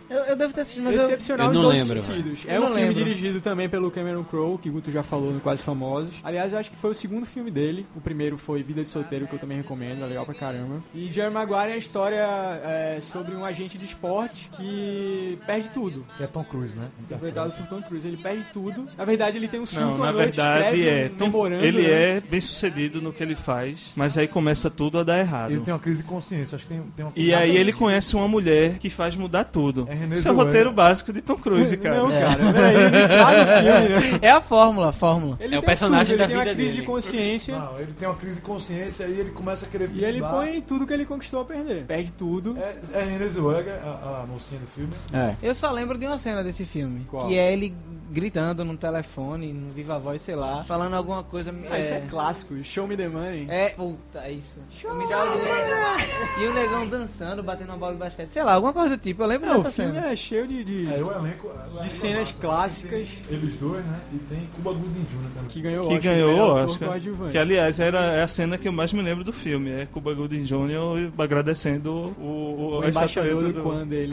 Speaker 7: Eu, eu devo ter assistido, mas eu-
Speaker 6: excepcional
Speaker 5: eu não
Speaker 6: em todos
Speaker 5: lembro,
Speaker 6: os sentidos.
Speaker 7: velho.
Speaker 6: É
Speaker 7: Eu
Speaker 6: um
Speaker 7: não
Speaker 6: filme
Speaker 7: lembro.
Speaker 6: dirigido também pelo Cameron Crowe, que o Guto já falou no Quase Famosos. Aliás, eu acho que foi o segundo filme dele. O primeiro foi Vida de Solteiro, que eu também recomendo, é legal pra caramba. E Jerry Maguire é a história é, sobre um agente de esporte que perde tudo.
Speaker 4: Que é Tom Cruise, né?
Speaker 6: Interpretado por Tom Cruise, ele perde tudo. Na verdade, ele tem um surto
Speaker 8: Não,
Speaker 6: à
Speaker 8: na
Speaker 6: noite,
Speaker 8: verdade
Speaker 6: escreve
Speaker 8: é.
Speaker 6: um
Speaker 8: Tom-
Speaker 6: memorando,
Speaker 8: ele
Speaker 6: né?
Speaker 8: é bem sucedido no que ele faz, mas aí começa tudo a dar errado.
Speaker 4: Ele tem uma crise de consciência. Acho que tem, tem uma
Speaker 6: um-
Speaker 8: E aí ele conhece uma mulher que faz mudar tudo.
Speaker 4: René
Speaker 8: Esse é o
Speaker 4: Zellweger.
Speaker 8: roteiro básico de Tom Cruise, cara.
Speaker 6: Não, cara, peraí, ele estraga o filme, né?
Speaker 7: É a fórmula, a fórmula.
Speaker 6: Ele tem surto, ele tem uma crise de consciência.
Speaker 4: Não, ele tem uma crise de consciência e ele começa a querer
Speaker 6: E ele
Speaker 4: mudar.
Speaker 6: põe tudo que ele conquistou a perder. Perde tudo.
Speaker 4: É René Zellweger, a, a mocinha do filme.
Speaker 6: É.
Speaker 7: Eu só lembro de uma cena desse filme.
Speaker 4: Qual?
Speaker 7: Que é ele gritando no telefone, no Viva Voz, sei lá, falando alguma coisa.
Speaker 6: Ah, isso é clássico. Show me the money.
Speaker 7: É, puta, isso. um Me dá o dinheiro. E o negão dançando, batendo uma bola de basquete, sei lá, alguma coisa do tipo. Eu lembro
Speaker 6: Não, o
Speaker 7: dessa
Speaker 6: filme filme é cheio de, de,
Speaker 4: É, o elenco- o elenco
Speaker 6: de cenas clássicas.
Speaker 4: Eles dois, né? E tem Cuba Gooding Jr. também. É,
Speaker 6: Que ganhou
Speaker 8: Que ganhou o Oscar. Que, aliás, era é a cena que eu mais me lembro do filme. É Cuba Gooding Jr. agradecendo o, o, a estatueta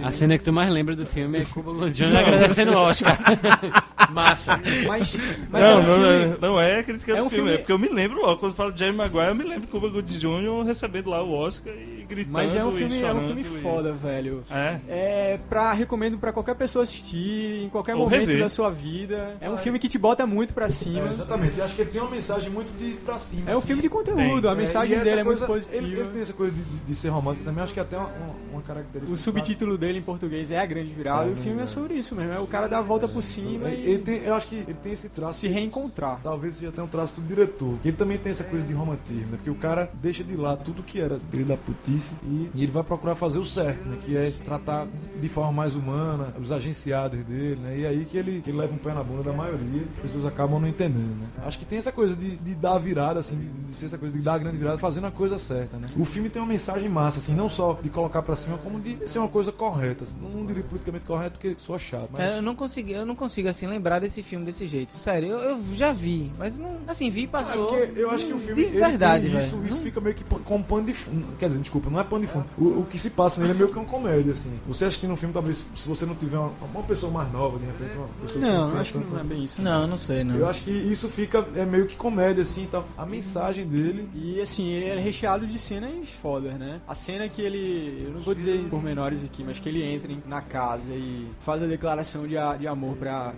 Speaker 5: A cena que tu mais lembra do filme é Cuba Gooding Jr. agradecendo o Oscar. Massa.
Speaker 6: Mas, um
Speaker 8: não, não, é- não é crítica
Speaker 5: É
Speaker 8: do
Speaker 5: um
Speaker 8: filme,
Speaker 5: filme-
Speaker 8: é porque eu me lembro, ó, quando falo de Jerry Maguire, eu me lembro de Cuba Gooding Jr. recebendo lá o Oscar e gritando.
Speaker 6: Mas é um
Speaker 8: e
Speaker 6: filme, é um
Speaker 8: chorando
Speaker 6: filme
Speaker 8: e-
Speaker 6: foda, velho.
Speaker 8: É?
Speaker 6: pra, recomendo pra qualquer pessoa assistir, em qualquer
Speaker 8: Ou
Speaker 6: momento
Speaker 8: rever.
Speaker 6: da sua vida. É um filme que te bota muito pra cima.
Speaker 4: É, exatamente. Eu acho que ele tem uma mensagem muito de pra cima. assim.
Speaker 6: É um filme de conteúdo, a mensagem
Speaker 4: e essa
Speaker 6: dele é muito
Speaker 4: coisa-
Speaker 6: positiva.
Speaker 4: Ele, ele tem essa coisa de, de- de ser romântico também, acho que é até uma, uma- uma característica.
Speaker 6: O subtítulo dele em português é A Grande Virada, e o filme é sobre isso mesmo. É o cara dar a volta por cima e.
Speaker 4: Ele tem- eu acho que ele tem esse traço.
Speaker 6: Se reencontrar.
Speaker 4: Talvez seja até um traço do diretor. Que ele também tem essa coisa de romantismo, né? Porque o cara deixa de lado tudo que era dele da putice e, e ele vai procurar fazer o certo, né? Que é tratar de forma mais humana os agenciados dele, né? E aí que ele, que ele leva um pé na bunda da maioria, as pessoas acabam não entendendo, né? Acho que tem essa coisa de, de dar a virada, assim, de, de ser essa coisa de dar a grande virada fazendo a coisa certa, né? O filme tem uma mensagem massa, assim, não só de colocar pra cima, como de ser uma coisa correta. assim. Não, não diria politicamente correto porque sou chato, mas.
Speaker 7: Cara, eu não consegui, eu não consigo assim lembrar desse filme desse jeito. Sério, eu, eu já vi, mas não, assim, vi e passou.
Speaker 4: É porque eu acho que o filme.
Speaker 7: de
Speaker 4: ele
Speaker 7: verdade,
Speaker 4: tem
Speaker 7: velho.
Speaker 4: Isso, isso fica meio que pan- como pano de fundo. Quer dizer, desculpa, não é pano de fundo. O, o que se passa nele é meio que uma comédia, assim. Você assistindo um filme, talvez, se você não tiver uma, uma pessoa mais nova, de repente, uma pessoa que
Speaker 6: Não,
Speaker 4: tem
Speaker 6: acho que
Speaker 4: tanto-
Speaker 6: não é bem isso.
Speaker 7: Não, não sei, não.
Speaker 4: Eu acho que isso fica é meio que comédia, assim, então. A mensagem dele.
Speaker 6: E assim, ele é recheado de cenas fodas, né? A cena que ele. Eu não vou dizer em pormenores aqui, mas que ele entra em- na casa e faz a declaração de, a- de amor pra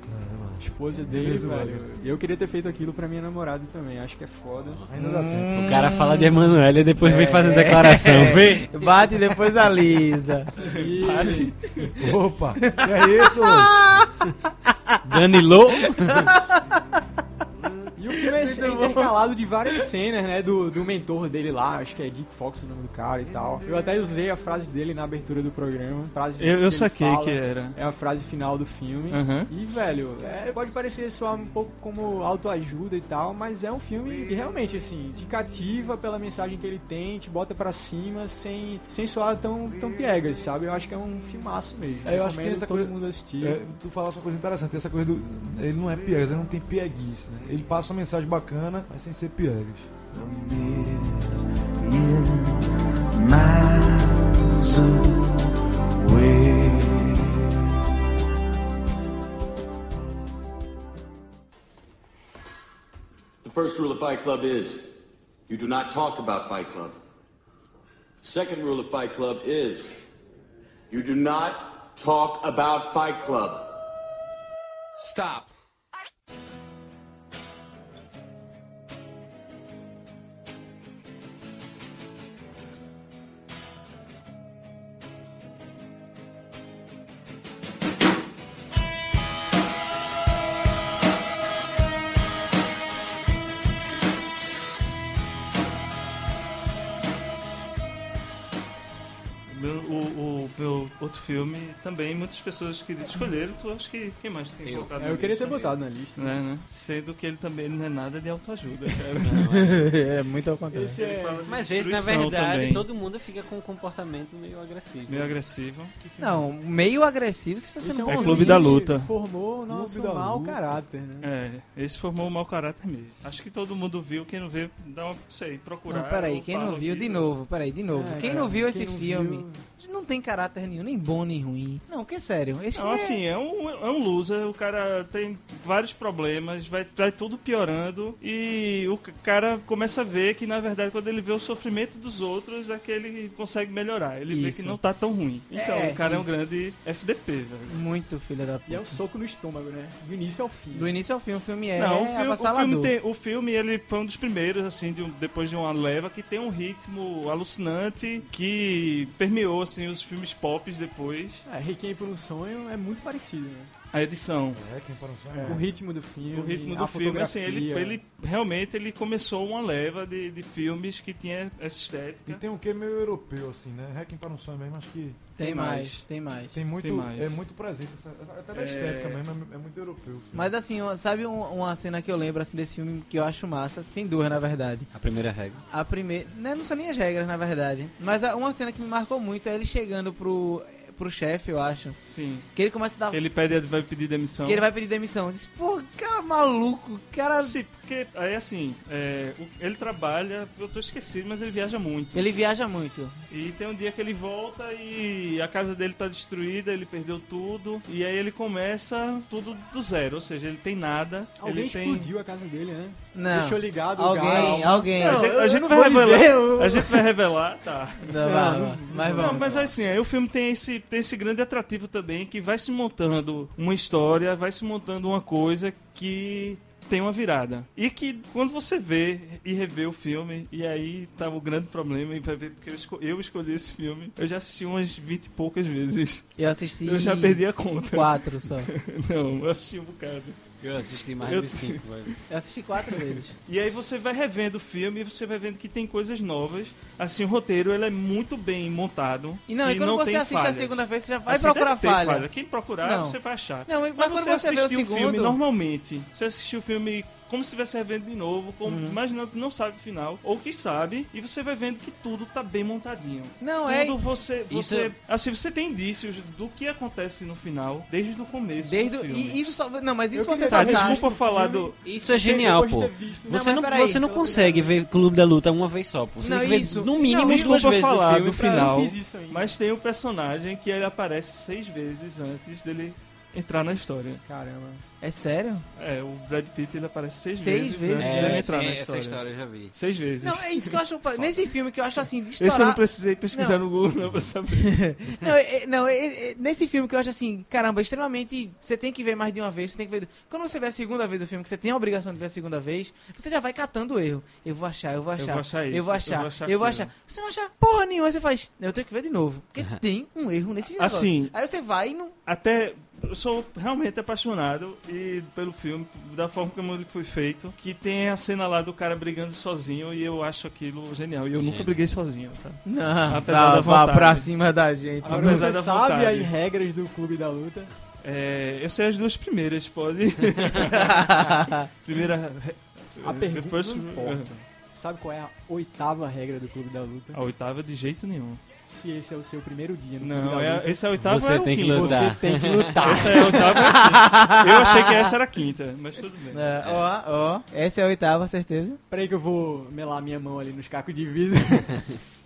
Speaker 6: esposa dele,
Speaker 4: Beleza,
Speaker 6: velho.
Speaker 4: Wallace.
Speaker 6: Eu queria ter feito aquilo pra minha namorada também, acho que é foda.
Speaker 4: Ainda dá tempo.
Speaker 5: O cara fala de Emanuele e depois vem fazendo
Speaker 6: É.
Speaker 5: declaração. Vê?
Speaker 7: Bate e depois alisa.
Speaker 6: E-
Speaker 4: Opa! Que é isso?
Speaker 5: Danilo.
Speaker 6: E o filme é é intercalado de várias cenas, né? Do, do mentor dele lá, acho que é Dick Fox o nome do cara e tal. Eu até usei a frase dele na abertura do programa. Frase
Speaker 8: Eu- eu
Speaker 6: que ele
Speaker 8: saquei
Speaker 6: fala,
Speaker 8: que era.
Speaker 6: É a frase final do filme.
Speaker 8: Aham.
Speaker 6: E, velho, é, pode parecer só um pouco como autoajuda e tal, mas é um filme que realmente, assim, te cativa pela mensagem que ele tem, te bota pra cima sem, sem soar tão, tão piegas, sabe? Eu acho que é um filmaço mesmo.
Speaker 4: É, eu acho que tem
Speaker 6: Recomendo
Speaker 4: essa
Speaker 6: todo
Speaker 4: coisa.
Speaker 6: mundo assistir.
Speaker 4: É, tu falaste uma coisa interessante, tem essa coisa do. Ele não é piegas, ele não tem pieguice, né? Ele passa uma mensagem bacana, mas sem ser piegas.
Speaker 9: Miles away.
Speaker 14: The first rule of Fight Club is you do not talk about Fight Club. Second rule of Fight Club is you do not talk about Fight Club. Stop.
Speaker 8: Meu, o, o meu outro filme também, muitas pessoas queriam escolher, tu acho que quem mais tem colocado
Speaker 6: É,
Speaker 8: na
Speaker 6: eu queria
Speaker 8: lista?
Speaker 6: ter botado na lista, né?
Speaker 8: Né, né? Sendo que ele também não é nada de autoajuda, cara.
Speaker 7: é muito ao contrário.
Speaker 6: Esse
Speaker 8: Ele
Speaker 6: é-
Speaker 8: fala de
Speaker 5: Mas esse, na
Speaker 8: destruição
Speaker 5: verdade,
Speaker 8: também.
Speaker 5: todo mundo fica com um comportamento meio agressivo.
Speaker 8: Meio agressivo.
Speaker 7: Não, meio agressivo, você está
Speaker 8: Esse
Speaker 7: sendo
Speaker 8: é
Speaker 7: bonzinho.
Speaker 8: o Clube da Luta.
Speaker 6: Formou o nosso
Speaker 7: Clube da
Speaker 6: mau
Speaker 7: Luta.
Speaker 6: caráter, né?
Speaker 8: É, esse formou o mau caráter mesmo. Acho que todo mundo viu, quem não viu, dá uma, sei, procurar.
Speaker 7: Não, peraí,
Speaker 8: eu
Speaker 7: quem não
Speaker 8: falo
Speaker 7: viu,
Speaker 8: aqui.
Speaker 7: de novo, peraí, de novo.
Speaker 8: É,
Speaker 7: quem
Speaker 8: cara,
Speaker 7: não viu
Speaker 8: quem
Speaker 7: esse
Speaker 8: não
Speaker 7: filme não tem caráter nenhum, nem bom nem ruim. Não, que é sério. Esse
Speaker 8: Não,
Speaker 7: filme é-
Speaker 8: assim, é um, é um loser, o cara tem vários problemas, vai, vai tudo piorando e o c- cara começa a ver que, na verdade, quando ele vê o sofrimento dos outros, é que ele consegue melhorar. Ele vê
Speaker 7: Isso.
Speaker 8: que não tá tão ruim. Então,
Speaker 7: É,
Speaker 8: o cara é um
Speaker 7: isso.
Speaker 8: grande FDP, velho.
Speaker 7: Muito filha da puta.
Speaker 6: E é um soco no estômago, né? Do início ao fim.
Speaker 7: Do início ao fim, o filme é
Speaker 8: Não, o filme, o
Speaker 7: avassalador.
Speaker 8: filme tem- o filme, ele foi um dos primeiros, assim, de um- depois de uma leva, que tem um ritmo alucinante que permeou, assim, os filmes pop depois.
Speaker 6: É, Requiem por um Sonho é muito parecido, né?
Speaker 8: A edição.
Speaker 4: É, quem para um sonho.
Speaker 6: O ritmo do filme,
Speaker 8: O ritmo do
Speaker 6: a
Speaker 8: filme, assim, ele,
Speaker 6: fotografia.
Speaker 8: ele- realmente ele começou uma leva de, de filmes que tinha essa estética.
Speaker 4: E
Speaker 6: Então,
Speaker 4: tem um quê meio europeu, assim, né? Hacking para um sonho mesmo, acho que.
Speaker 7: Tem mais, tem mais.
Speaker 4: Tem muito,
Speaker 7: Tem mais.
Speaker 4: É muito presente, essa- essa- até da
Speaker 7: É.
Speaker 4: estética mesmo, é, é muito europeu. o filme.
Speaker 7: Mas assim, ó, sabe um- uma cena que eu lembro assim desse filme que eu acho massa? Tem duas, na verdade.
Speaker 5: A primeira regra.
Speaker 7: A primeira. Né, não são nem as regras, na verdade. Mas a- uma cena que me marcou muito é ele chegando pro. pro chefe, eu acho.
Speaker 8: Sim.
Speaker 7: Que ele começa a dar.
Speaker 8: Ele pede, vai pedir demissão.
Speaker 7: Que ele vai pedir demissão. Diz, pô, cara maluco, cara.
Speaker 8: Sim, porque aí assim, é, o- ele trabalha, eu tô esquecido, mas ele viaja muito.
Speaker 7: Ele viaja muito.
Speaker 8: E tem um dia que ele volta e a casa dele tá destruída, ele perdeu tudo, e aí ele começa tudo do zero, ou seja, ele tem nada.
Speaker 6: Alguém
Speaker 8: ele tem...
Speaker 6: explodiu a casa dele, né?
Speaker 7: Não.
Speaker 6: Deixou ligado
Speaker 7: Alguém,
Speaker 6: o gás.
Speaker 7: alguém.
Speaker 8: A gente, a gente vai revelar. A gente vai revelar, tá.
Speaker 7: Não, vai, vai. Mas
Speaker 8: Não,
Speaker 7: vamos.
Speaker 8: mas assim, aí o filme tem esse, tem esse grande atrativo também, que vai se montando uma história, vai se montando uma coisa que tem uma virada. E que quando você vê e revê o filme, e aí tá o grande problema, e vai ver porque eu, esco- eu escolhi esse filme, eu já assisti umas 20 e poucas vezes.
Speaker 7: Eu assisti
Speaker 8: Eu já perdi a conta.
Speaker 7: quatro só.
Speaker 8: Não, eu assisti um bocado.
Speaker 5: Eu assisti mais
Speaker 8: Eu-
Speaker 5: de cinco, vai.
Speaker 7: Eu assisti quatro vezes.
Speaker 8: E aí você vai revendo o filme e você vai vendo que tem coisas novas. Assim, o roteiro ele é muito bem montado.
Speaker 7: E não, e quando você
Speaker 8: tem
Speaker 7: assiste a
Speaker 8: falhas.
Speaker 7: segunda vez, você já vai
Speaker 8: Assim,
Speaker 7: procurar
Speaker 8: deve ter
Speaker 7: falha.
Speaker 8: Quem procurar,
Speaker 7: Não.
Speaker 8: você vai achar.
Speaker 7: Não, mas quando você vê o
Speaker 8: assistiu filme
Speaker 7: segundo-
Speaker 8: normalmente. Você assistiu o filme como se estivesse revendo de novo, como,
Speaker 7: Uhum.
Speaker 8: imaginando que não sabe o final, ou que sabe, e você vai vendo que tudo tá bem montadinho.
Speaker 7: Não,
Speaker 8: tudo
Speaker 7: é-
Speaker 8: Você,
Speaker 7: Isso-
Speaker 8: você, Assim, você tem indícios do que acontece no final, desde o começo.
Speaker 7: Desde
Speaker 8: do
Speaker 7: o-
Speaker 8: filme.
Speaker 7: e isso só- não, mas isso Eu você queria
Speaker 8: tá,
Speaker 7: só sabe.
Speaker 8: Desculpa falar do.
Speaker 5: Isso é genial,
Speaker 8: Depois de
Speaker 5: pô.
Speaker 8: ter visto.
Speaker 5: Você
Speaker 7: Não,
Speaker 5: não,
Speaker 7: mas peraí.
Speaker 5: você não consegue ver Clube da Luta uma vez só, pô. Você
Speaker 7: Não,
Speaker 5: tem que ver
Speaker 7: isso.
Speaker 5: no mínimo
Speaker 8: Não,
Speaker 5: as
Speaker 8: eu
Speaker 5: duas
Speaker 8: vou
Speaker 5: vezes
Speaker 8: falar
Speaker 5: o filme
Speaker 8: do
Speaker 5: pra-
Speaker 8: final, mas tem um personagem que ele aparece seis vezes antes dele entrar na história.
Speaker 6: Caramba.
Speaker 7: É sério?
Speaker 8: É, o Brad Pitt ele aparece seis,
Speaker 7: Seis
Speaker 8: vezes,
Speaker 7: vezes?
Speaker 8: antes
Speaker 5: É,
Speaker 8: dele entrar na
Speaker 5: essa
Speaker 8: história.
Speaker 5: história eu já vi.
Speaker 8: Seis vezes.
Speaker 7: Não, é isso que eu acho. Nesse filme que eu acho assim, de
Speaker 8: Esse eu
Speaker 7: estourar...
Speaker 8: não precisei pesquisar
Speaker 7: Não.
Speaker 8: no Google não pra saber.
Speaker 7: Não, é- é- não, é- é- nesse filme que eu acho assim, caramba, extremamente. Você tem que ver mais de uma vez, você tem que ver. Quando você vê a segunda vez do filme, que você tem a obrigação de ver a segunda vez, você já vai catando o erro. Eu vou achar, eu vou achar.
Speaker 8: vou achar
Speaker 7: Eu
Speaker 8: isso,
Speaker 7: vou
Speaker 8: eu
Speaker 7: achar, eu
Speaker 8: vou
Speaker 7: vou achar.
Speaker 8: achar aquilo.
Speaker 7: Você não acha porra nenhuma, você faz. Eu tenho que ver de novo. Porque tem um erro nesse negócio.
Speaker 8: Assim-
Speaker 7: Aí você vai e não.
Speaker 8: Até eu sou realmente apaixonado e pelo filme, da forma como ele foi feito, que tem a cena lá do cara brigando sozinho e eu acho aquilo genial. E eu nunca
Speaker 7: Gênio.
Speaker 8: briguei sozinho, tá?
Speaker 7: Não,
Speaker 8: Apesar
Speaker 7: vá-
Speaker 8: da
Speaker 7: vá
Speaker 8: vontade.
Speaker 7: pra cima da gente.
Speaker 8: Apesar
Speaker 6: Você
Speaker 8: da
Speaker 6: sabe
Speaker 8: vontade.
Speaker 6: as regras do Clube da Luta.
Speaker 8: É, eu sei as duas primeiras, pode. Primeira.
Speaker 6: A pergunta
Speaker 8: First-
Speaker 6: não importa. Você sabe qual é a oitava regra do Clube da Luta?
Speaker 8: A oitava de jeito nenhum.
Speaker 6: Se esse é o seu primeiro dia no Clube
Speaker 8: Não,
Speaker 6: da
Speaker 8: é,
Speaker 6: Luta.
Speaker 8: esse é a oitava
Speaker 5: Você
Speaker 8: é o
Speaker 5: tem que
Speaker 8: quinto.
Speaker 5: lutar.
Speaker 6: Você tem que lutar.
Speaker 8: Essa é a oitava. é a quinta. Eu achei que essa era a quinta, mas tudo bem.
Speaker 7: É, Ó, ó. Essa é a oitava, certeza.
Speaker 6: Peraí que eu vou melar minha mão ali nos cacos de vidro.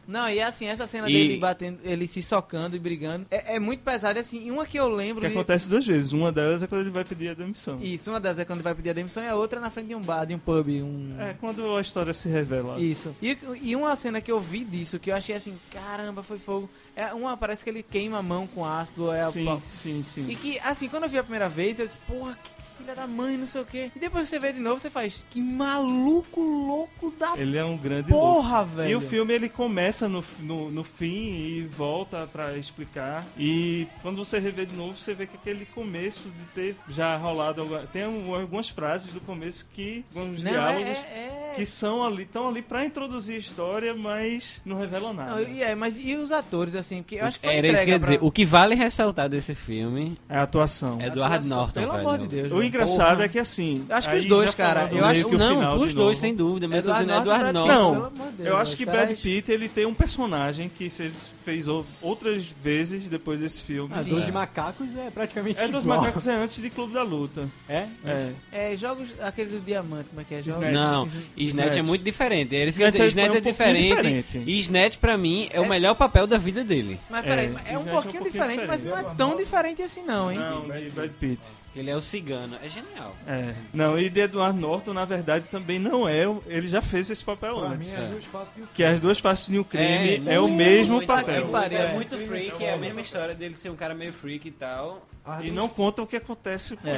Speaker 7: Não, e assim, essa cena
Speaker 6: E-
Speaker 7: dele batendo, ele se socando e brigando, é, é muito pesado. E assim, uma que eu lembro.
Speaker 8: Que
Speaker 7: de-
Speaker 8: acontece duas vezes. Uma delas é quando ele vai pedir a demissão.
Speaker 7: Isso, uma das é quando vai pedir a demissão e a outra é na frente de um bar, de um pub, um...
Speaker 8: É quando a história se revela.
Speaker 7: Isso. E, e uma cena que eu vi disso, que eu achei assim, caramba, foi fogo. É uma parece que ele queima a mão com ácido, é a
Speaker 8: sim,
Speaker 7: pau.
Speaker 8: sim, sim.
Speaker 7: E que, assim, quando eu vi a primeira vez, eu disse, porra, que filha da mãe, não sei o quê. E depois que você vê de novo, você faz, que maluco louco da
Speaker 8: Ele é um grande
Speaker 7: Porra,
Speaker 8: louco.
Speaker 7: velho.
Speaker 8: E o filme ele começa no, no, no fim e volta pra explicar. E quando você revê de novo, você vê que aquele começo de ter já rolado alguma- tem um- algumas frases do começo que alguns
Speaker 7: Não,
Speaker 8: diálogos
Speaker 7: é- é-
Speaker 8: que são ali, estão ali pra introduzir a história, mas não revelam nada.
Speaker 7: Não, e é, mas e os atores, assim, porque eu acho que foi
Speaker 5: Era isso que eu ia
Speaker 7: entrega
Speaker 5: dizer.
Speaker 7: pra-
Speaker 5: O que vale ressaltar desse filme
Speaker 8: é a atuação.
Speaker 5: Eduardo
Speaker 7: Atuação,
Speaker 5: Norton.
Speaker 7: pelo
Speaker 5: velho.
Speaker 7: amor de Deus,
Speaker 8: O engraçado é que assim.
Speaker 7: Eu acho que
Speaker 8: aí
Speaker 7: os dois,
Speaker 8: já falando
Speaker 7: cara. Eu
Speaker 8: meio
Speaker 7: acho
Speaker 8: que o final
Speaker 5: Não,
Speaker 8: de
Speaker 5: os
Speaker 8: novo.
Speaker 5: dois, sem dúvida. Mas eu tô
Speaker 7: Eduardo
Speaker 5: dizendo Eduardo
Speaker 7: Norton,
Speaker 5: Norton.
Speaker 7: Brad Pitt,
Speaker 8: Não,
Speaker 7: pelo amor de Deus, tá
Speaker 8: eu acho que
Speaker 7: os caras-
Speaker 8: Brad Pitt ele tem um personagem que se ele fez ou- outras vezes depois desse filme.
Speaker 6: Ah, Doze Macacos é praticamente
Speaker 8: É dos
Speaker 6: igual.
Speaker 8: macacos é antes de Clube da Luta.
Speaker 6: É?
Speaker 8: É.
Speaker 7: É, jogos, aquele do diamante, como é que é? Jogos...
Speaker 5: Não,
Speaker 7: Snatch.
Speaker 5: Snatch é muito diferente. É isso que eu ia dizer,
Speaker 8: Snatch é um
Speaker 5: Snatch é
Speaker 8: pouquinho
Speaker 5: diferente.
Speaker 8: diferente.
Speaker 5: E Snatch, pra mim, é
Speaker 7: É.
Speaker 5: o melhor papel da vida dele.
Speaker 7: Mas peraí, mas é, um pouquinho, diferente, mas não é tão diferente assim não, hein?
Speaker 8: Não, de Brad Pitt.
Speaker 5: Ele é o cigano. É genial.
Speaker 8: É. Não, e de Edward Norton, na verdade, também não é. o- Ele já fez esse papel
Speaker 4: Pra
Speaker 8: antes.
Speaker 4: mim,
Speaker 7: é.
Speaker 4: as duas faces de um
Speaker 8: Que as duas faces de um crime é, o mesmo papel.
Speaker 5: É muito freak, é a mesma história dele ser um cara meio freak e tal.
Speaker 8: E não conta o que acontece com
Speaker 5: É.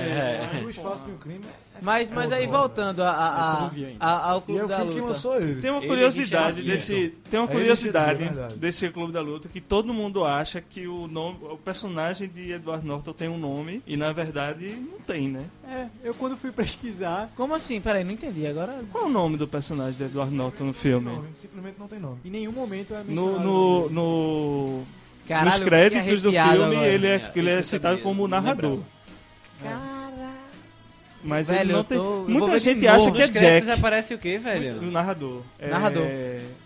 Speaker 8: ele.
Speaker 5: É.
Speaker 4: Duas faces de um crime.
Speaker 7: Mas, mas aí voltando a, a- a-
Speaker 8: Essa eu não vi ainda. um
Speaker 7: a- ao
Speaker 4: E
Speaker 7: Clube
Speaker 4: é o
Speaker 7: da
Speaker 4: filme que
Speaker 7: Luta.
Speaker 4: lançou ele.
Speaker 8: Tem uma
Speaker 4: Ele
Speaker 8: curiosidade
Speaker 4: Richard
Speaker 8: desse,
Speaker 4: Nixon.
Speaker 8: tem uma
Speaker 4: É
Speaker 8: curiosidade
Speaker 4: Richard Nixon, é verdade.
Speaker 8: desse Clube da Luta que todo mundo acha que o nome, o personagem de Edward Norton tem um nome e na verdade não tem, né?
Speaker 6: É, eu quando fui pesquisar.
Speaker 7: Como assim? Peraí, não entendi agora.
Speaker 8: Qual é o nome do personagem de Edward Norton no filme?
Speaker 4: Simplesmente não tem nome.
Speaker 6: Em nenhum momento é
Speaker 8: No,
Speaker 6: mencionado.
Speaker 8: no, no-
Speaker 7: Caralho,
Speaker 8: nos créditos do
Speaker 7: fiquei arrepiado
Speaker 8: filme
Speaker 7: agora.
Speaker 8: ele é,
Speaker 7: Isso
Speaker 8: ele é
Speaker 7: eu
Speaker 8: citado
Speaker 7: sabia, não
Speaker 8: como narrador.
Speaker 7: lembrava.
Speaker 8: Mas
Speaker 7: Velho,
Speaker 8: ele não
Speaker 7: eu
Speaker 8: tem.
Speaker 7: tô- eu vou
Speaker 8: Muita
Speaker 7: ver de
Speaker 8: gente
Speaker 7: novo.
Speaker 8: acha que é
Speaker 7: Nos créditos
Speaker 8: Jack.
Speaker 7: aparece o quê, velho?
Speaker 8: Muito- O narrador. É,
Speaker 7: Narrador.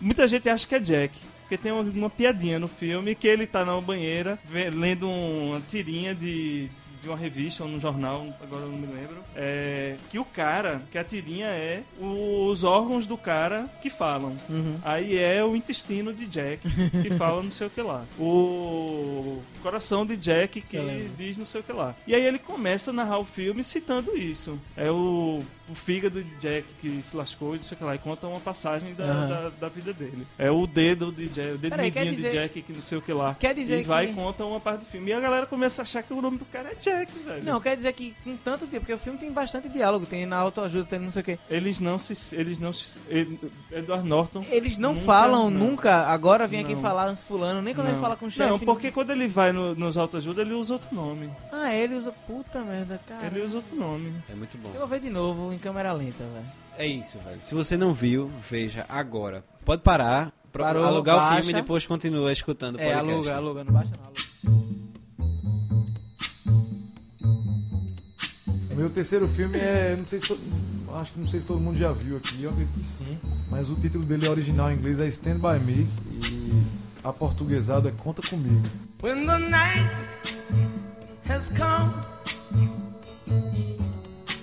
Speaker 8: Muita gente acha que é Jack. Porque tem uma, uma piadinha no filme que ele tá na banheira vê- lendo uma tirinha de, de uma revista ou num jornal, agora eu não me lembro. É, que o cara, que a tirinha é os órgãos do cara que falam.
Speaker 2: Uhum.
Speaker 8: Aí é o intestino de Jack que fala não sei o que lá. O coração de Jack que
Speaker 2: Eu lembro.
Speaker 8: diz não sei o que lá. E aí ele começa a narrar o filme citando isso. É o, o fígado de Jack que se lascou e não sei o que lá. E conta uma passagem da,
Speaker 7: Aham.
Speaker 8: da, da vida dele. É o dedo de Jack, o dedo
Speaker 7: Peraí, quer
Speaker 8: mindinho de
Speaker 7: dizer-
Speaker 8: Jack que não sei o que lá.
Speaker 7: Quer dizer
Speaker 8: e vai
Speaker 7: que-
Speaker 8: e conta uma parte do filme. E a galera começa a achar que o nome do cara é Jack, velho.
Speaker 7: Não, quer dizer que com tanto tempo, porque o filme tem bastante diálogo, tem na autoajuda, tem não sei o quê.
Speaker 8: Eles não se. Eles não se. ele- Edward Norton.
Speaker 7: Eles não
Speaker 8: nunca-
Speaker 7: falam
Speaker 8: não.
Speaker 7: nunca, agora vem aqui
Speaker 8: Não.
Speaker 7: falar fulano, nem quando ele
Speaker 8: Não.
Speaker 7: fala com o chefe. né?
Speaker 8: Não, porque quando ele vai no- nos autoajuda, ele usa outro nome.
Speaker 7: Ah, ele usa. Puta merda, cara.
Speaker 8: Ele usa outro nome.
Speaker 5: É muito bom.
Speaker 7: Eu vou ver de novo em câmera lenta, velho.
Speaker 5: É isso, velho. Se você não viu, veja agora. Pode parar, pro-
Speaker 7: Parou,
Speaker 5: alugar o
Speaker 7: baixa.
Speaker 5: filme e depois continua escutando o
Speaker 7: É,
Speaker 5: podcast.
Speaker 7: aluga, aluga, não basta não. aluga.
Speaker 4: O meu terceiro filme é. Não sei se. to- Acho que não sei se todo mundo já viu aqui, eu acredito que sim. Mas o título dele original em inglês é Stand By Me e a portuguesado é Conta Comigo.
Speaker 15: When the night has come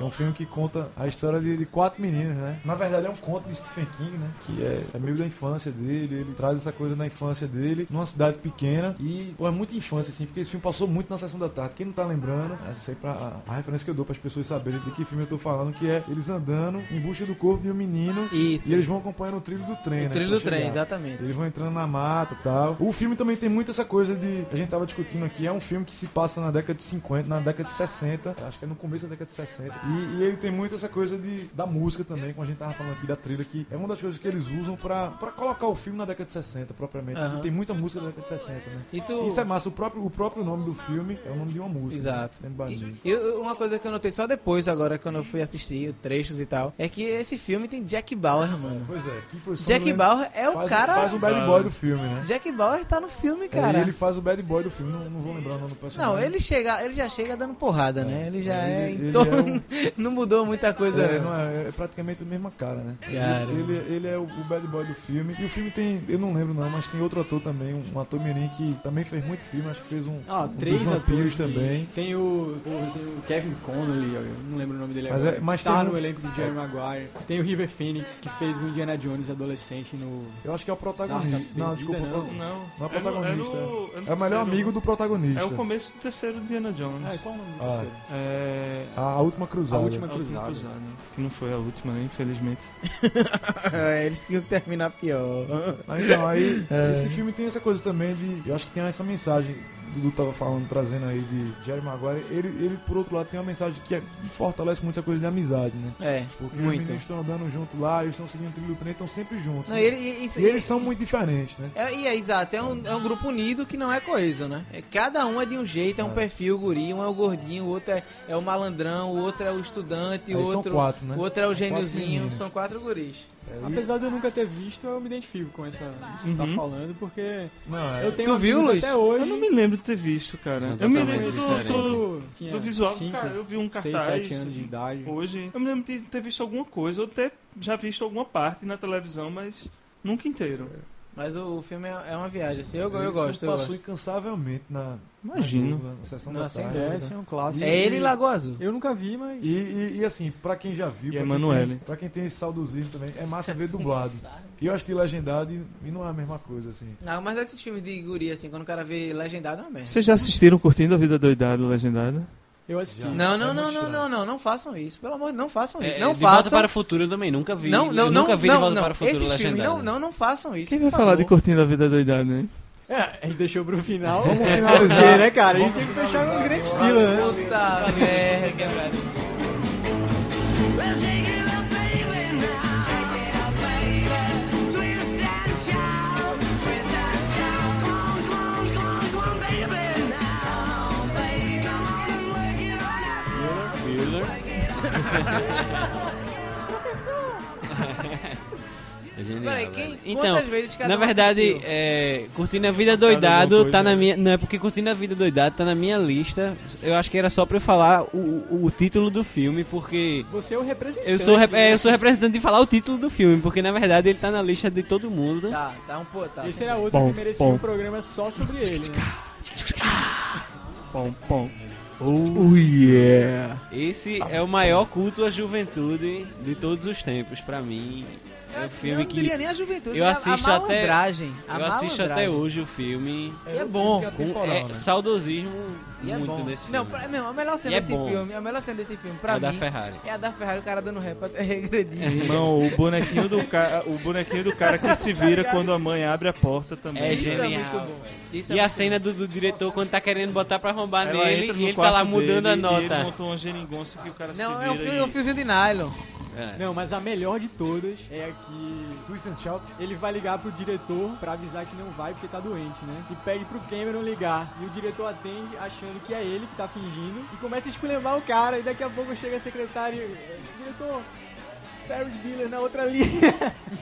Speaker 4: É um filme que conta a história de, de quatro meninos, né? Na verdade é um conto de Stephen King, né? Que é, é meio da infância dele, ele traz essa coisa da infância dele numa cidade pequena e pô, é muita infância, assim, porque esse filme passou muito na sessão da tarde. Quem não tá lembrando, é sempre a, a referência que eu dou para as pessoas saberem de que filme eu tô falando, que é eles andando em busca do corpo de um menino
Speaker 7: Isso.
Speaker 4: e eles vão acompanhando o trilho do trem,
Speaker 7: O
Speaker 4: né?
Speaker 7: trilho
Speaker 4: pra
Speaker 7: do trem,
Speaker 4: chegar.
Speaker 7: exatamente.
Speaker 4: Eles vão entrando na mata e tal. O filme também tem muito essa coisa de. A gente tava discutindo aqui, é um filme que se passa na década de 50, na década de 60. Acho que é no começo da década de 60. E, e ele tem muito essa coisa de, da música também, como a gente tava falando aqui da trilha, que é uma das coisas que eles usam pra, pra colocar o filme na década de 60, propriamente.
Speaker 7: Aham.
Speaker 4: Porque tem muita música da década de 60, né?
Speaker 7: E tu-
Speaker 4: Isso é massa. O próprio, o próprio nome do filme é o nome de uma música.
Speaker 7: Exato.
Speaker 4: Né? Stand By Me.
Speaker 7: Eu- eu- uma coisa que eu notei só depois, agora, quando eu fui assistir trechos e tal, é que esse filme tem Jack Bauer, mano.
Speaker 4: Pois é, que foi
Speaker 7: Jack
Speaker 4: Sutherland
Speaker 7: Bauer é o
Speaker 4: faz- um-
Speaker 7: cara.
Speaker 4: Faz o bad boy do filme, né?
Speaker 7: Jack Bauer tá no filme,
Speaker 4: É,
Speaker 7: cara.
Speaker 4: e ele faz o bad boy do filme, não, não vou lembrar o nome do personagem.
Speaker 7: Não, ele chega, ele já chega dando porrada, né? Ele já
Speaker 4: Ele-
Speaker 7: é.
Speaker 4: ele
Speaker 7: então,
Speaker 4: é um-
Speaker 7: não mudou muita coisa. né?
Speaker 4: É,
Speaker 7: não.
Speaker 4: não é, é praticamente a mesma cara, né?
Speaker 7: Cara.
Speaker 4: Ele, ele- ele é o, o bad boy do filme. E o filme tem, eu não lembro não, mas tem outro ator também, um ator mirim que também fez muito filme, acho que fez um,
Speaker 6: Ah,
Speaker 4: um
Speaker 6: três
Speaker 4: dos
Speaker 6: atores
Speaker 4: vampiros também.
Speaker 6: Tem o, porra, tem o Kevin Connolly, eu não lembro o nome dele
Speaker 4: Mas
Speaker 6: agora.
Speaker 4: é- mas
Speaker 6: tá
Speaker 4: tem
Speaker 6: no
Speaker 4: um-
Speaker 6: elenco do Jerry Maguire. Tem o River Phoenix, que fez o Indiana Jones adolescente no.
Speaker 4: Eu acho que é o protagonista. não, desculpa, o pro-
Speaker 6: não.
Speaker 4: não é o
Speaker 8: É no- é
Speaker 4: protagonista.
Speaker 8: no- é no
Speaker 4: o melhor
Speaker 8: terceiro-
Speaker 4: amigo do protagonista.
Speaker 8: É o começo do terceiro Indiana Jones.
Speaker 6: Ah, e qual o nome do
Speaker 4: Ah.
Speaker 6: terceiro?
Speaker 8: É...
Speaker 4: A- a Última Cruzada.
Speaker 6: A Última
Speaker 8: A Última
Speaker 6: Cruzada.
Speaker 8: Cruzada, Que não foi a última, né? Infelizmente.
Speaker 4: é.
Speaker 7: Eles tinham que terminar pior.
Speaker 4: Ah, Então, aí
Speaker 7: É.
Speaker 4: esse filme tem essa coisa também de. Eu acho que tem essa mensagem. O Dudu tava falando, trazendo aí de Jerry Maguire. Ele, ele, por outro lado, tem uma mensagem que, é- que fortalece muito essa coisa de amizade, né?
Speaker 7: É,
Speaker 4: Porque os
Speaker 7: muito.
Speaker 4: meninos estão andando junto lá, eles estão seguindo o trilho do trem, estão sempre juntos.
Speaker 7: Não,
Speaker 4: né?
Speaker 7: e ele- e- isso-
Speaker 4: E eles
Speaker 7: e-
Speaker 4: são muito diferentes, né?
Speaker 7: É, e é exato, é um, é um grupo unido que não é coeso, né? É, cada um é de um jeito, é um
Speaker 4: É.
Speaker 7: perfil, o guri, um é o gordinho, o outro é, é o malandrão, o outro é o estudante,
Speaker 4: Aí
Speaker 7: o
Speaker 4: são
Speaker 7: outro,
Speaker 4: quatro, né?
Speaker 7: o outro é o
Speaker 4: São quatro
Speaker 7: gêniozinho,
Speaker 4: meninos.
Speaker 7: são quatro guris.
Speaker 6: É, Apesar de eu nunca ter visto, eu me identifico com essa isso que você tá
Speaker 8: Uhum. É.
Speaker 6: falando, porque
Speaker 4: Não, é.
Speaker 6: eu tenho
Speaker 8: Tu viu,
Speaker 6: amigos
Speaker 8: Luiz?
Speaker 6: até hoje.
Speaker 8: Eu não me lembro de ter visto, cara.
Speaker 6: São
Speaker 8: Eu me
Speaker 6: totalmente
Speaker 8: lembro do,
Speaker 6: diferentes.
Speaker 8: do,
Speaker 6: Tinha
Speaker 8: do visual.
Speaker 6: cinco,
Speaker 8: cara, eu vi um
Speaker 6: seis,
Speaker 8: cartaz.
Speaker 6: sete anos de idade.
Speaker 8: Hoje. Eu me lembro de ter visto alguma coisa, ou ter já visto alguma parte na televisão, mas nunca inteiro.
Speaker 7: Mas o, o filme é, é uma viagem, assim, eu, eu
Speaker 4: Isso
Speaker 7: gosto, eu
Speaker 4: passou
Speaker 7: gosto.
Speaker 4: incansavelmente na.
Speaker 8: Imagino.
Speaker 4: Na, na sessão
Speaker 7: Não,
Speaker 4: da
Speaker 7: sem
Speaker 4: tarde.
Speaker 7: dúvida.
Speaker 4: né?
Speaker 7: Esse é um clássico.
Speaker 4: E-
Speaker 7: É ele e Lagoa Azul.
Speaker 6: Eu nunca vi, mas.
Speaker 4: E, e- e, assim, pra quem já viu,
Speaker 8: E
Speaker 4: pra,
Speaker 8: Emanuele.
Speaker 4: quem tem, pra quem tem esse saudosismo também, é massa ver dublado. E eu assisti legendado e, e não é a mesma coisa, assim.
Speaker 7: Não, mas esses filmes de guri, assim, quando o cara vê legendado, é uma merda.
Speaker 8: Vocês já assistiram Curtindo a Vida Doidada Legendada?
Speaker 6: Eu assisti.
Speaker 7: Não, não, não, não, não, não, não façam isso. Pelo amor de Deus, não façam isso.
Speaker 5: É,
Speaker 7: não
Speaker 5: de
Speaker 7: façam.
Speaker 5: Volta para o Futuro eu também nunca vi.
Speaker 7: Não, não,
Speaker 5: eu
Speaker 7: não,
Speaker 5: nunca vi
Speaker 7: não,
Speaker 5: De Volta
Speaker 7: não.
Speaker 5: para o Futuro
Speaker 7: Esses filmes,
Speaker 5: legendário. né?
Speaker 7: não, não, não façam isso.
Speaker 8: Quem
Speaker 7: por
Speaker 8: vai falar de
Speaker 7: favor.
Speaker 8: Curtindo a Vida Doidada, né?
Speaker 6: É, a gente deixou pro final.
Speaker 4: Vamos
Speaker 6: finalizar. Porque, né, cara? A gente tem que fechar com um grande estilo, né?
Speaker 7: Puta merda.
Speaker 5: Bueller. genial,
Speaker 7: Peraí, quem-
Speaker 5: velho.
Speaker 7: quantas
Speaker 5: então,
Speaker 7: vezes cada
Speaker 5: na
Speaker 7: um
Speaker 5: verdade,
Speaker 7: assistiu?
Speaker 5: é, Curtindo a Vida
Speaker 7: Cada
Speaker 5: Doidado
Speaker 7: alguma
Speaker 5: tá
Speaker 7: coisa.
Speaker 5: na minha... Não é porque Curtindo a Vida Doidado tá na minha lista. Eu acho que era só pra eu falar o, o- o título do filme, porque...
Speaker 6: Você é o representante.
Speaker 5: Eu sou, rep-
Speaker 6: né?
Speaker 5: é, eu sou representante de falar o título do filme, porque na verdade ele tá na lista de todo mundo.
Speaker 7: Tá, tá um pô, tá.
Speaker 6: Esse era outro
Speaker 5: Pom,
Speaker 6: que merecia
Speaker 5: pom.
Speaker 6: um programa só sobre ele. né?
Speaker 5: Pom, pom.
Speaker 6: Oh, yeah.
Speaker 5: Esse é o maior culto à juventude de todos os tempos, pra mim. É um filme
Speaker 7: não
Speaker 5: que.
Speaker 7: diria nem a juventude, né?
Speaker 5: eu
Speaker 7: a- a
Speaker 5: assisto até,
Speaker 7: malandragem, a
Speaker 5: Eu assisto
Speaker 7: malandragem.
Speaker 5: até hoje o filme.
Speaker 7: E é bom.
Speaker 5: Com, é, Saudosismo
Speaker 7: E é
Speaker 5: muito
Speaker 7: bom.
Speaker 5: nesse filme.
Speaker 7: Não, pra- não, a melhor cena
Speaker 5: E é
Speaker 7: desse
Speaker 5: bom.
Speaker 7: filme, a melhor cena desse filme, pra
Speaker 5: É
Speaker 7: mim,
Speaker 5: da Ferrari.
Speaker 7: é a da Ferrari, o cara dando rap até regredir.
Speaker 8: Irmão, o bonequinho do cara, o bonequinho do cara que se vira quando a mãe abre a porta também.
Speaker 5: É genial. velho. e a cena do, do diretor quando tá querendo botar pra arrombar
Speaker 8: Ela
Speaker 5: nele
Speaker 8: entra no
Speaker 5: e ele tá lá
Speaker 8: quarto
Speaker 5: mudando a
Speaker 8: dele e ele
Speaker 5: nota.
Speaker 8: montou uma geringonça que o cara se
Speaker 7: Não,
Speaker 8: vira
Speaker 7: é um, filme, é um
Speaker 8: e-
Speaker 7: fiozinho de nylon.
Speaker 6: Não, mas a melhor de todas é a que Twist and Shout, ele vai ligar pro diretor pra avisar que não vai porque tá doente, né? E pede pro Cameron ligar. E o diretor atende achando que é ele que tá fingindo e começa a esculhambar o cara e daqui a pouco chega a secretária e... Diretor, Ferris Bueller na outra linha.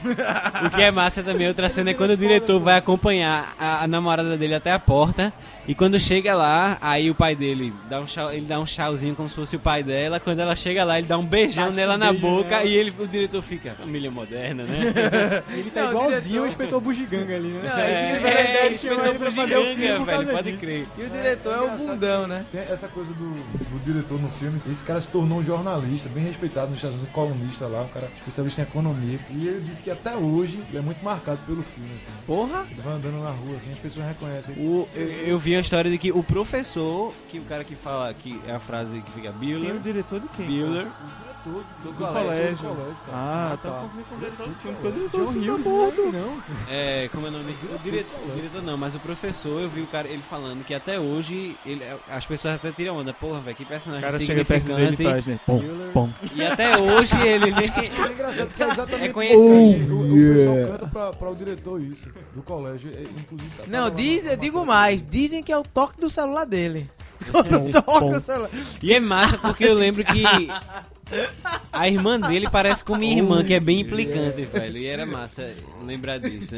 Speaker 5: O que é massa também, outra cena é quando o diretor vai acompanhar a, a namorada dele até a porta. E quando chega lá, aí o pai dele dá um chau, ele dá um chauzinho como se fosse o pai dela. Quando ela chega lá, ele dá um beijão
Speaker 6: Passa
Speaker 5: nela
Speaker 6: um
Speaker 5: na
Speaker 6: beijo
Speaker 5: boca
Speaker 6: nela.
Speaker 5: e ele, o diretor fica, família moderna, né?
Speaker 6: ele tá
Speaker 5: Não, o
Speaker 6: igualzinho o inspetor Bugiganga ali, né?
Speaker 5: Não, é,
Speaker 6: Ele, na
Speaker 5: é,
Speaker 6: verdade,
Speaker 5: é,
Speaker 6: chama ele pra fazer o
Speaker 5: Bugiganga,
Speaker 6: filme por
Speaker 5: velho,
Speaker 6: causa
Speaker 5: pode
Speaker 6: disso.
Speaker 5: crer.
Speaker 7: E o diretor é o bundão, né?
Speaker 4: Tem essa coisa do, do diretor no filme. Esse cara se tornou um jornalista bem respeitado nos Estados Unidos, um colunista lá, um cara especialista em economia. E ele disse que até hoje ele é muito marcado pelo filme, assim.
Speaker 7: Porra!
Speaker 4: Ele vai andando na rua, assim, as pessoas reconhecem.
Speaker 5: O- eu, eu vi a história de que o professor, que o cara que fala que é a frase que fica Bueller.
Speaker 8: Quem é o diretor de quem,
Speaker 5: Bueller.
Speaker 8: cara?
Speaker 4: O diretor
Speaker 8: É, Do
Speaker 5: colégio.
Speaker 8: colégio.
Speaker 5: cara.
Speaker 8: Ah, tá.
Speaker 5: Tá.
Speaker 8: por completar o filme.
Speaker 5: colégio.
Speaker 8: porque o diretor
Speaker 5: John
Speaker 8: fica
Speaker 5: Hughes,
Speaker 8: morto.
Speaker 5: É, como é o nome? O diretor, o diretor não, mas o professor, eu vi o cara ele falando que até hoje ele- as pessoas até tiram onda, porra, velho, que personagem
Speaker 8: O cara chega
Speaker 5: significante.
Speaker 8: perto dele e faz, né? Pom, pom.
Speaker 5: E até hoje ele
Speaker 4: É engraçado que é exatamente
Speaker 5: É
Speaker 4: isso. O, o
Speaker 5: conhecido.
Speaker 4: pessoal canta pra, pra o diretor isso, do colégio. É, inclusive, tá
Speaker 7: Não,
Speaker 4: tava-
Speaker 7: diz, eu digo mais, dizem que é o toque do celular dele.
Speaker 5: É um
Speaker 7: Quando toca o celular.
Speaker 5: E é massa porque eu lembro que a irmã dele parece com minha irmã, que é bem implicante, velho. E era massa lembrar disso.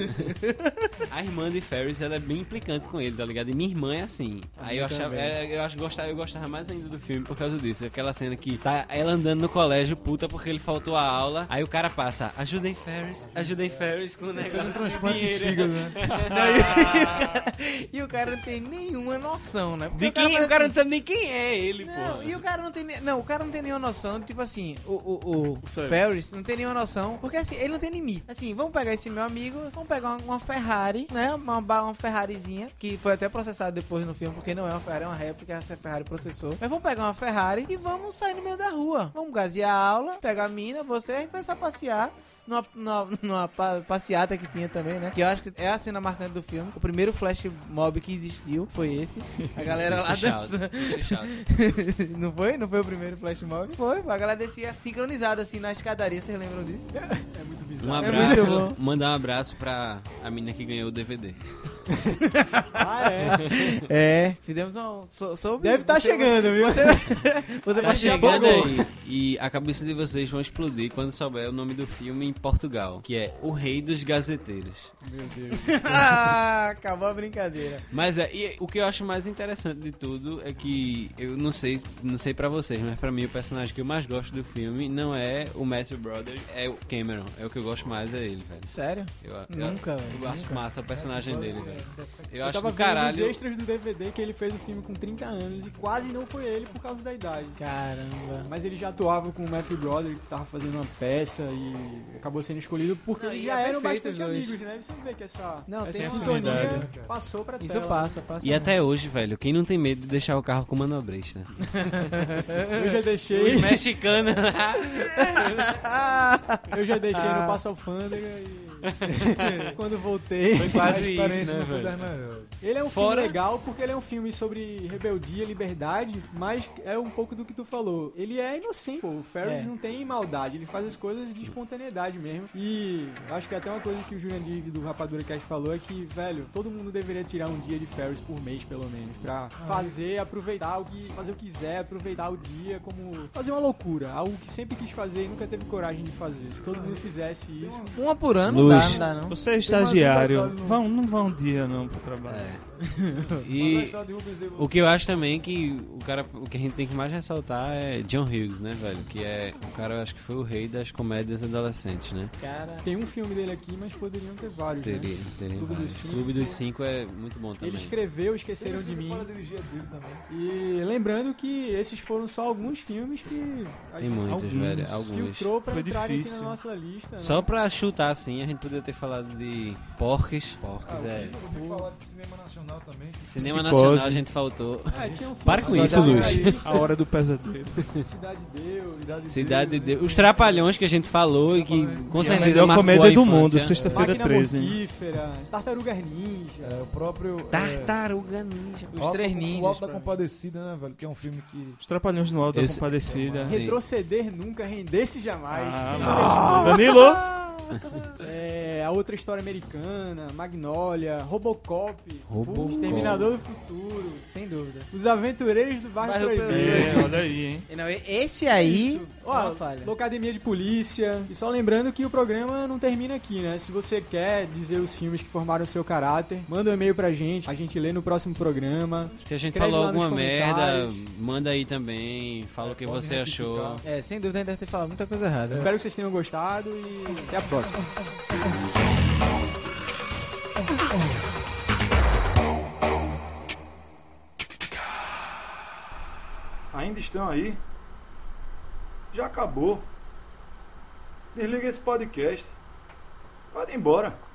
Speaker 5: A irmã de Ferris, ela é bem implicante com ele, tá ligado? E minha irmã é assim.
Speaker 6: A
Speaker 5: Aí
Speaker 6: minha
Speaker 5: eu achava,
Speaker 6: também.
Speaker 5: é, eu acho que gostava, eu gostava mais ainda do filme por causa disso. Aquela cena que tá ela andando no colégio, puta, porque ele faltou a aula. Aí o cara passa, ajudem Ferris, ajudem Ferris com o negócio
Speaker 7: um
Speaker 5: de
Speaker 7: transplante de
Speaker 5: dinheiro.
Speaker 7: fígado, né? Não, e, o cara, e o cara não tem nenhuma noção, né? Porque
Speaker 5: De quem-
Speaker 7: faz
Speaker 5: o cara
Speaker 7: assim-
Speaker 5: não sabe nem quem é ele,
Speaker 7: Não,
Speaker 5: pô.
Speaker 7: e o cara não tem nem- Não, o cara não tem nenhuma noção, tipo assim, o, o, o
Speaker 5: Ferris.
Speaker 7: Ferris não tem nenhuma noção, porque assim, ele não tem limite. Assim, vamos pegar esse meu amigo, vamos pegar uma, uma Ferrari, né? Uma, ba- uma Ferrarizinha, que foi até processada depois no filme, porque não é uma Ferrari, é uma réplica, essa Ferrari processou. Mas vamos pegar uma Ferrari e vamos sair no meio da rua. Vamos gasear a aula, pegar a mina, você, a gente vai só passear. Numa, numa, numa pa- passeata que tinha também, né? Que eu acho que é a cena marcante do filme. O primeiro flash mob que existiu foi esse. é A galera lá
Speaker 5: Triste shout,
Speaker 7: dançando.
Speaker 5: triste shout.
Speaker 7: Não foi? Não foi o primeiro flash mob? Foi, pô, a galera descia sincronizada assim na escadaria, vocês lembram disso? É muito
Speaker 5: Um
Speaker 7: É muito
Speaker 5: abraço,
Speaker 7: bom.
Speaker 5: mandar um abraço pra a menina que ganhou o DVD.
Speaker 7: Ah, é? É, fizemos um. So, sobre-
Speaker 6: Deve tá
Speaker 7: você-
Speaker 6: chegando, viu?
Speaker 7: Você, você
Speaker 5: Tá
Speaker 7: vai
Speaker 5: chegando aí. E a cabeça de vocês vão explodir quando souber o nome do filme em Portugal, que é O Rei dos Gazeteiros.
Speaker 7: Meu Deus. ah, acabou a brincadeira.
Speaker 5: Mas é, e o que eu acho mais interessante de tudo é que eu não sei, não sei para vocês, mas pra mim o personagem que eu mais gosto do filme não é o Matthew Broderick, é o Cameron. É o que eu gosto mais é ele, velho.
Speaker 7: Sério?
Speaker 5: Eu, eu-
Speaker 7: Nunca,
Speaker 5: eu,
Speaker 7: velho,
Speaker 5: acho
Speaker 7: nunca.
Speaker 5: massa o personagem dele, velho. Eu,
Speaker 6: Eu,
Speaker 5: acho
Speaker 6: tava
Speaker 5: do
Speaker 6: vendo os
Speaker 5: caralho.
Speaker 6: extras do DVD que ele fez o filme com 30 anos e quase não foi ele por causa da idade.
Speaker 7: Caramba.
Speaker 6: Mas ele já atuava com o Matthew Broderick, que tava fazendo uma peça e acabou sendo escolhido porque
Speaker 7: Não,
Speaker 6: eles
Speaker 7: e
Speaker 6: já
Speaker 7: é
Speaker 6: eram
Speaker 7: perfeito
Speaker 6: bastante
Speaker 7: os dois.
Speaker 6: amigos, né? Você não vê que essa,
Speaker 7: Não,
Speaker 6: essa
Speaker 7: tem uma-
Speaker 6: sintonia
Speaker 7: Verdade.
Speaker 6: passou pra
Speaker 7: Isso
Speaker 6: tela.
Speaker 7: passa, passa.
Speaker 5: E até hoje, velho, quem não tem medo de deixar o carro com né? manobrista?
Speaker 6: Eu já deixei.
Speaker 5: Os mexicanos.
Speaker 7: Ah.
Speaker 6: Eu já deixei no Passo Alfândega e. Quando voltei.
Speaker 5: Foi quase
Speaker 6: a experiência
Speaker 5: isso, né,
Speaker 4: Não
Speaker 6: velho?
Speaker 4: foi das melhores.
Speaker 6: Ele é um
Speaker 4: Fora-
Speaker 6: filme legal porque ele é um filme sobre rebeldia, liberdade, mas é um pouco do que tu falou. Ele é inocente, pô. O Ferris
Speaker 7: É.
Speaker 6: não tem maldade, ele faz as coisas de espontaneidade mesmo. E acho que até uma coisa que o Jurandir do Rapadura Cash falou é que, velho, todo mundo deveria tirar um dia de Ferris por mês, pelo menos, pra
Speaker 5: Ah.
Speaker 6: fazer, aproveitar o que fazer o que quiser, aproveitar o dia como fazer uma loucura, algo que sempre quis fazer e nunca teve coragem de fazer. Se todo mundo fizesse isso,
Speaker 7: Uma por ano não dá,
Speaker 8: Luiz,
Speaker 7: não dá, não.
Speaker 8: você é estagiário. Vão, não vão um dia não pro trabalho.
Speaker 5: E o que eu acho também que o cara, o que a gente tem que mais ressaltar é John Hughes, né, velho? Que é o cara, eu acho que foi o rei das comédias adolescentes, né?
Speaker 7: Cara.
Speaker 6: Tem um filme dele aqui, mas poderiam ter vários.
Speaker 5: Teria,
Speaker 6: né?
Speaker 5: teria
Speaker 6: Clube
Speaker 5: vários.
Speaker 6: dos Cinco.
Speaker 5: Clube dos Cinco é muito bom também.
Speaker 6: Ele escreveu
Speaker 7: um
Speaker 6: Esqueceram de Mim. E lembrando que esses foram só alguns filmes que. a
Speaker 5: Tem
Speaker 6: gente-
Speaker 5: muitos, velho, alguns.
Speaker 6: Filtrou pra
Speaker 8: Foi
Speaker 6: entrarem aqui
Speaker 8: difícil.
Speaker 6: na nossa lista. né?
Speaker 5: Só pra chutar assim, a gente poderia ter falado de Porques.
Speaker 4: Ah,
Speaker 5: Porques
Speaker 4: eu
Speaker 5: é.
Speaker 4: fiz- eu ouvi falar de cinema nacional também. que-
Speaker 5: Cinema
Speaker 8: Psicose.
Speaker 5: Nacional a gente faltou.
Speaker 4: É, tinha um filme
Speaker 5: Para com
Speaker 4: Cidade
Speaker 5: isso, Luiz.
Speaker 4: Realista.
Speaker 8: A Hora do Pesadelo.
Speaker 6: Cidade de Deus. Cidade
Speaker 5: Cidade de Deus. Os Trapalhões que a gente falou e que com
Speaker 8: Que é a
Speaker 5: certeza
Speaker 8: melhor
Speaker 5: marcou
Speaker 8: comédia
Speaker 5: a
Speaker 8: do
Speaker 5: infância.
Speaker 8: mundo, Sexta-feira
Speaker 6: Máquina
Speaker 8: 13.
Speaker 6: Mortífera, Tartarugas Ninja.
Speaker 4: É, o próprio. é,
Speaker 7: Tartaruga Ninja. Tá, Os
Speaker 4: Alto-
Speaker 7: Três
Speaker 4: O
Speaker 7: Ninjas.
Speaker 4: Alto da Compadecida, né, velho? Que é um filme que.
Speaker 8: Os Trapalhões no Alto da
Speaker 5: Esse-
Speaker 8: Compadecida.
Speaker 6: Retroceder nunca, render-se jamais.
Speaker 8: Ah,
Speaker 6: Tem
Speaker 8: mano.
Speaker 6: um texto.
Speaker 8: Danilo!
Speaker 6: É, a outra história americana, Magnólia, Robocop,
Speaker 5: Robocop.
Speaker 6: Exterminador do Futuro,
Speaker 7: Sem dúvida.
Speaker 6: Os Aventureiros do Bairro
Speaker 7: Bairro
Speaker 6: Proibido.
Speaker 7: Proibido.
Speaker 8: Olha aí, hein?
Speaker 7: Não, e- esse aí.
Speaker 6: Isso.
Speaker 7: é
Speaker 6: Ó,
Speaker 7: uma falha.
Speaker 6: Locademia de Polícia. E só lembrando que o programa não termina aqui, né? Se você quer dizer os filmes que formaram o seu caráter, manda um e-mail pra gente, a gente lê no próximo programa.
Speaker 5: Se a gente
Speaker 6: Escreve
Speaker 5: falou
Speaker 6: lá nos
Speaker 5: alguma merda,
Speaker 6: comentários.
Speaker 5: manda aí também. Fala o que você achou.
Speaker 7: É, sem dúvida ainda deve ter falado muita coisa errada. né?
Speaker 6: Espero que vocês tenham gostado e até a próxima.
Speaker 17: Ainda estão aí? Já acabou. Desliga esse podcast. Pode ir embora.